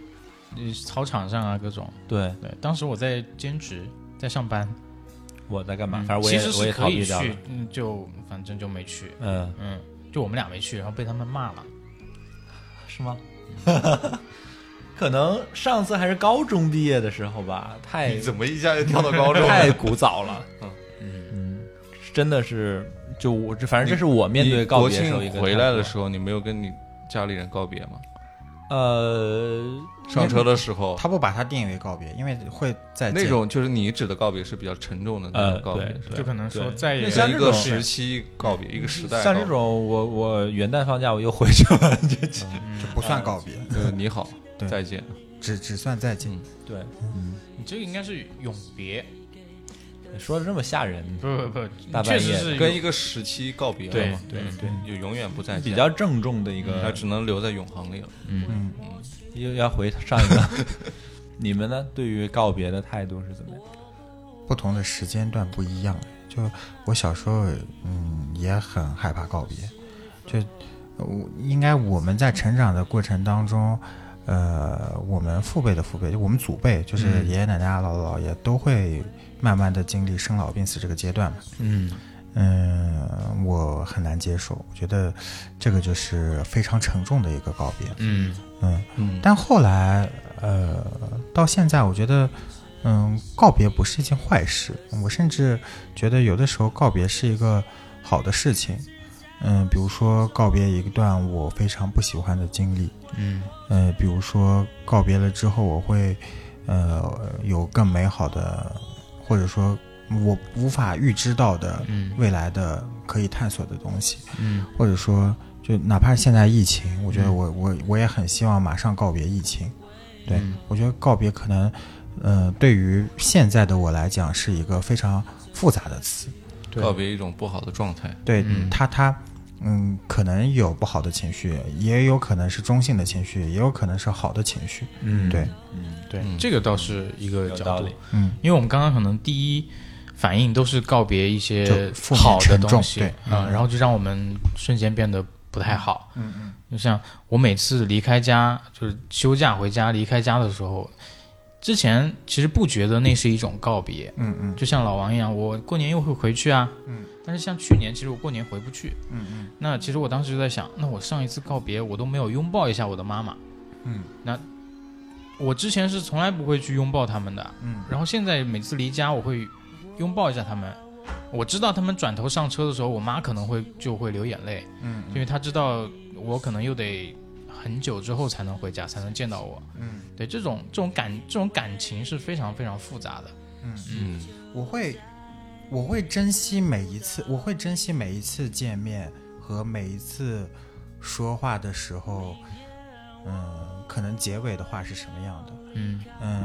Speaker 3: 呃操场上啊，各种。
Speaker 1: 对，
Speaker 3: 对，当时我在兼职，在上班，
Speaker 1: 我在干嘛？
Speaker 3: 嗯
Speaker 1: 反正我
Speaker 3: 其
Speaker 1: 也
Speaker 3: 实
Speaker 1: 我
Speaker 3: 是
Speaker 1: 也
Speaker 3: 可
Speaker 1: 逃
Speaker 3: 以
Speaker 1: 避掉了
Speaker 3: 去。，嗯，就反正就没去，
Speaker 1: 嗯，
Speaker 3: 嗯，就我们俩没去，然后被他们骂了。
Speaker 1: 是吗？ 可能上次还是高中毕业的时候吧，太
Speaker 4: 哎你怎么一下就跳到高中了？
Speaker 1: 太古早了。
Speaker 4: 嗯
Speaker 1: 嗯，真的是，就我这反正这是我 面对告别的时候
Speaker 4: 你
Speaker 1: 一个
Speaker 4: 国庆回来的
Speaker 1: 态度啊
Speaker 4: 时候，你没有跟你家里人告别吗？
Speaker 1: 呃，
Speaker 4: 上车的时候，
Speaker 5: 他不把它定为告别，因为会在
Speaker 4: 那种就是你指的告别是比较沉重的那
Speaker 1: 呃，
Speaker 4: 种告别，
Speaker 1: 对，
Speaker 4: 是吧
Speaker 1: 对
Speaker 3: 就可能说
Speaker 1: 对
Speaker 3: 再也
Speaker 1: 那
Speaker 4: 跟
Speaker 1: 像
Speaker 4: 一
Speaker 1: 这
Speaker 4: 个
Speaker 1: 种
Speaker 4: 时期告别，一个时代告别。
Speaker 1: 像这种，我我元旦放假我又回去了，就就
Speaker 5: 就不算告别，
Speaker 1: 嗯
Speaker 4: 呃，你好
Speaker 5: 对，
Speaker 4: 再见。
Speaker 5: 只只算再见。
Speaker 4: 嗯
Speaker 1: 对，
Speaker 3: 你这个应该是永别，
Speaker 1: 说的这么吓人，
Speaker 3: 不不不，
Speaker 1: 大
Speaker 3: 确
Speaker 1: 半
Speaker 3: 实
Speaker 1: 夜
Speaker 3: 是
Speaker 4: 跟
Speaker 3: 永
Speaker 4: 一个时期告别
Speaker 3: 对
Speaker 4: 了嘛，
Speaker 3: 对
Speaker 4: 嗯
Speaker 3: 对，
Speaker 4: 就永远不再见
Speaker 1: 比较嗯郑重的一
Speaker 4: 它
Speaker 1: 个，
Speaker 4: 只能留在永恒里了。
Speaker 5: 嗯，
Speaker 1: 又要回上一个。你们呢？对于告别的态度是怎么样？
Speaker 5: 不同的时间段不一样。就我小时候，嗯，也很害怕告别。就呃我应该我们在成长的过程当中，呃，我们父辈的父辈，就我们祖辈，就是
Speaker 1: 嗯
Speaker 5: 爷爷奶奶啊、姥姥姥爷，都会慢慢的经历生老病死这个阶段嘛。
Speaker 1: 嗯
Speaker 5: 嗯，我很难接受，我觉得这个就是非常沉重的一个告别。
Speaker 1: 嗯
Speaker 5: 嗯，
Speaker 4: 嗯，
Speaker 5: 但后来，呃，到现在，我觉得，嗯，告别不是一件坏事。我甚至觉得，有的时候告别是一个好的事情。嗯，比如说告别一段我非常不喜欢的经历，
Speaker 1: 嗯
Speaker 5: 呃，比如说告别了之后，我会，呃，有更美好的，或者说我无法预知到的
Speaker 1: 嗯
Speaker 5: 未来的可以探索的东西。
Speaker 1: 嗯
Speaker 5: 或者说，就哪怕是现在疫情，我觉得我我我也很希望马上告别疫情。对、
Speaker 1: 嗯
Speaker 5: 我觉得告别可能，呃，对于现在的我来讲是一个非常复杂的词。对
Speaker 4: 告别一种不好的状态，
Speaker 5: 对、
Speaker 1: 嗯
Speaker 5: 他他嗯，可能有不好的情绪，也有可能是中性的情绪，也有可能是好的情绪。
Speaker 1: 嗯
Speaker 5: 对，
Speaker 1: 嗯
Speaker 3: 对
Speaker 4: 嗯
Speaker 3: 这个倒是一个
Speaker 6: 有
Speaker 3: 角
Speaker 6: 道
Speaker 3: 度
Speaker 6: 理，。
Speaker 5: 嗯，
Speaker 3: 因为我们刚刚可能第一反应都是告别一些
Speaker 5: 就负面
Speaker 3: 好的
Speaker 5: 沉
Speaker 3: 东
Speaker 5: 重
Speaker 3: 西
Speaker 5: 对，
Speaker 3: 嗯，然后就让我们瞬间变得不太好，嗯嗯，就像我每次离开家，就是休假回家离开家的时候，之前其实不觉得那是一种告别，
Speaker 5: 嗯嗯
Speaker 3: 就像老王一样，我过年又会回去啊，嗯，但是像去年其实我过年回不去，嗯嗯，那其实我当时就在想，那我上一次告别我都没有拥抱一下我的妈妈，
Speaker 5: 嗯，
Speaker 3: 那我之前是从来不会去拥抱他们的，
Speaker 5: 嗯
Speaker 3: 然后现在每次离家，我会拥抱一下他们。我知道他们转头上车的时候，我妈可能会就会流眼泪，
Speaker 5: 嗯
Speaker 3: 因为她知道我可能又得很久之后才能回家，才能见到我。
Speaker 5: 嗯，
Speaker 3: 对，这种这种感这种感情是非常非常复杂的。
Speaker 4: 嗯
Speaker 5: 我会我会珍惜每一次，我会珍惜每一次见面和每一次说话的时候，嗯，可能结尾的话是什么样的，
Speaker 3: 嗯，
Speaker 5: 嗯，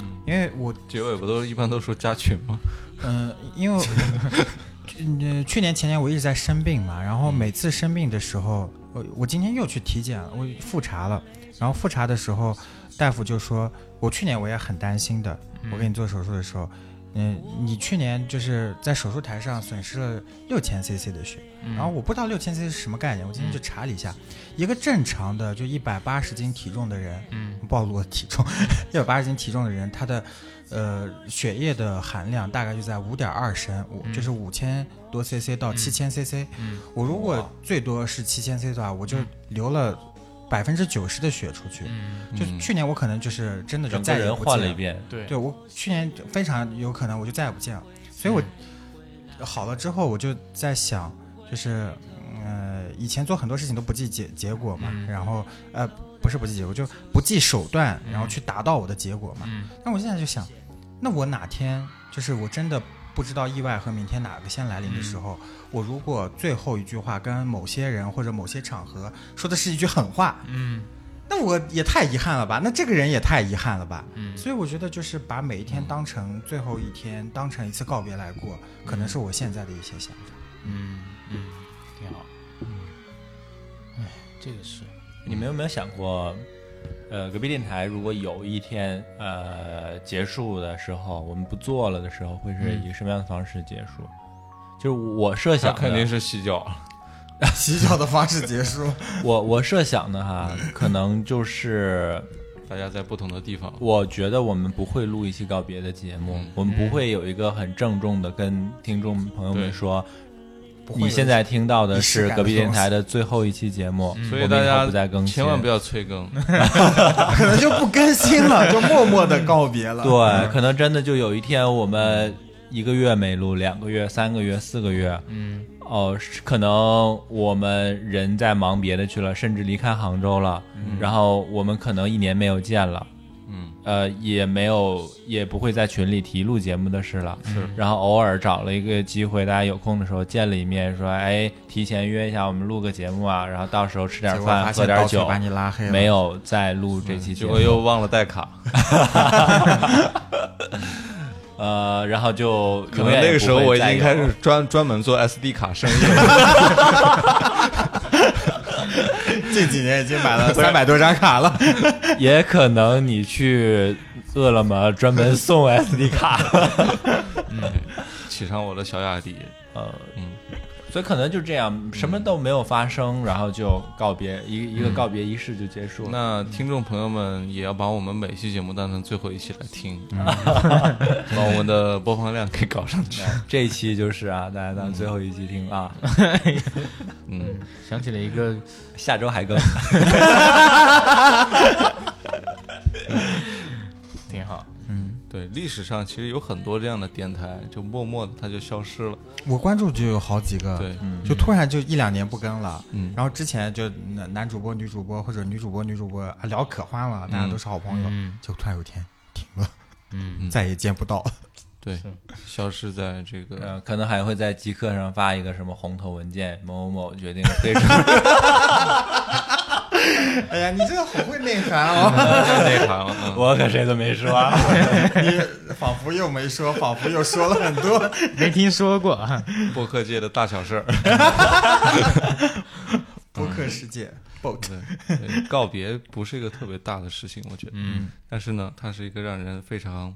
Speaker 4: 嗯，
Speaker 5: 因为我
Speaker 4: 结尾不都一般都说加群吗？
Speaker 5: 嗯，因为 嗯去年前年我一直在生病嘛，然后每次生病的时候，我我今天又去体检了，我复查了，然后复查的时候，大夫就说，我去年我也很担心的，
Speaker 3: 嗯
Speaker 5: 我给你做手术的时候，嗯，你去年就是在手术台上损失了六千 CC 的血，
Speaker 3: 嗯
Speaker 5: 然后我不知道六千 CC 是什么概念，我今天就查了一下，一个正常的就一百八十斤体重的人，
Speaker 3: 嗯，
Speaker 5: 暴露了体重， 一百八十斤体重的人，他的呃血液的含量大概就在五点二升，我、就是五千多 CC 到七千 CC，、
Speaker 3: 嗯
Speaker 5: 我如果最多是七千 CC 的话，我就流了百分之九十的血出去，
Speaker 3: 嗯，
Speaker 5: 就
Speaker 4: 嗯
Speaker 5: 去年我可能就是真的就
Speaker 1: 整个
Speaker 5: 再也
Speaker 1: 人
Speaker 5: 不
Speaker 1: 换
Speaker 5: 见
Speaker 1: 了一遍，
Speaker 3: 对
Speaker 5: 对我去年非常有可能我就再也不见了，所以我、
Speaker 3: 嗯
Speaker 5: 好了之后我就在想，就是呃以前做很多事情都不计结结果嘛，
Speaker 3: 嗯
Speaker 5: 然后呃不是不计结果，就不计手段，然后去达到我的结果嘛。
Speaker 3: 嗯
Speaker 5: 但我现在就想，那我哪天就是我真的不知道意外和明天哪个先来临的
Speaker 3: 嗯
Speaker 5: 时候，我如果最后一句话跟某些人或者某些场合说的是一句狠话，
Speaker 3: 嗯
Speaker 5: 那我也太遗憾了吧？那这个人也太遗憾了吧？所以我觉得就是把每一天当成最后一天，当成一次告别来过，可能是我现在的一些想法。
Speaker 3: 嗯嗯，挺好。嗯，哎，这个是
Speaker 1: 你们有没有想过，呃，隔壁电台如果有一天呃结束的时候，我们不做了的时候，会是以什么样的方式结束？就是我设
Speaker 4: 那
Speaker 1: 想的，
Speaker 4: 肯定是洗脚了。
Speaker 5: 洗脚的方式结束，
Speaker 1: 我我设想的哈，可能就是
Speaker 4: 大家在不同的地方，
Speaker 1: 我觉得我们不会录一期告别的节
Speaker 4: 嗯
Speaker 1: 目，我们不会有一个很郑重的跟听众朋友们
Speaker 4: 对
Speaker 1: 说，
Speaker 5: 不会有
Speaker 1: 你现在听到的
Speaker 5: 仪式
Speaker 1: 是
Speaker 5: 感
Speaker 1: 隔壁
Speaker 5: 的
Speaker 1: 电
Speaker 5: 东
Speaker 1: 台的最后一期节目，
Speaker 4: 嗯所
Speaker 1: 嗯我
Speaker 4: 以
Speaker 1: 们
Speaker 4: 大
Speaker 1: 以后
Speaker 4: 家
Speaker 1: 不再更新，
Speaker 4: 千万不要催更。
Speaker 5: 可能就不更新了，就默默的告别了。
Speaker 1: 对，可能真的就有一天我们一个月没录，两个月、三个月、四个月，
Speaker 3: 嗯
Speaker 1: 哦，是可能我们人在忙别的去了，甚至离开杭州了，然后我们可能一年没有见了。
Speaker 4: 嗯，
Speaker 1: 呃，也没有，也不会在群里提录节目的事了。
Speaker 4: 是
Speaker 1: 然后偶尔找了一个机会，大家有空的时候见了一面，说，哎，提前约一下，我们录个节目啊，然后到时候吃
Speaker 5: 结
Speaker 1: 点
Speaker 5: 果
Speaker 1: 饭，喝
Speaker 5: 发现
Speaker 1: 点
Speaker 5: 倒退
Speaker 1: 酒，
Speaker 5: 把你拉黑了。
Speaker 1: 没，有再录这期节
Speaker 4: 嗯结
Speaker 1: 目
Speaker 4: 果。又忘了带卡，
Speaker 1: 呃，然后就
Speaker 4: 可能那个时候我已经开始专专门做 SD 卡生意了。
Speaker 5: 近几年已经买了三百多 张卡 了。
Speaker 1: 也可能你去饿了么专门送 SD 卡，
Speaker 4: 骑上我的小雅迪，
Speaker 1: 呃，
Speaker 4: 嗯，
Speaker 1: 所以可能就这样，什么都没有发生，然后就告别一一个告别仪式就结束了。
Speaker 4: 那听众朋友们也要把我们每期节目当成最后一期来听， 把我们的播放量给搞上去。
Speaker 1: 这一期就是啊，大家当最后一期听啊，
Speaker 4: 嗯，
Speaker 3: 想起了一个
Speaker 1: 下周还更。
Speaker 3: 挺好，
Speaker 4: 对，历史上其实有很多这样的电台，就默默的它就消失了。
Speaker 5: 我关注就有好几个，
Speaker 4: 对，
Speaker 5: 就突然就一两年不更了，
Speaker 4: 嗯
Speaker 5: 然后之前就男男主播、女主播或者女主播、女主播啊聊可欢了，大家都是好朋友，
Speaker 3: 嗯
Speaker 5: 就突然有一天停了，
Speaker 3: 嗯，
Speaker 5: 再也见不到了。
Speaker 4: 对，消失在这个
Speaker 1: 嗯，可能还会在极客上发一个什么红头文件，某某某决定退出
Speaker 5: 哎呀，你这个好会内涵
Speaker 4: 啊
Speaker 5: 哦，
Speaker 4: 内涵了。嗯
Speaker 1: 我可谁都没说。
Speaker 5: 你 仿佛又没说，仿佛又说了很多。
Speaker 3: 没听说过啊。
Speaker 4: 播客界的大小事儿，
Speaker 5: 播客世界 boat，
Speaker 4: 对，对告别不是一个特别大的事情，我觉得。嗯。但是呢，它是一个让人非常，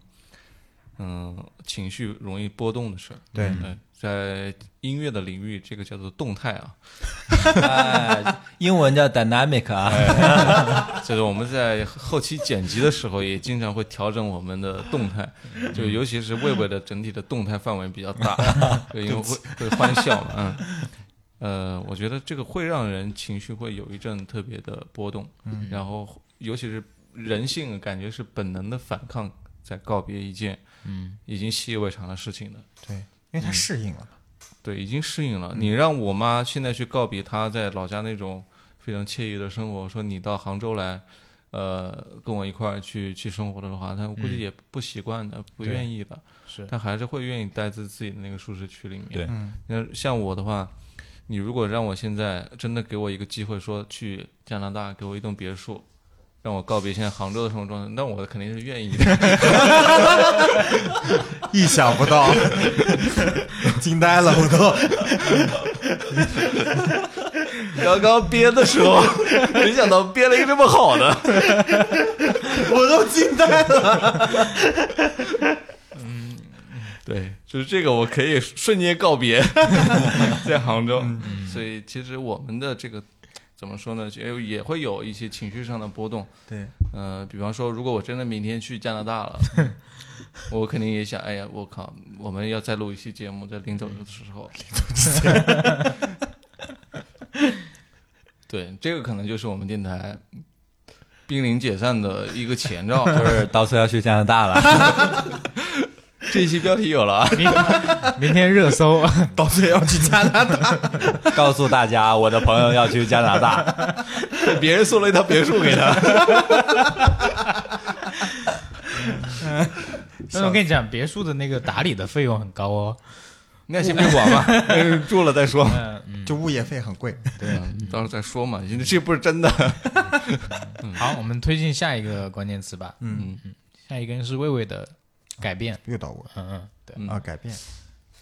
Speaker 4: 嗯、情绪容易波动的事儿。
Speaker 5: 对
Speaker 4: 对，在音乐的领域，这个叫做动态啊，
Speaker 1: 哎，英文叫 dynamic 啊，
Speaker 4: 就是我们在后期剪辑的时候，也经常会调整我们的动态，就尤其是魏魏的整体的动态范围比较大，对，因为会会欢笑嘛，嗯，呃，我觉得这个会让人情绪会有一阵特别的波动，然后尤其是人性感觉是本能的反抗，在告别一件
Speaker 3: 嗯
Speaker 4: 已经习以为常的事情了。
Speaker 5: 对，因为他适应了嘛。
Speaker 4: 对，已经适应了。你让我妈现在去告别她在老家那种非常惬意的生活，说你到杭州来，呃，跟我一块儿去去生活的话，她估计也不习惯的，不愿意的。
Speaker 3: 是
Speaker 4: 她还是会愿意待在自己的那个舒适区里面。
Speaker 1: 对
Speaker 5: 嗯，
Speaker 4: 那像我的话，你如果让我现在真的给我一个机会，说去加拿大给我一栋别墅，让我告别现在杭州的生活状态，那我肯定是愿意的。
Speaker 5: 意想不 到，惊呆了我都。
Speaker 4: 刚刚编的时 候，没想到编了一个这么好的。
Speaker 5: 我都惊呆了。
Speaker 4: 嗯对，就是这个，我可以瞬间告 别在杭州。
Speaker 5: 嗯
Speaker 4: 所以其实我们的这个怎么说呢，也也会有一些情绪上的波动。
Speaker 5: 对，
Speaker 4: 呃，比方说，如果我真的明天去加拿大 了，我肯定也想，哎呀，我靠，我们要再录一期节目，在临走的时候。
Speaker 5: 嗯
Speaker 4: 对，这个可能就是我们电台濒临解散的一个前兆。就
Speaker 1: 就是是到时候要去加拿大 了。
Speaker 4: 这一期标题有了啊，
Speaker 3: 明明天热 搜，
Speaker 5: 到最后要去加拿大，
Speaker 1: 告诉大家，我的朋友要去加拿大，
Speaker 4: 别人送了一套别墅给他。
Speaker 3: 但是我跟你讲，别墅的那个打理的费用很高哦。
Speaker 4: 那先别管 吧，住了再说。
Speaker 5: 就物业费很贵。
Speaker 4: 对啊，到时候再说嘛。这这不是真的。
Speaker 3: 好，我们推进下一个关键词吧。嗯嗯，下一个是魏魏的改变。
Speaker 5: 诱导我
Speaker 3: 嗯嗯，对，
Speaker 5: 啊，改变。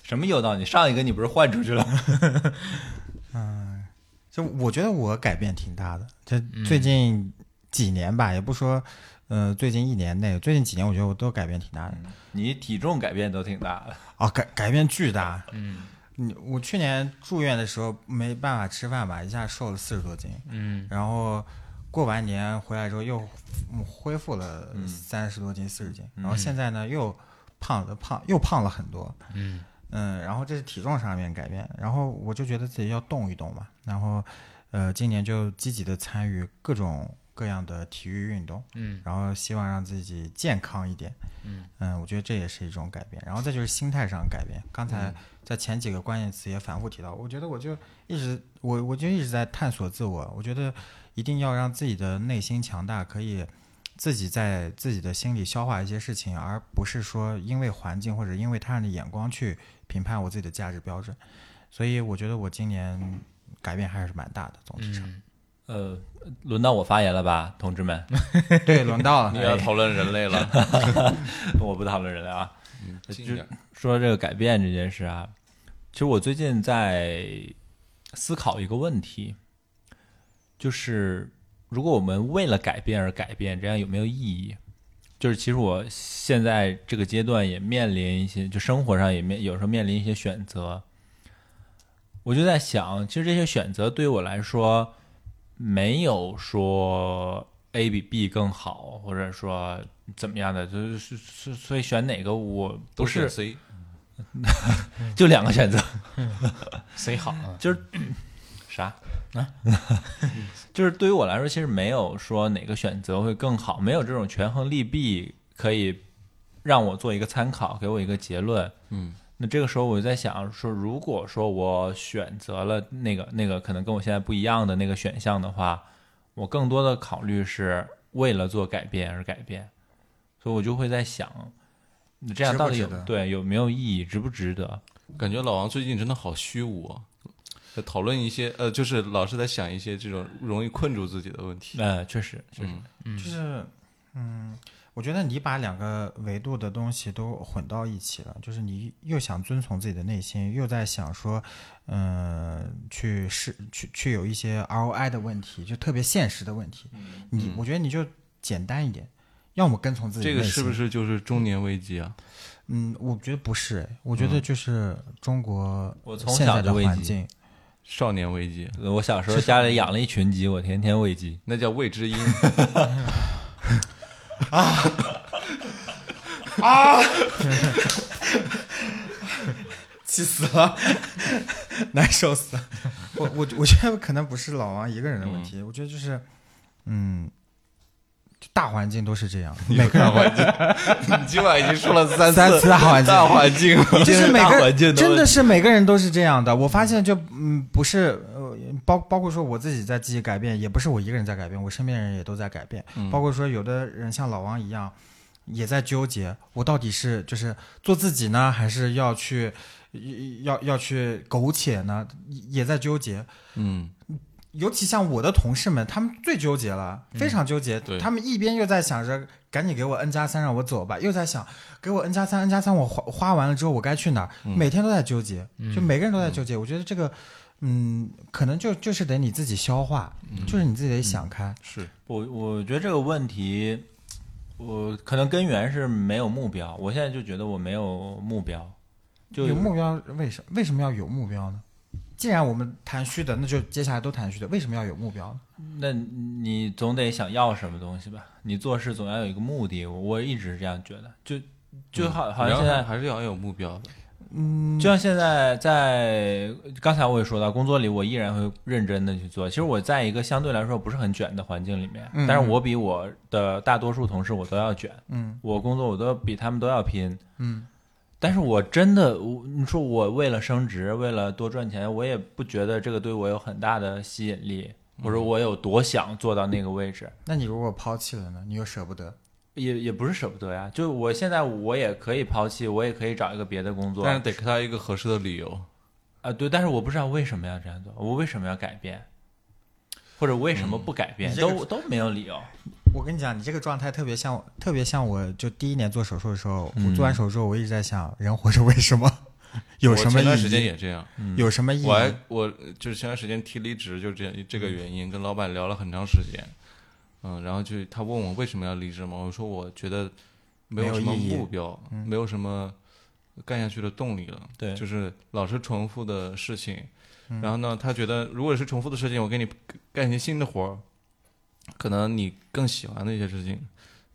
Speaker 1: 什么诱导你？上一个你不是换出去了吗？
Speaker 5: 就我觉得我改变挺大的，就最近几年吧，也不说，呃，最近一年内，最近几年我觉得我都改变挺大的。
Speaker 1: 你体重改变都挺大的，
Speaker 5: 啊，改改变巨大。嗯，你我去年住院的时候没办法吃饭吧，一下瘦了四十多斤。
Speaker 3: 嗯，
Speaker 5: 然后过完年回来之后又嗯恢复了三十多斤、四十斤，然后现在呢又胖了胖又胖了很多。
Speaker 3: 嗯
Speaker 5: 然后这是体重上面改变，然后我就觉得自己要动一动嘛，然后呃今年就积极的参与各种各样的体育运动，
Speaker 3: 嗯，
Speaker 5: 然后希望让自己健康一点。嗯，我觉得这也是一种改变，然后再就是心态上的改变。刚才在前几个关键词也反复提到，我觉得我就一直我我就一直在探索自我，我觉得一定要让自己的内心强大，可以自己在自己的心里消化一些事情，而不是说因为环境或者因为他人的眼光去评判我自己的价值标准。所以我觉得我今年改变还是蛮大的，总体上。
Speaker 1: 呃，轮到我发言了吧，同志们？
Speaker 5: 对，轮到了，哎
Speaker 4: 你要讨论人类了，
Speaker 1: 我不讨论人了啊。
Speaker 4: 近点儿。
Speaker 1: 说这个改变这件事啊，其实我最近在思考一个问题，就是如果我们为了改变而改变，这样有没有意义？就是其实我现在这个阶段也面临一些，就生活上也面有时候面临一些选择，我就在想，其实这些选择对我来说，没有说 A 比 B 更好，或者说怎么样的，就是是所以选哪个我不
Speaker 4: 都
Speaker 1: 是
Speaker 4: 选 C，
Speaker 1: 就两个选择，
Speaker 3: 谁好 啊？
Speaker 1: 啥？啊 就是对于我来说，其实没有说哪个选择会更好，没有这种权衡利弊可以让我做一个参考，给我一个结论。
Speaker 4: 嗯，
Speaker 1: 那这个时候我就在想说，如果说我选择了那个那个可能跟我现在不一样的那个选项的话，我更多的考虑是为了做改变而改变，所以我就会在想，你这样
Speaker 5: 值不
Speaker 1: 到底有
Speaker 5: 值得
Speaker 1: 对有没有意义，值不值得？
Speaker 4: 感觉老王最近真的好虚无啊，在讨论一些呃，就是老是在想一些这种容易困住自己的问题。
Speaker 1: 呃，确实，确实，
Speaker 4: 嗯，
Speaker 5: 就是，嗯，我觉得你把两个维度的东西都混到一起了，就是你又想遵从自己的内心，又在想说，嗯、去是去去有一些 ROI 的问题，就特别现实的问题。你我觉得你就简单一点，要么跟从自己
Speaker 4: 这
Speaker 5: 的
Speaker 4: 个
Speaker 5: 内
Speaker 4: 是
Speaker 5: 心
Speaker 4: 不？是就是中年危机啊？
Speaker 5: 嗯，我觉得不是，哎我觉得就是中国
Speaker 1: 我从
Speaker 5: 现
Speaker 1: 小
Speaker 5: 在
Speaker 1: 就
Speaker 5: 的
Speaker 1: 危
Speaker 5: 环
Speaker 1: 机
Speaker 5: 境，
Speaker 4: 少年危机，啊
Speaker 1: 呃我小时候家里养了一群鸡，我天天喂 鸡。
Speaker 4: 那叫未知音。
Speaker 5: 气死了， 难受死了。我我我觉得可能不是老王一个人的问题，我觉得就是，嗯，就大环境都是这样，每个人环境
Speaker 4: 你今晚已经说了三
Speaker 5: 三次大环境
Speaker 4: 大环 境了，
Speaker 5: 就是每个
Speaker 1: 大环境的问题
Speaker 5: 真的是每个人都是这样的。我发现就嗯，不是呃，包包括说我自己在积极改变，也不是我一个人在改变，我身边人也都在改变。
Speaker 1: 嗯
Speaker 5: 包括说有的人像老王一样，也在纠结，我到底是就是做自己呢，还是要去要要去苟且呢？也在纠结。
Speaker 4: 嗯，
Speaker 5: 尤其像我的同事们，他们最纠结了，非常纠结。
Speaker 4: 对
Speaker 5: 他们一边又在想着赶紧给我 n 加三让我走吧，又在想给我 n 加三 n 加三我花花完了之后我该去哪儿，每天都在纠结，就每个人都在纠结。我觉得这个，嗯，可能就就是得你自己消化，就是你自己得想开。
Speaker 4: 是
Speaker 1: 我我觉得这个问题，我可能根源是没有目标。我现在就觉得我没有目标，就
Speaker 5: 有目标为什为什么要有目标呢？既然我们谈虚的，那就接下来都谈虚的，为什么要有目标呢？
Speaker 1: 那你总得想要什么东西吧？你做事总要有一个目的。我我一直是这样觉得，就就
Speaker 5: 嗯
Speaker 1: 好好像现在
Speaker 4: 还是要有目标的。
Speaker 1: 就像现在在刚才我也说到，工作里我依然会认真的去做。其实我在一个相对来说不是很卷的环境里面，
Speaker 5: 嗯
Speaker 1: 但是我比我的大多数同事我都要卷，
Speaker 5: 嗯，
Speaker 1: 我工作我都比他们都要拼，
Speaker 5: 嗯。
Speaker 1: 但是我真的，我你说我为了升职，为了多赚钱，我也不觉得这个对我有很大的吸引力，或者我有多想做到那个位置。
Speaker 5: 那你如果抛弃了呢？你又舍不得，
Speaker 1: 也也不是舍不得呀，就我现在我也可以抛弃，我也可以找一个别的工作，
Speaker 4: 但是得给他一个合适的理由。
Speaker 1: 啊，对，但是我不知道为什么要这样做，我为什么要改变，或者为什么不改变，
Speaker 5: 你这个
Speaker 1: 都都没有理由。
Speaker 5: 我跟你讲，你这个状态特别像我，特别像我就第一年做手术的时候，
Speaker 1: 嗯
Speaker 5: 我做完手术之后，我一直在想，人活着为什么？有
Speaker 4: 我
Speaker 5: 什么
Speaker 4: 前段
Speaker 5: 意
Speaker 4: 时间
Speaker 5: 义？
Speaker 4: 也这样，
Speaker 1: 嗯
Speaker 5: 有什么意义
Speaker 4: 我？还我就是前段时间提离职，就这这个原因，跟老板聊了很长时间。嗯，然后就他问我为什么要离职嘛，我说我觉得没有什么
Speaker 5: 没有意义嗯
Speaker 4: 目标，没有什么干下去的动力了。
Speaker 1: 对
Speaker 4: 就是老是重复的事情。
Speaker 5: 嗯
Speaker 4: 然后呢，他觉得如果是重复的事情，我给你干一些新的活儿，可能你更喜欢的一些事情，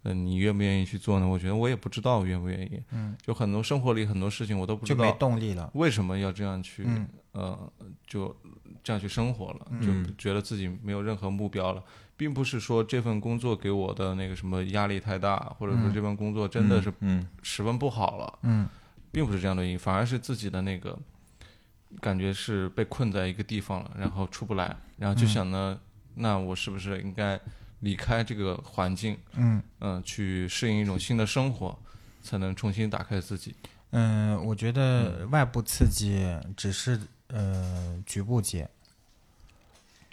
Speaker 4: 嗯、你愿不愿意去做呢？我觉得我也不知道愿不愿意。嗯，就很多生活里很多事情我都不知
Speaker 5: 就没
Speaker 4: 道
Speaker 5: 动力了。
Speaker 4: 为什么要这样去，
Speaker 5: 嗯
Speaker 4: 呃，就这样去生活了，就觉得自己没有任何目标了，并不是说这份工作给我的那个什么压力太大，或者说这份工作真的是
Speaker 1: 嗯，
Speaker 4: 十分不好了，
Speaker 5: 嗯，
Speaker 4: 并不是这样的原因，反而是自己的那个感觉是被困在一个地方了，
Speaker 5: 嗯
Speaker 4: 然后出不来，然后就想呢，那我是不是应该离开这个环境，
Speaker 5: 嗯
Speaker 4: 嗯、去适应一种新的生活，才能重新打开自己？
Speaker 5: 嗯，我觉得外部刺激只是呃局部解，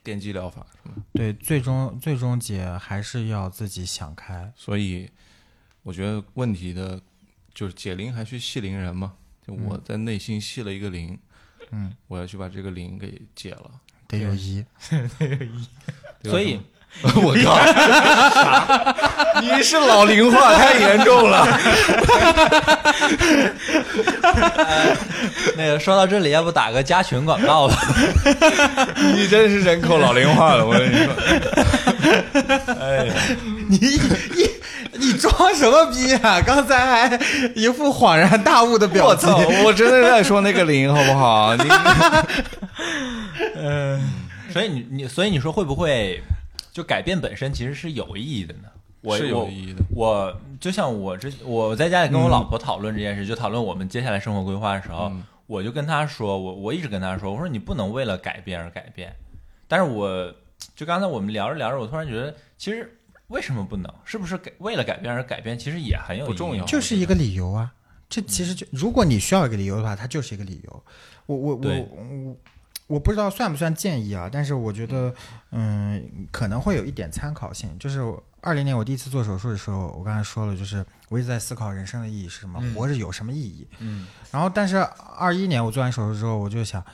Speaker 4: 电击疗法是吗？
Speaker 5: 对，最终最终解还是要自己想开。
Speaker 4: 所以我觉得问题的就是解铃还需系铃人嘛。就我在内心系了一个铃，
Speaker 5: 嗯，
Speaker 4: 我要去把这个铃给解了。
Speaker 5: 得有一，
Speaker 4: 对吧
Speaker 1: 所以
Speaker 4: 我靠！ 你是老龄化太严重了。
Speaker 1: 那个说到这里，要不打个加群广告吧？
Speaker 4: 你真是人口老龄化了，我跟你哎说。
Speaker 5: 你你你装什么逼啊？刚才还一副恍然大悟的表
Speaker 4: 我
Speaker 5: 情
Speaker 4: 操！，我真的在说那个零，好不好？你
Speaker 1: 所以你你所以你说会不会就改变本身其实是有意义的嗯呢？我
Speaker 4: 是有意义的
Speaker 1: 我我就像我之我在家里跟我老婆讨论这件事，就讨论我们接下来生活规划的时
Speaker 4: 嗯
Speaker 1: 候，我就跟她说，我我一直跟她说，我说你不能为了改变而改变。但是我就刚才我们聊着聊着，我突然觉得，其实为什么不能？是不是改为了改变而改变？其实也很有
Speaker 4: 不
Speaker 1: 意义
Speaker 4: 重要
Speaker 5: 就是一个理由啊。这其实就如果你需要一个理由的话，它就是一个理由。我我我
Speaker 1: 对
Speaker 5: 我我不知道算不算建议啊，但是我觉得嗯可能会有一点参考性。就是二零年我第一次做手术的时候，我刚才说了，就是我一直在思考人生的意义是什么，活着有什么意义。
Speaker 1: 嗯，
Speaker 5: 然后但是二一年我做完手术之后，我就想。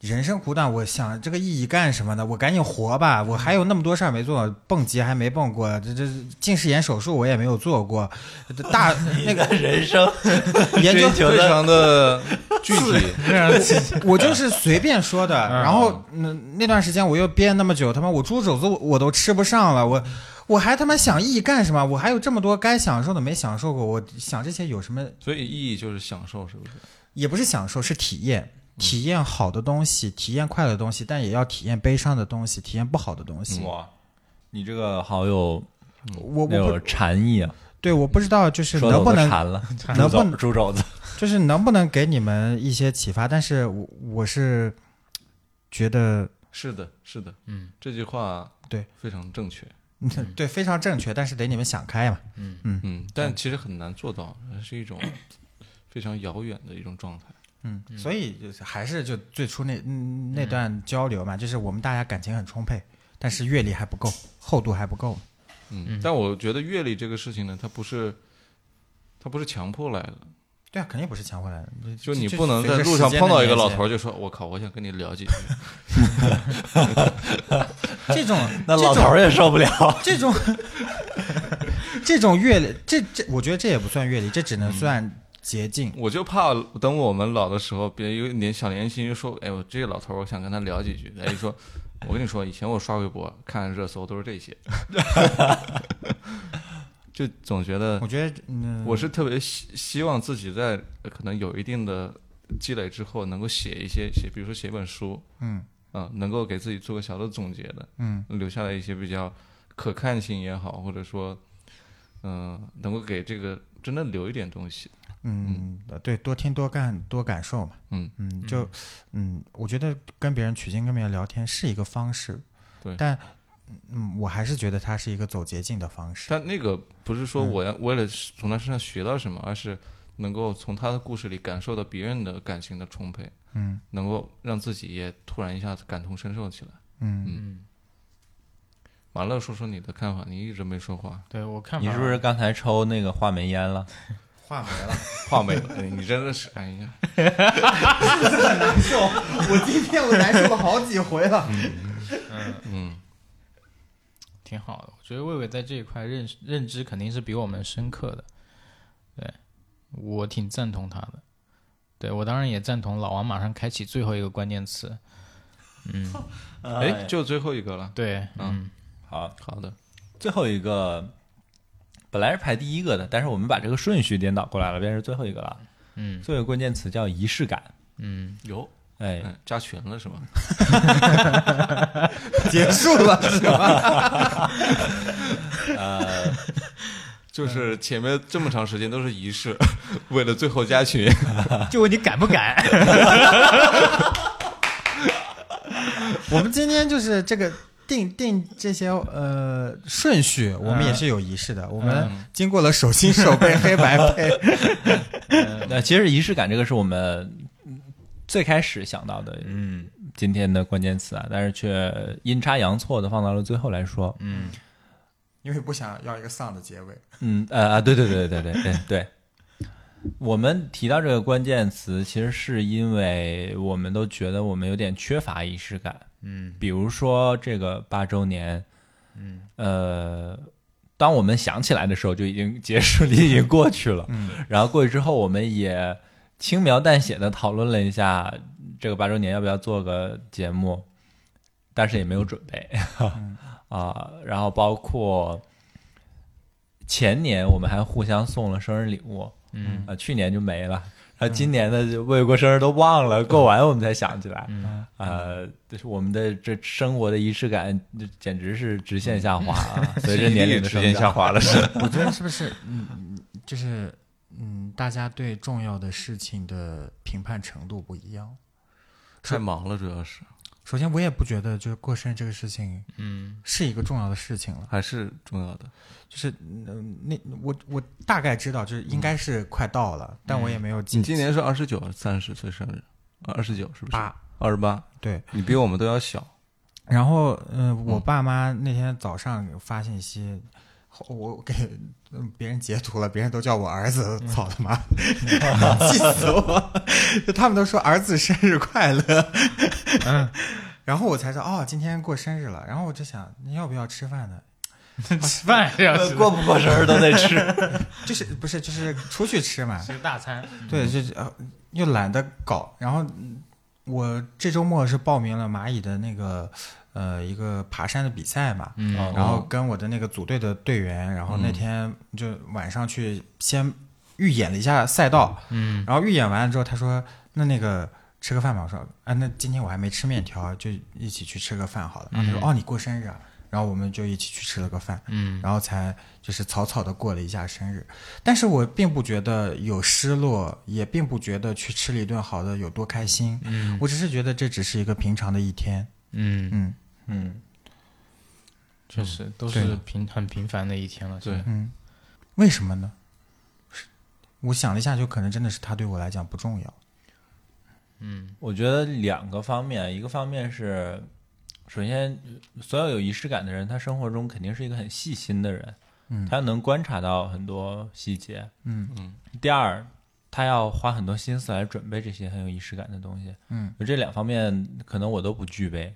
Speaker 5: 人生苦短，我想这个意义干什么呢？我赶紧活吧！我还有那么多事儿没做，蹦极还没蹦过，这这近视眼手术我也没有做过，大那个
Speaker 1: 人生
Speaker 5: 研究
Speaker 1: 追求
Speaker 4: 非
Speaker 1: 的
Speaker 4: 常的具体，
Speaker 5: 我就是随便说的，然后那那段时间我又憋那么久，他妈我猪肘子我我都吃不上了，我我还他妈想意义干什么？我还有这么多该享受的没享受过，我想这些有什么？
Speaker 4: 所以意义就是享受，是不是？
Speaker 5: 也不是享受，是体验，
Speaker 1: 嗯
Speaker 5: 体验好的东西，体验快乐的东西，但也要体验悲伤的东西，体验不好的东西。
Speaker 1: 哇， 你这个好有
Speaker 5: 我我
Speaker 1: 那
Speaker 5: 不
Speaker 1: 有禅意啊，
Speaker 5: 对，我不知道就是
Speaker 1: 说的
Speaker 5: 能
Speaker 1: 我都
Speaker 5: 不能
Speaker 1: 馋了，
Speaker 5: 能不能
Speaker 1: 猪肘子？
Speaker 5: 就是能不能给你们一些启发？但是我我是觉得。
Speaker 4: 是的，是的，
Speaker 3: 嗯，
Speaker 4: 这句话
Speaker 5: 对
Speaker 4: 非常正确。
Speaker 5: 对，非常正确，但是得你们想开嘛。
Speaker 4: 嗯，但其实很难做到，是一种非常遥远的一种状态。
Speaker 5: 嗯，所以就是还是就最初那嗯那段交流嘛，就是我们大家感情很充沛，但是阅历还不够，厚度还不够。
Speaker 4: 嗯，但我觉得阅历这个事情呢，它不是，它不是强迫来的，
Speaker 5: 对啊，肯定不是强回来的，
Speaker 4: 就
Speaker 5: 这
Speaker 4: 你
Speaker 5: 这
Speaker 4: 不能
Speaker 5: 随
Speaker 4: 在
Speaker 5: 着
Speaker 4: 路
Speaker 5: 时
Speaker 4: 上
Speaker 5: 间
Speaker 4: 碰
Speaker 5: 的
Speaker 4: 到一个
Speaker 5: 连
Speaker 4: 老
Speaker 5: 接
Speaker 4: 头儿就说：“我靠，我想跟你聊几句。
Speaker 5: 这种
Speaker 1: 那老头儿也受不 了。
Speaker 5: 这种这种阅历，这这我觉得这也不算阅历，这只能算捷径”。
Speaker 4: 我就怕等我们老的时候，别人有年小年轻就说：“哎，我这个老头儿，我想跟他聊几句。”哎，说：“ 我跟你说，以前我刷微博看热搜都是这些， 就总觉得
Speaker 5: 我觉得，嗯，
Speaker 4: 我是特别希希望自己在呃可能有一定的积累之后，能够写一些写，比如说写本书，
Speaker 5: 嗯
Speaker 4: 啊、能够给自己做个小的总结的，
Speaker 5: 嗯，
Speaker 4: 留下来一些比较可看性也好，或者说，嗯、能够给这个真的留一点东西。
Speaker 5: 嗯，对，多听多干多感受嘛。
Speaker 4: 嗯
Speaker 5: 嗯，就嗯，我觉得跟别人取经、跟别人聊天是一个方式，
Speaker 4: 对
Speaker 5: 但嗯，我还是觉得它是一个走捷径的方式。
Speaker 4: 但那个不是说我要为了从他身上学到什么，而是能够从他的故事里感受到别人的感情的充沛，
Speaker 5: 嗯
Speaker 4: 能够让自己也突然一下子感同身受起来。
Speaker 5: 嗯，
Speaker 4: 完了，说说你的看法，你一直没说话。
Speaker 3: 对我看
Speaker 1: 你
Speaker 3: 法
Speaker 1: 是不是刚才抽那个话梅烟了？
Speaker 5: 话没了。
Speaker 4: 话没了， 你真的是，哎呀，
Speaker 5: 受，我今天我难受了好几回了。
Speaker 4: 嗯，
Speaker 3: 挺好的？我觉得魏伟在这一块认识认知肯定是比我们深刻的，对我挺赞同他的。对我当然也赞同老王马上开启最后一个关键词，
Speaker 4: 哎，就最后一个了。
Speaker 3: 对，
Speaker 4: 嗯
Speaker 3: 嗯，
Speaker 1: 好，
Speaker 4: 好的，
Speaker 1: 最后一个本来是排第一个的，但是我们把这个顺序颠倒过来了，变成最后一个了。
Speaker 3: 嗯
Speaker 1: 最后一个关键词叫仪式感。
Speaker 3: 嗯，
Speaker 4: 有，
Speaker 1: 哎，
Speaker 4: 嗯，加群了是吧？
Speaker 5: 结束了是吧？
Speaker 4: 就是前面这么长时间都是仪式， 为了最后加群。
Speaker 3: 嗯就问你敢不敢？
Speaker 5: 我们今天就是这个定定这些呃顺序，我们也是有仪式的。我们经过了手心手背黑白配，
Speaker 1: 那其实仪式感这个是我们嗯最开始想到的，嗯，今天的关键词啊，但是却阴差阳错的放到了最后来说。
Speaker 3: 嗯，
Speaker 5: 因为不想要一个丧的结尾。
Speaker 1: 嗯呃啊，对对对对对对对对，我们提到这个关键词，其实是因为我们都觉得我们有点缺乏仪式感。嗯，比如说这个八周年，嗯，呃，当我们想起来的时候，就已经结束 了，已经过去了。
Speaker 5: 嗯，
Speaker 1: 然后过去之后，我们也轻描淡写的讨论了一下这个八周年要不要做个节目，但是也没有准备 啊。然后包括前年我们还互相送了生日礼物，
Speaker 3: 嗯
Speaker 1: 啊，去年就没了。然后今年的就未过生日都忘了，过完我们才想起来，
Speaker 3: 嗯
Speaker 1: 呃，就是我们的这生活的仪式感，简直是直线下滑啊！随着年龄的
Speaker 4: 直
Speaker 1: 增
Speaker 4: 线
Speaker 1: 长
Speaker 4: 下滑了，是。
Speaker 5: 我觉得是不是，嗯，就是，嗯，大家对重要的事情的评判程度不一样。
Speaker 4: 太忙了，主要是
Speaker 5: 首先，我也不觉得就是过生日这个事情
Speaker 3: 嗯
Speaker 5: 是一个重要的事情了，
Speaker 4: 还是重要的。
Speaker 5: 就是，嗯，那我我大概知道，就是应该是快到了，但我也没有
Speaker 4: 嗯你
Speaker 5: 记。
Speaker 4: 今年是二十九还是三十岁生日？二十九是不是？
Speaker 5: 八
Speaker 4: 二十八，
Speaker 5: 对，
Speaker 4: 你比我们都要 小。
Speaker 5: 然后，嗯、我爸妈那天早上发信息，后我给嗯别人截图了，别人都叫我儿子，
Speaker 1: 嗯
Speaker 5: 操 他妈，气死我！就他们都说儿子生日快乐，
Speaker 1: 嗯
Speaker 5: 然后我才知道哦，今天过生日了。然后我就想，你要不要吃 饭呢？
Speaker 3: 吃饭是要吃的，
Speaker 1: 呃过不过生日都得吃。
Speaker 5: 就是不是就是出去吃 嘛？
Speaker 3: 吃个大餐。
Speaker 1: 嗯
Speaker 5: 对，就是、呃、又懒得搞。然后嗯我这周末是报名了蚂蚁的那个呃一个爬山的比赛嘛，
Speaker 3: 嗯
Speaker 5: 然后跟我的那个组队的队员，然后那天就晚上去先预演了一下赛道，
Speaker 3: 嗯
Speaker 5: 然后预演完了之后，他说那那个吃个饭吧，我说啊那今天我还没吃面条，就一起去吃个饭好了。然后他说哦你过生日啊，然后我们就一起去吃了个饭，
Speaker 3: 嗯
Speaker 5: 然后才就是草草的过了一下生日。但是我并不觉得有失落，也并不觉得去吃了一顿好的有多开心，
Speaker 3: 嗯
Speaker 5: 我只是觉得这只是一个平常的一天。
Speaker 3: 嗯，
Speaker 5: 嗯
Speaker 1: 嗯，
Speaker 3: 确实都
Speaker 5: 对
Speaker 3: 是
Speaker 5: 的
Speaker 3: 平很平凡的一天了。
Speaker 4: 对，
Speaker 5: 嗯，为什么呢？是我想了一下，就可能真的是它对我来讲不重要。
Speaker 1: 我觉得两个方面，一个方面是，首先，所有有仪式感的人，他生活中肯定是一个很细心的人，
Speaker 5: 嗯
Speaker 1: 他能观察到很多细节。
Speaker 5: 嗯
Speaker 1: 第二，他要花很多心思来准备这些很有仪式感的东西。
Speaker 5: 嗯，
Speaker 1: 这两方面可能我都不具备。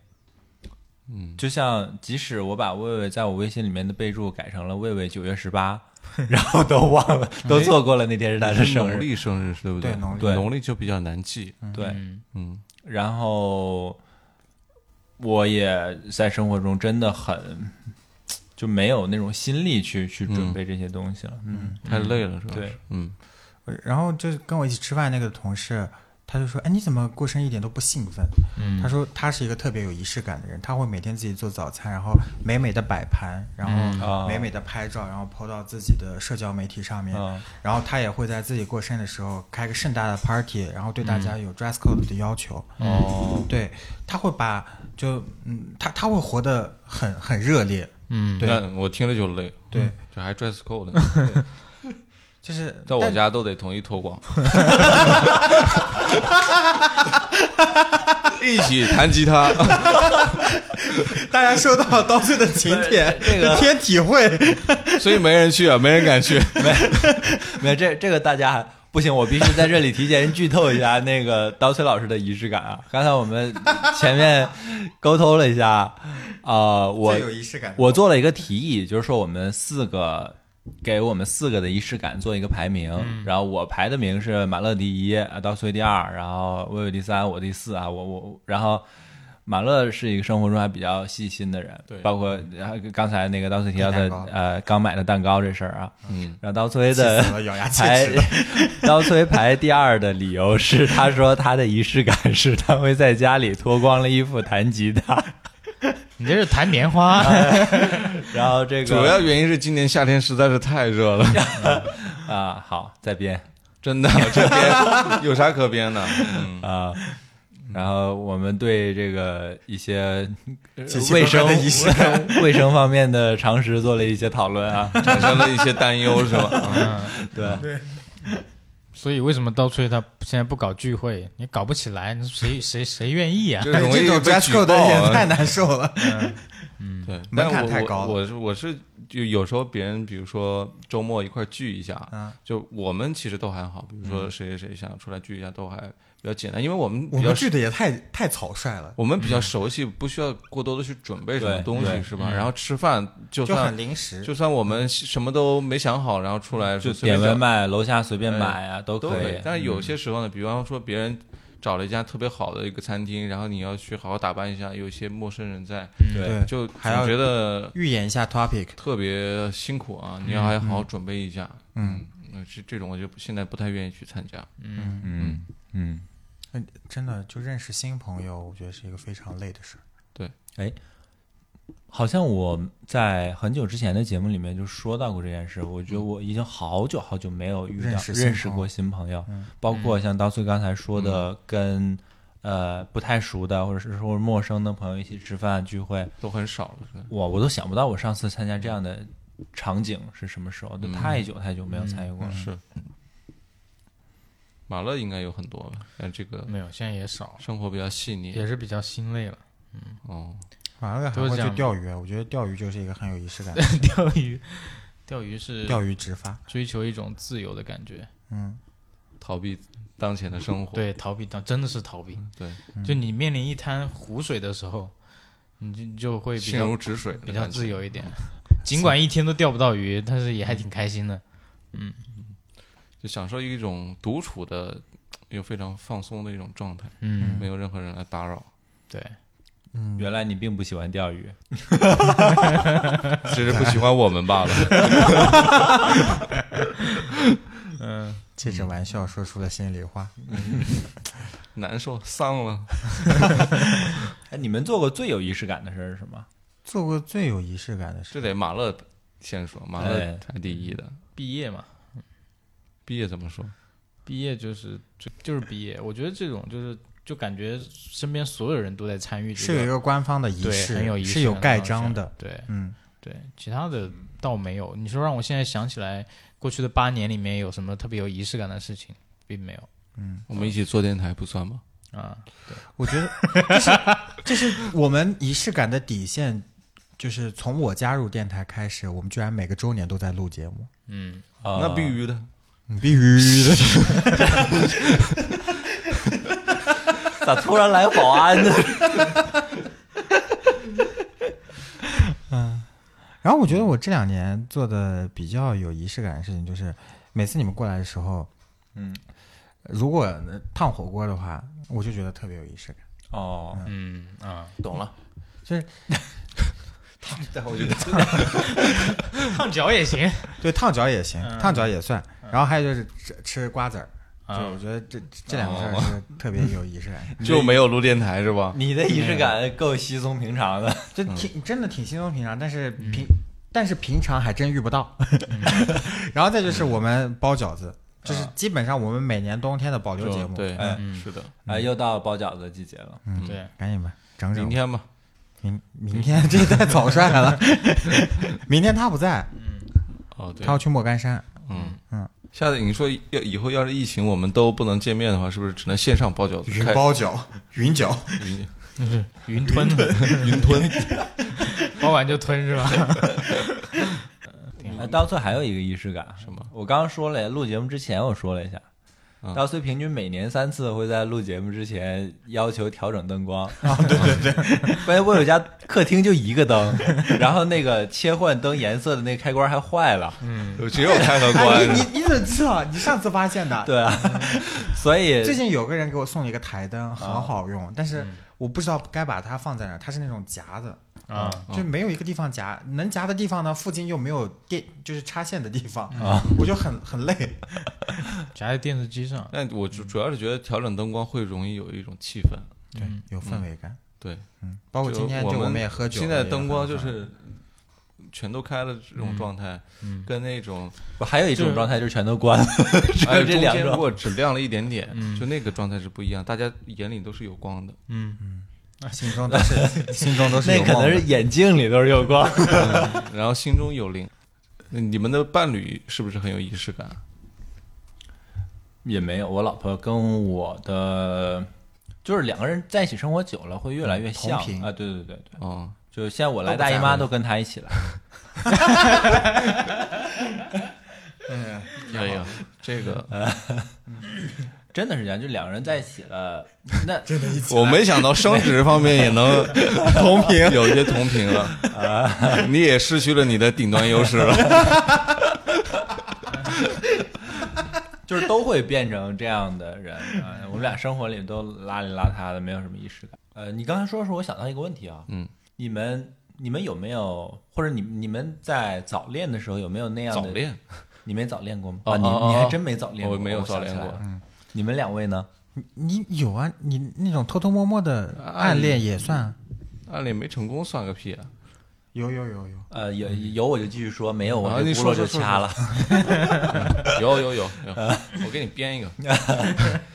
Speaker 4: 嗯，
Speaker 1: 就像即使我把魏魏在我微信里面的备注改成了魏魏九月十 八，然后都忘了，
Speaker 5: 哎
Speaker 1: 都错过了那天是他的
Speaker 4: 是
Speaker 1: 生
Speaker 4: 农
Speaker 1: 日。
Speaker 4: 历生日，对不
Speaker 5: 对农历
Speaker 1: 对
Speaker 4: 农历就比较难记。
Speaker 1: 对，
Speaker 3: 嗯
Speaker 4: 嗯，
Speaker 1: 然后我也在生活中真的很就没有那种心力去去准备这些东西了。嗯，
Speaker 4: 太累了，是吧？
Speaker 1: 对，
Speaker 4: 嗯，
Speaker 5: 然后就是跟我一起吃饭那个同事，他就说：“哎，你怎么过生日一点都不兴奋？”
Speaker 3: 嗯
Speaker 5: 他说他是一个特别有仪式感的人，他会每天自己做早餐，然后美美的摆盘，然
Speaker 3: 嗯
Speaker 5: 后
Speaker 1: 啊
Speaker 5: 美美的拍照，然后 po 到自己的社交媒体上面。
Speaker 1: 啊
Speaker 5: 然后他也会在自己过生日的时候开个盛大的 party，然后对大家有 dress code 的要求。
Speaker 1: 哦，
Speaker 5: 对，他会把就嗯，他他会活得很很热烈，
Speaker 3: 嗯
Speaker 5: 对
Speaker 4: 但我听着就累。
Speaker 5: 对，
Speaker 4: 这还 dress code 呢，
Speaker 5: 就是
Speaker 4: 在我
Speaker 5: 但
Speaker 4: 家都得统一 脱光，一起弹吉 他。
Speaker 5: 大家收到刀碎的请帖，这个天体会，
Speaker 4: 所以没人去啊，没人敢去。
Speaker 1: 没有这这个大家不行，我必须在这里提前剧透一下那个 刀崔老师的仪式感啊。刚才我们前面沟通了一下，啊、我
Speaker 5: 最有仪式感。
Speaker 1: 我做了一个提议，就是说我们四个给我们四个的仪式感做一个排名，然后我排的名是马乐第一，啊，刀碎第二，然后薇薇第三，我第四啊，我我然后。马乐是一个生活中还比较细心的人，
Speaker 4: 对
Speaker 1: 包括啊刚才那个刀碎提到
Speaker 5: 蛋
Speaker 1: 的
Speaker 5: 糕
Speaker 1: 呃刚买的蛋糕这事儿啊，
Speaker 4: 嗯，
Speaker 1: 然后刀崔
Speaker 5: 气
Speaker 1: 的
Speaker 5: 死了，咬牙切
Speaker 1: 排
Speaker 5: 齿的。
Speaker 1: 刀崔排第二的理由是，他说他的仪式感是他会在家里脱光了衣服弹吉他，
Speaker 3: 你这是弹棉 花，
Speaker 1: 然后这个
Speaker 4: 主要原因是今年夏天实在是太 热了，
Speaker 1: 啊好再编
Speaker 4: 真的，这边有啥可编的？嗯，
Speaker 1: 啊。然后我们对这个一些呃
Speaker 5: 奇奇
Speaker 1: 卫
Speaker 5: 怪怪
Speaker 1: 生
Speaker 5: 的仪式
Speaker 1: 卫生方面的常识做了一些讨论啊，
Speaker 4: 产生了一些担忧，是吧？
Speaker 1: 对，
Speaker 3: 所以为什么刀吹他现在不搞聚会？你搞不起来，你 谁谁谁愿意 啊
Speaker 4: 就？
Speaker 5: 哎
Speaker 4: 容易
Speaker 5: 这种
Speaker 4: 被
Speaker 5: dress
Speaker 4: 举报
Speaker 5: code 的也太
Speaker 4: 啊。
Speaker 5: 难受了。
Speaker 1: 嗯
Speaker 4: 对，
Speaker 5: 门
Speaker 4: 但
Speaker 5: 槛
Speaker 4: 我
Speaker 5: 太高了
Speaker 4: 我我是我是就有时候别人比如说周末一块聚一下，
Speaker 5: 嗯
Speaker 1: 嗯
Speaker 4: 就我们其实都还好，比如说谁谁谁想出来聚一下都还比较简单，因为我们
Speaker 5: 我
Speaker 4: 比较
Speaker 5: 们剧的也太太草率了，
Speaker 4: 我们
Speaker 1: 嗯
Speaker 4: 比较熟悉，不需要过多的去准备什么
Speaker 6: 对
Speaker 4: 东
Speaker 6: 对
Speaker 4: 西，是吧？然后吃饭就
Speaker 5: 就
Speaker 4: 算
Speaker 5: 很嗯临时。
Speaker 4: 就算我们什么都没想好，然后出来
Speaker 1: 就
Speaker 4: 随便
Speaker 1: 点
Speaker 4: 找
Speaker 1: 外卖，楼下随便买啊，
Speaker 4: 都
Speaker 1: 可以。
Speaker 4: 但是有
Speaker 1: 嗯
Speaker 4: 些时候呢，比方说别人找了一家特别好的一个餐厅，然后你要去好好打扮一下，有一些陌生人在，
Speaker 5: 对，
Speaker 4: 就
Speaker 5: 还要
Speaker 4: 总觉得
Speaker 5: 预演一下 topic，
Speaker 4: 特别辛苦
Speaker 3: 嗯
Speaker 4: 啊，你要还要好好准备一下。
Speaker 5: 嗯，
Speaker 4: 那这这种我就不现在不太愿意去参加。
Speaker 1: 嗯嗯，
Speaker 5: 嗯真的就认识新朋友，我觉得是一个非常累的事儿。
Speaker 1: 好像我在很久之前的节目里面就说到过这件事。我觉得我已经好久好久没有遇到
Speaker 5: 认
Speaker 1: 认
Speaker 5: 识
Speaker 1: 识
Speaker 5: 新朋友
Speaker 1: 过新朋友，包括像当岁刚才说的，跟呃不太熟的或者是说陌生的朋友一起吃饭聚会，
Speaker 4: 都很少了，是吧？
Speaker 1: 我我都想不到我上次参加这样的场景是什么时候，就太久太久没有参与过
Speaker 3: 嗯
Speaker 1: 了。
Speaker 4: 嗯是。马乐应该有很多吧，但这个
Speaker 3: 没有，现在也 少，
Speaker 4: 生活比较细腻
Speaker 3: 也是比较心累了。
Speaker 4: 哦。
Speaker 5: 马来还
Speaker 3: 都是
Speaker 5: 会
Speaker 3: 这样
Speaker 5: 去
Speaker 3: 的
Speaker 5: 钓鱼，我觉得钓鱼就是一个很有仪式感的，
Speaker 3: 钓鱼，钓鱼 是
Speaker 5: 钓鱼执法。
Speaker 3: 追求一种自由的感觉，
Speaker 5: 嗯，
Speaker 4: 逃避当前的生活。
Speaker 3: 对，逃避当真的是逃避。
Speaker 4: 对，
Speaker 3: 就你面临一滩湖水的时候，你就你就会比
Speaker 4: 心
Speaker 3: 较
Speaker 4: 如止水，
Speaker 3: 比较自。由一点。
Speaker 4: 嗯
Speaker 3: 尽管一天都钓不到鱼，但是也还挺开心的。
Speaker 4: 就享受一种独处的又非常放松的一种状态，
Speaker 3: 嗯，
Speaker 4: 没有任何人来打扰，
Speaker 3: 对，
Speaker 1: 原来你并不喜欢钓鱼，
Speaker 4: 只是不喜欢我们罢了。
Speaker 5: 借着玩笑说出了心里话。
Speaker 4: 难受，丧了。
Speaker 1: 哎，你们做过最有仪式感的事儿是什么？
Speaker 5: 做过最有仪式感的事，
Speaker 4: 这得马乐先说，马
Speaker 1: 哎
Speaker 4: 乐排第一的。
Speaker 3: 毕业嘛，
Speaker 4: 毕业怎么说？
Speaker 3: 毕业就是就就是毕业。我觉得这种就是就感觉身边所有人都在参与、这
Speaker 5: 是有一个官方的仪
Speaker 3: 对
Speaker 5: 式，
Speaker 3: 很有仪式
Speaker 5: 是有
Speaker 3: 感
Speaker 5: 盖
Speaker 3: 东西啊
Speaker 5: 章的。
Speaker 3: 对
Speaker 5: 嗯，
Speaker 3: 对，其他的倒没有。你说让我现在想起来，过去的八年里面有什么特别有仪式感的事情，并没有
Speaker 4: 我们一起做电台不算吗？
Speaker 3: 啊。
Speaker 5: 我觉得这是这是我们仪式感的底线，就是从我加入电台开始，我们居然每个周年都在录节目，
Speaker 3: 嗯，
Speaker 1: 啊
Speaker 4: 那必须的。
Speaker 5: 必须的。
Speaker 1: 咋突然来保安呢？
Speaker 5: 然后我觉得我这两年做的比较有仪式感的事情，就是每次你们过来的时候，
Speaker 1: 嗯，
Speaker 5: 如果烫火锅的话，我就觉得特别有仪式感。
Speaker 1: 哦，
Speaker 3: 嗯啊，
Speaker 1: 懂了。
Speaker 5: 就是
Speaker 3: 烫脚也行。
Speaker 5: 对烫脚也行，烫脚也算。然后还有就是吃吃瓜子儿，就
Speaker 3: 啊
Speaker 5: 我觉得这这两个事儿是特别有仪式感。
Speaker 4: 就没有录电台是吧？
Speaker 1: 你的仪式感够稀松平常的，
Speaker 5: 就
Speaker 4: 嗯
Speaker 5: 挺真的挺稀松平常，但是平、但是平常还真遇不到。
Speaker 4: 嗯
Speaker 5: 然后再就是我们包饺子，就是基本上我们每年冬天的保留节
Speaker 4: 啊就
Speaker 5: 目。
Speaker 4: 对，
Speaker 1: 哎
Speaker 4: 嗯是的。
Speaker 1: 哎，又到包饺子季节了。
Speaker 5: 嗯，
Speaker 3: 对，
Speaker 5: 赶紧吧，整整
Speaker 4: 明天吧，
Speaker 5: 明明天这 太草率了，明天他不在，
Speaker 4: 哦对
Speaker 5: 他，要去莫干山。
Speaker 4: 嗯
Speaker 5: 嗯。
Speaker 4: 下次你说要以后要是疫情我们都不能见面的话，是不是只能线上包饺子？开
Speaker 5: 饺、云饺，
Speaker 4: 云
Speaker 3: 云吞，
Speaker 4: 云吞，
Speaker 3: 包完就吞是吧？
Speaker 1: 哎，当岁还有一个仪式感，
Speaker 4: 什么？
Speaker 1: 我刚刚说了，录节目之前我说了一下，
Speaker 4: 嗯
Speaker 1: 当岁平均每年三次会在录节目之前要求调整灯光。啊，对对对， 关键我有家客厅就一个灯，然后那个切换灯颜色的那个开关还坏了。
Speaker 4: 只有开和
Speaker 5: 哎
Speaker 4: 关。
Speaker 5: 你你你怎么知道？你上次发现的？
Speaker 1: 对啊，所以
Speaker 5: 最近有个人给我送了一个台灯，很
Speaker 4: 啊
Speaker 5: 好用，但是
Speaker 4: 嗯
Speaker 5: 我不知道该把它放在哪儿，它是那种夹子，
Speaker 3: 啊，
Speaker 5: 就没有一个地方夹，能夹的地方呢，附近又没有电，就是插线的地方啊， 我就很很累。
Speaker 3: 夹在电视机上。
Speaker 4: 但我主主要是觉得调整灯光会容易有一种气氛，
Speaker 5: 对，有氛围感。
Speaker 4: 对，
Speaker 5: 嗯，包括
Speaker 4: 就
Speaker 5: 今天就
Speaker 4: 我
Speaker 5: 们也喝酒了，
Speaker 4: 现
Speaker 5: 啊
Speaker 4: 在
Speaker 5: 也有
Speaker 4: 灯光就
Speaker 5: 很多
Speaker 4: 是全都开了这种状态，跟那种
Speaker 1: 我还有一种状态就是全都关了，只
Speaker 4: 哎
Speaker 1: 有这
Speaker 4: 中
Speaker 1: 两
Speaker 4: 间如
Speaker 1: 种。
Speaker 4: 果只亮了一点点，就那个状态是不一样，大家眼里都是有光的。
Speaker 5: 氛围啊心中都是 心中都 是
Speaker 1: 那
Speaker 5: 有
Speaker 1: 可
Speaker 5: 梦
Speaker 1: 能
Speaker 5: 的
Speaker 1: 是眼睛里都是有光。
Speaker 4: 然后心中有灵。那你们的伴侣是不是很有仪式感？
Speaker 1: 也没有，我老婆跟我的就是两个人在一起生活久了，会越来越像
Speaker 5: 同频
Speaker 1: 啊！对对对对，
Speaker 4: 哦，
Speaker 1: 就现在我来大姨妈都跟她一起来，
Speaker 4: 哎哎呀，这个
Speaker 1: 真的是这样，就两个人在一起了，那
Speaker 5: 真的一起
Speaker 4: 我没想到生殖方面也能 同频，有一些同频了啊！哎你也失去了你的顶端优势了。
Speaker 1: 就是都会变成这样的人啊、我们俩生活里都邋里邋遢的，没有什么仪式感。呃，你刚才说的时候，我想到一个问题啊，
Speaker 4: 嗯，
Speaker 1: 你们你们有没有，或者你你们在早恋的时候有没有那样的
Speaker 4: 早？恋，
Speaker 1: 你没早恋过吗？
Speaker 4: 哦
Speaker 1: 啊，你
Speaker 4: 哦哦
Speaker 1: 你还真没早恋过，
Speaker 4: 我没有早恋
Speaker 1: 想起来
Speaker 4: 过嗯
Speaker 1: 了你们两位呢？
Speaker 5: 你有啊？你那种偷偷摸摸的啊暗恋也算？
Speaker 4: 暗恋没成功算个屁啊！
Speaker 5: 有有有有，
Speaker 1: 呃，有有我就继续说，没有我
Speaker 4: 啊
Speaker 1: 这
Speaker 4: 你
Speaker 1: 轱
Speaker 4: 说
Speaker 1: 辘就
Speaker 4: 说说
Speaker 1: 掐了。
Speaker 4: 有有有有，我给你编一个。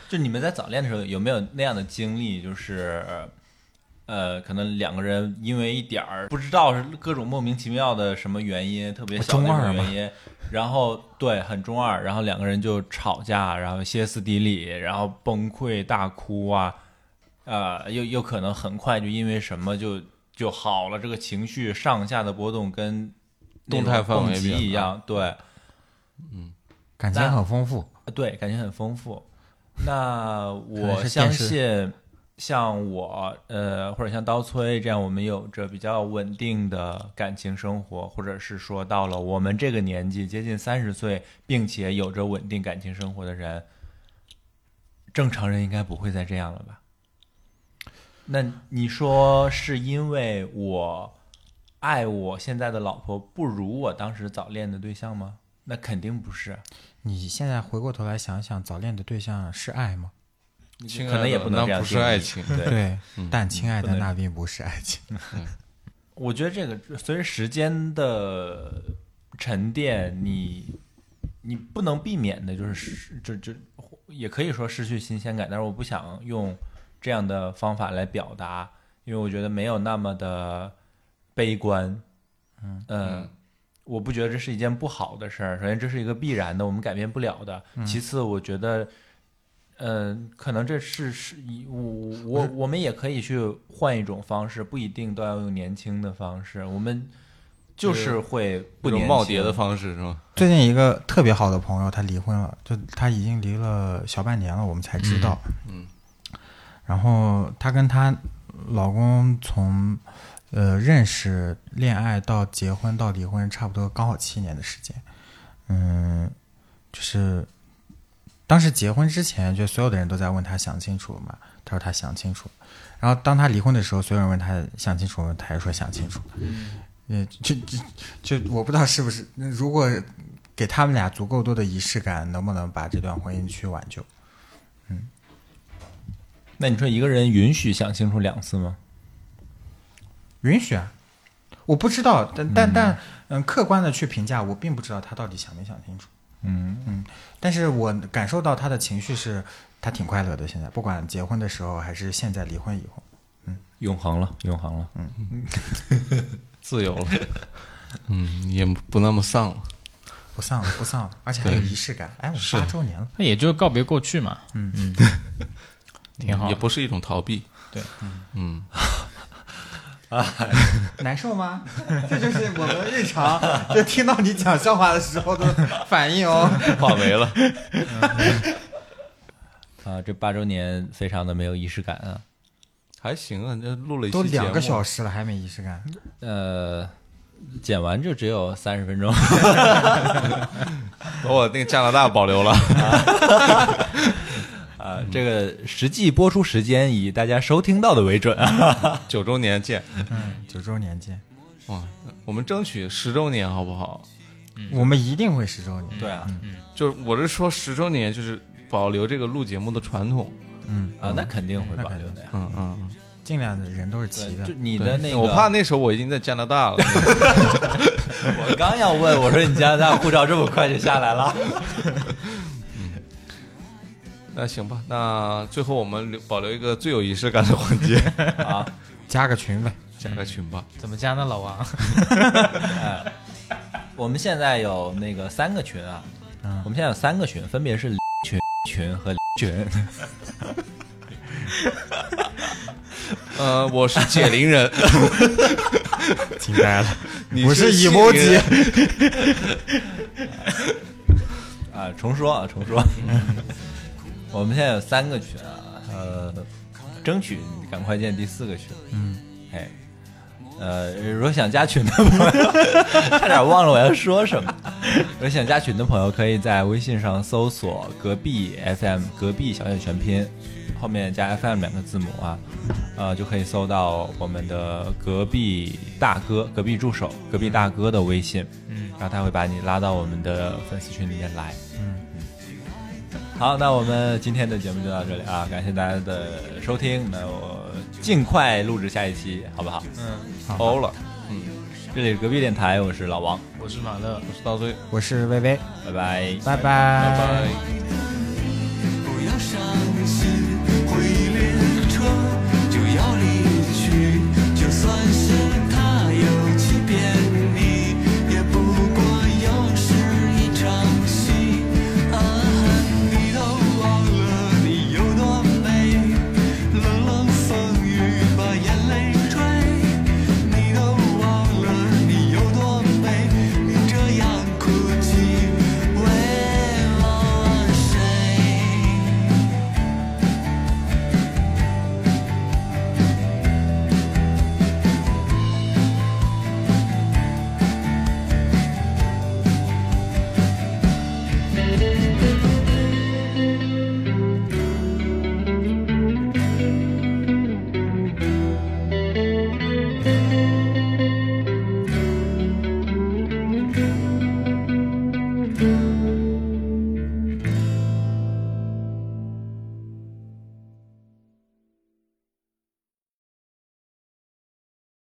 Speaker 1: 就你们在早恋的时候有没有那样的经历？就是，呃，可能两个人因为一点儿不知道是各种莫名其妙的什么原因，特别小的
Speaker 5: 中
Speaker 1: 那
Speaker 5: 二
Speaker 1: 种
Speaker 5: 嘛
Speaker 1: 原因，然后对很中二，然后两个人就吵架，然后歇斯底里，然后崩溃大哭啊，呃，又又可能很快就因为什么就就好了，这个情绪上下的波动跟那
Speaker 4: 动
Speaker 1: 种
Speaker 4: 态范
Speaker 1: 蹦
Speaker 4: 围
Speaker 1: 极
Speaker 4: 比较
Speaker 1: 一
Speaker 4: 大
Speaker 1: 样，对。
Speaker 5: 感情
Speaker 1: 那
Speaker 5: 很丰富。
Speaker 1: 对，感情很丰富。那
Speaker 5: 能
Speaker 1: 我
Speaker 5: 是
Speaker 1: 相
Speaker 5: 电视
Speaker 1: 信，像我呃，或者像刀崔这样，我们有着比较稳定的感情生活，或者是说到了我们这个年纪，接近三十岁，并且有着稳定感情生活的人，正常人应该不会再这样了吧？那你说是因为我爱我现在的老婆不如我当时早恋的对象吗？那肯定不是。啊
Speaker 5: 你现在回过头来想想，早恋的对象是爱吗？
Speaker 4: 亲爱
Speaker 1: 可能也
Speaker 4: 的
Speaker 1: 不能这
Speaker 4: 那
Speaker 1: 样
Speaker 4: 不是
Speaker 1: 定义
Speaker 4: 爱情。
Speaker 1: 对
Speaker 5: 对，但亲爱
Speaker 1: 不
Speaker 5: 的，
Speaker 1: 能
Speaker 5: 那并嗯不是爱情。
Speaker 1: 我觉得这个随着时间的沉淀，你你不能避免的就是失，就就也可以说失去新鲜感，但是我不想用这样的方法来表达，因为我觉得没有那么的悲观。嗯
Speaker 4: 嗯
Speaker 1: 我不觉得这是一件不好的事儿。首先，这是一个必然的，我们改变不了的。
Speaker 4: 嗯
Speaker 1: 其次，我觉得，呃，可能这是是一我我我们也可以去换一种方式，不一定都要用年轻的方式。我们就是会不
Speaker 4: 不种
Speaker 1: 年
Speaker 4: 耄
Speaker 1: 轻
Speaker 4: 耋的方式是吗？
Speaker 5: 最近一个特别好的朋友，他离婚了，就他已经离了小半年了，我们才知道。
Speaker 4: 嗯
Speaker 5: 然后她跟她老公从呃认识、恋爱到结婚到离婚，差不多刚好七年的时间。嗯，就是当时结婚之前，就所有的人都在问她想清楚了吗？她说她想清楚了。然后当她离婚的时候，所有人问她想清楚了吗，她也说想清楚了。嗯，就就就我不知道是不是，那如果给他们俩足够多的仪式感，能不能把这段婚姻去挽救？
Speaker 1: 那你说一个人允许想清楚两次吗？
Speaker 5: 允许啊，我不知道，但但但，嗯，客观的去评价，我并不知道他到底想没想清楚。嗯嗯，但是我感受到他的情绪是，他挺快乐的。现在不管结婚的时候，还是现在离婚以后，
Speaker 1: 永恒了，永恒了。
Speaker 4: 自由了，嗯，也不那么丧了。
Speaker 5: 不丧 了，不丧了，而且还有仪式感。哎，我们
Speaker 4: 是
Speaker 5: 八周年 了，
Speaker 3: 那也就是告别过去嘛。嗯嗯，挺好
Speaker 4: 也
Speaker 3: 的。
Speaker 4: 不是一种逃避。
Speaker 3: 对，
Speaker 4: 嗯，
Speaker 5: 难受吗？ 这就是我们日常就听到你讲笑话的时候的反应 哦。
Speaker 4: 话没了。
Speaker 1: 啊，这八周年非常的没有仪式感啊。
Speaker 4: 还行啊，这录了一期
Speaker 5: 都两个
Speaker 4: 节目
Speaker 5: 小时了，还没仪式感，
Speaker 1: 呃，剪完就只有三十分钟。
Speaker 4: 我那个加拿大保留了。
Speaker 1: 啊，这个实际播出时间以大家收听到的为准啊。
Speaker 4: 九周年见，
Speaker 5: 九周年见，
Speaker 4: 哇，我们争取十周年好不好？
Speaker 5: 我们一定会十周年。
Speaker 1: 对啊，
Speaker 4: 就是我是说十周年，就是保留这个录节目的传统。
Speaker 5: 嗯，
Speaker 1: 啊，那肯定会
Speaker 5: 那
Speaker 1: 保
Speaker 5: 肯
Speaker 1: 留
Speaker 5: 定
Speaker 1: 的呀。
Speaker 4: 嗯嗯，
Speaker 5: 尽量的人都是齐的
Speaker 1: 就。你的那个，
Speaker 4: 我怕那时候我已经在加拿大了。
Speaker 1: 我刚要问，我说你加拿大护照这么快就下来了？
Speaker 4: 那行吧，那最后我们留保留一个最有仪式感的环节，
Speaker 1: 啊
Speaker 5: 加个群呗。
Speaker 4: 加个群吧。
Speaker 3: 怎么加呢，老王？
Speaker 1: 我们现在有那个三个群啊，我们现在有三个群，分别是 群、群和 群。
Speaker 4: 呃，我是解铃人，
Speaker 5: 惊呆了，
Speaker 4: 你
Speaker 5: 我
Speaker 4: 是
Speaker 5: 是
Speaker 4: 信
Speaker 5: emoji
Speaker 4: 人
Speaker 1: 啊，重说啊，重说。 我们现在有三个群啊，呃，争取赶快建第四个群。嗯，哎，呃，如果想加群的朋友， 差点忘了我要说什么。如果想加群的朋友，可以在微信上搜索“隔壁 FM”，隔壁小写全拼，后面加 FM 两个字母啊，呃，就可以搜到我们的隔壁大哥、隔壁助手、隔壁大哥的微信。嗯，然后他会把你拉到我们的粉丝群里面来。好，那我们今天的节目就到这里啊，感谢大家的收听，那我尽快录制下一期，好不好？嗯，欧了，嗯，这里是隔壁电台，我是老王，
Speaker 3: 我是马乐，
Speaker 4: 我是大醉，
Speaker 5: 我是薇薇，
Speaker 1: 拜拜。
Speaker 5: 拜拜
Speaker 4: 拜。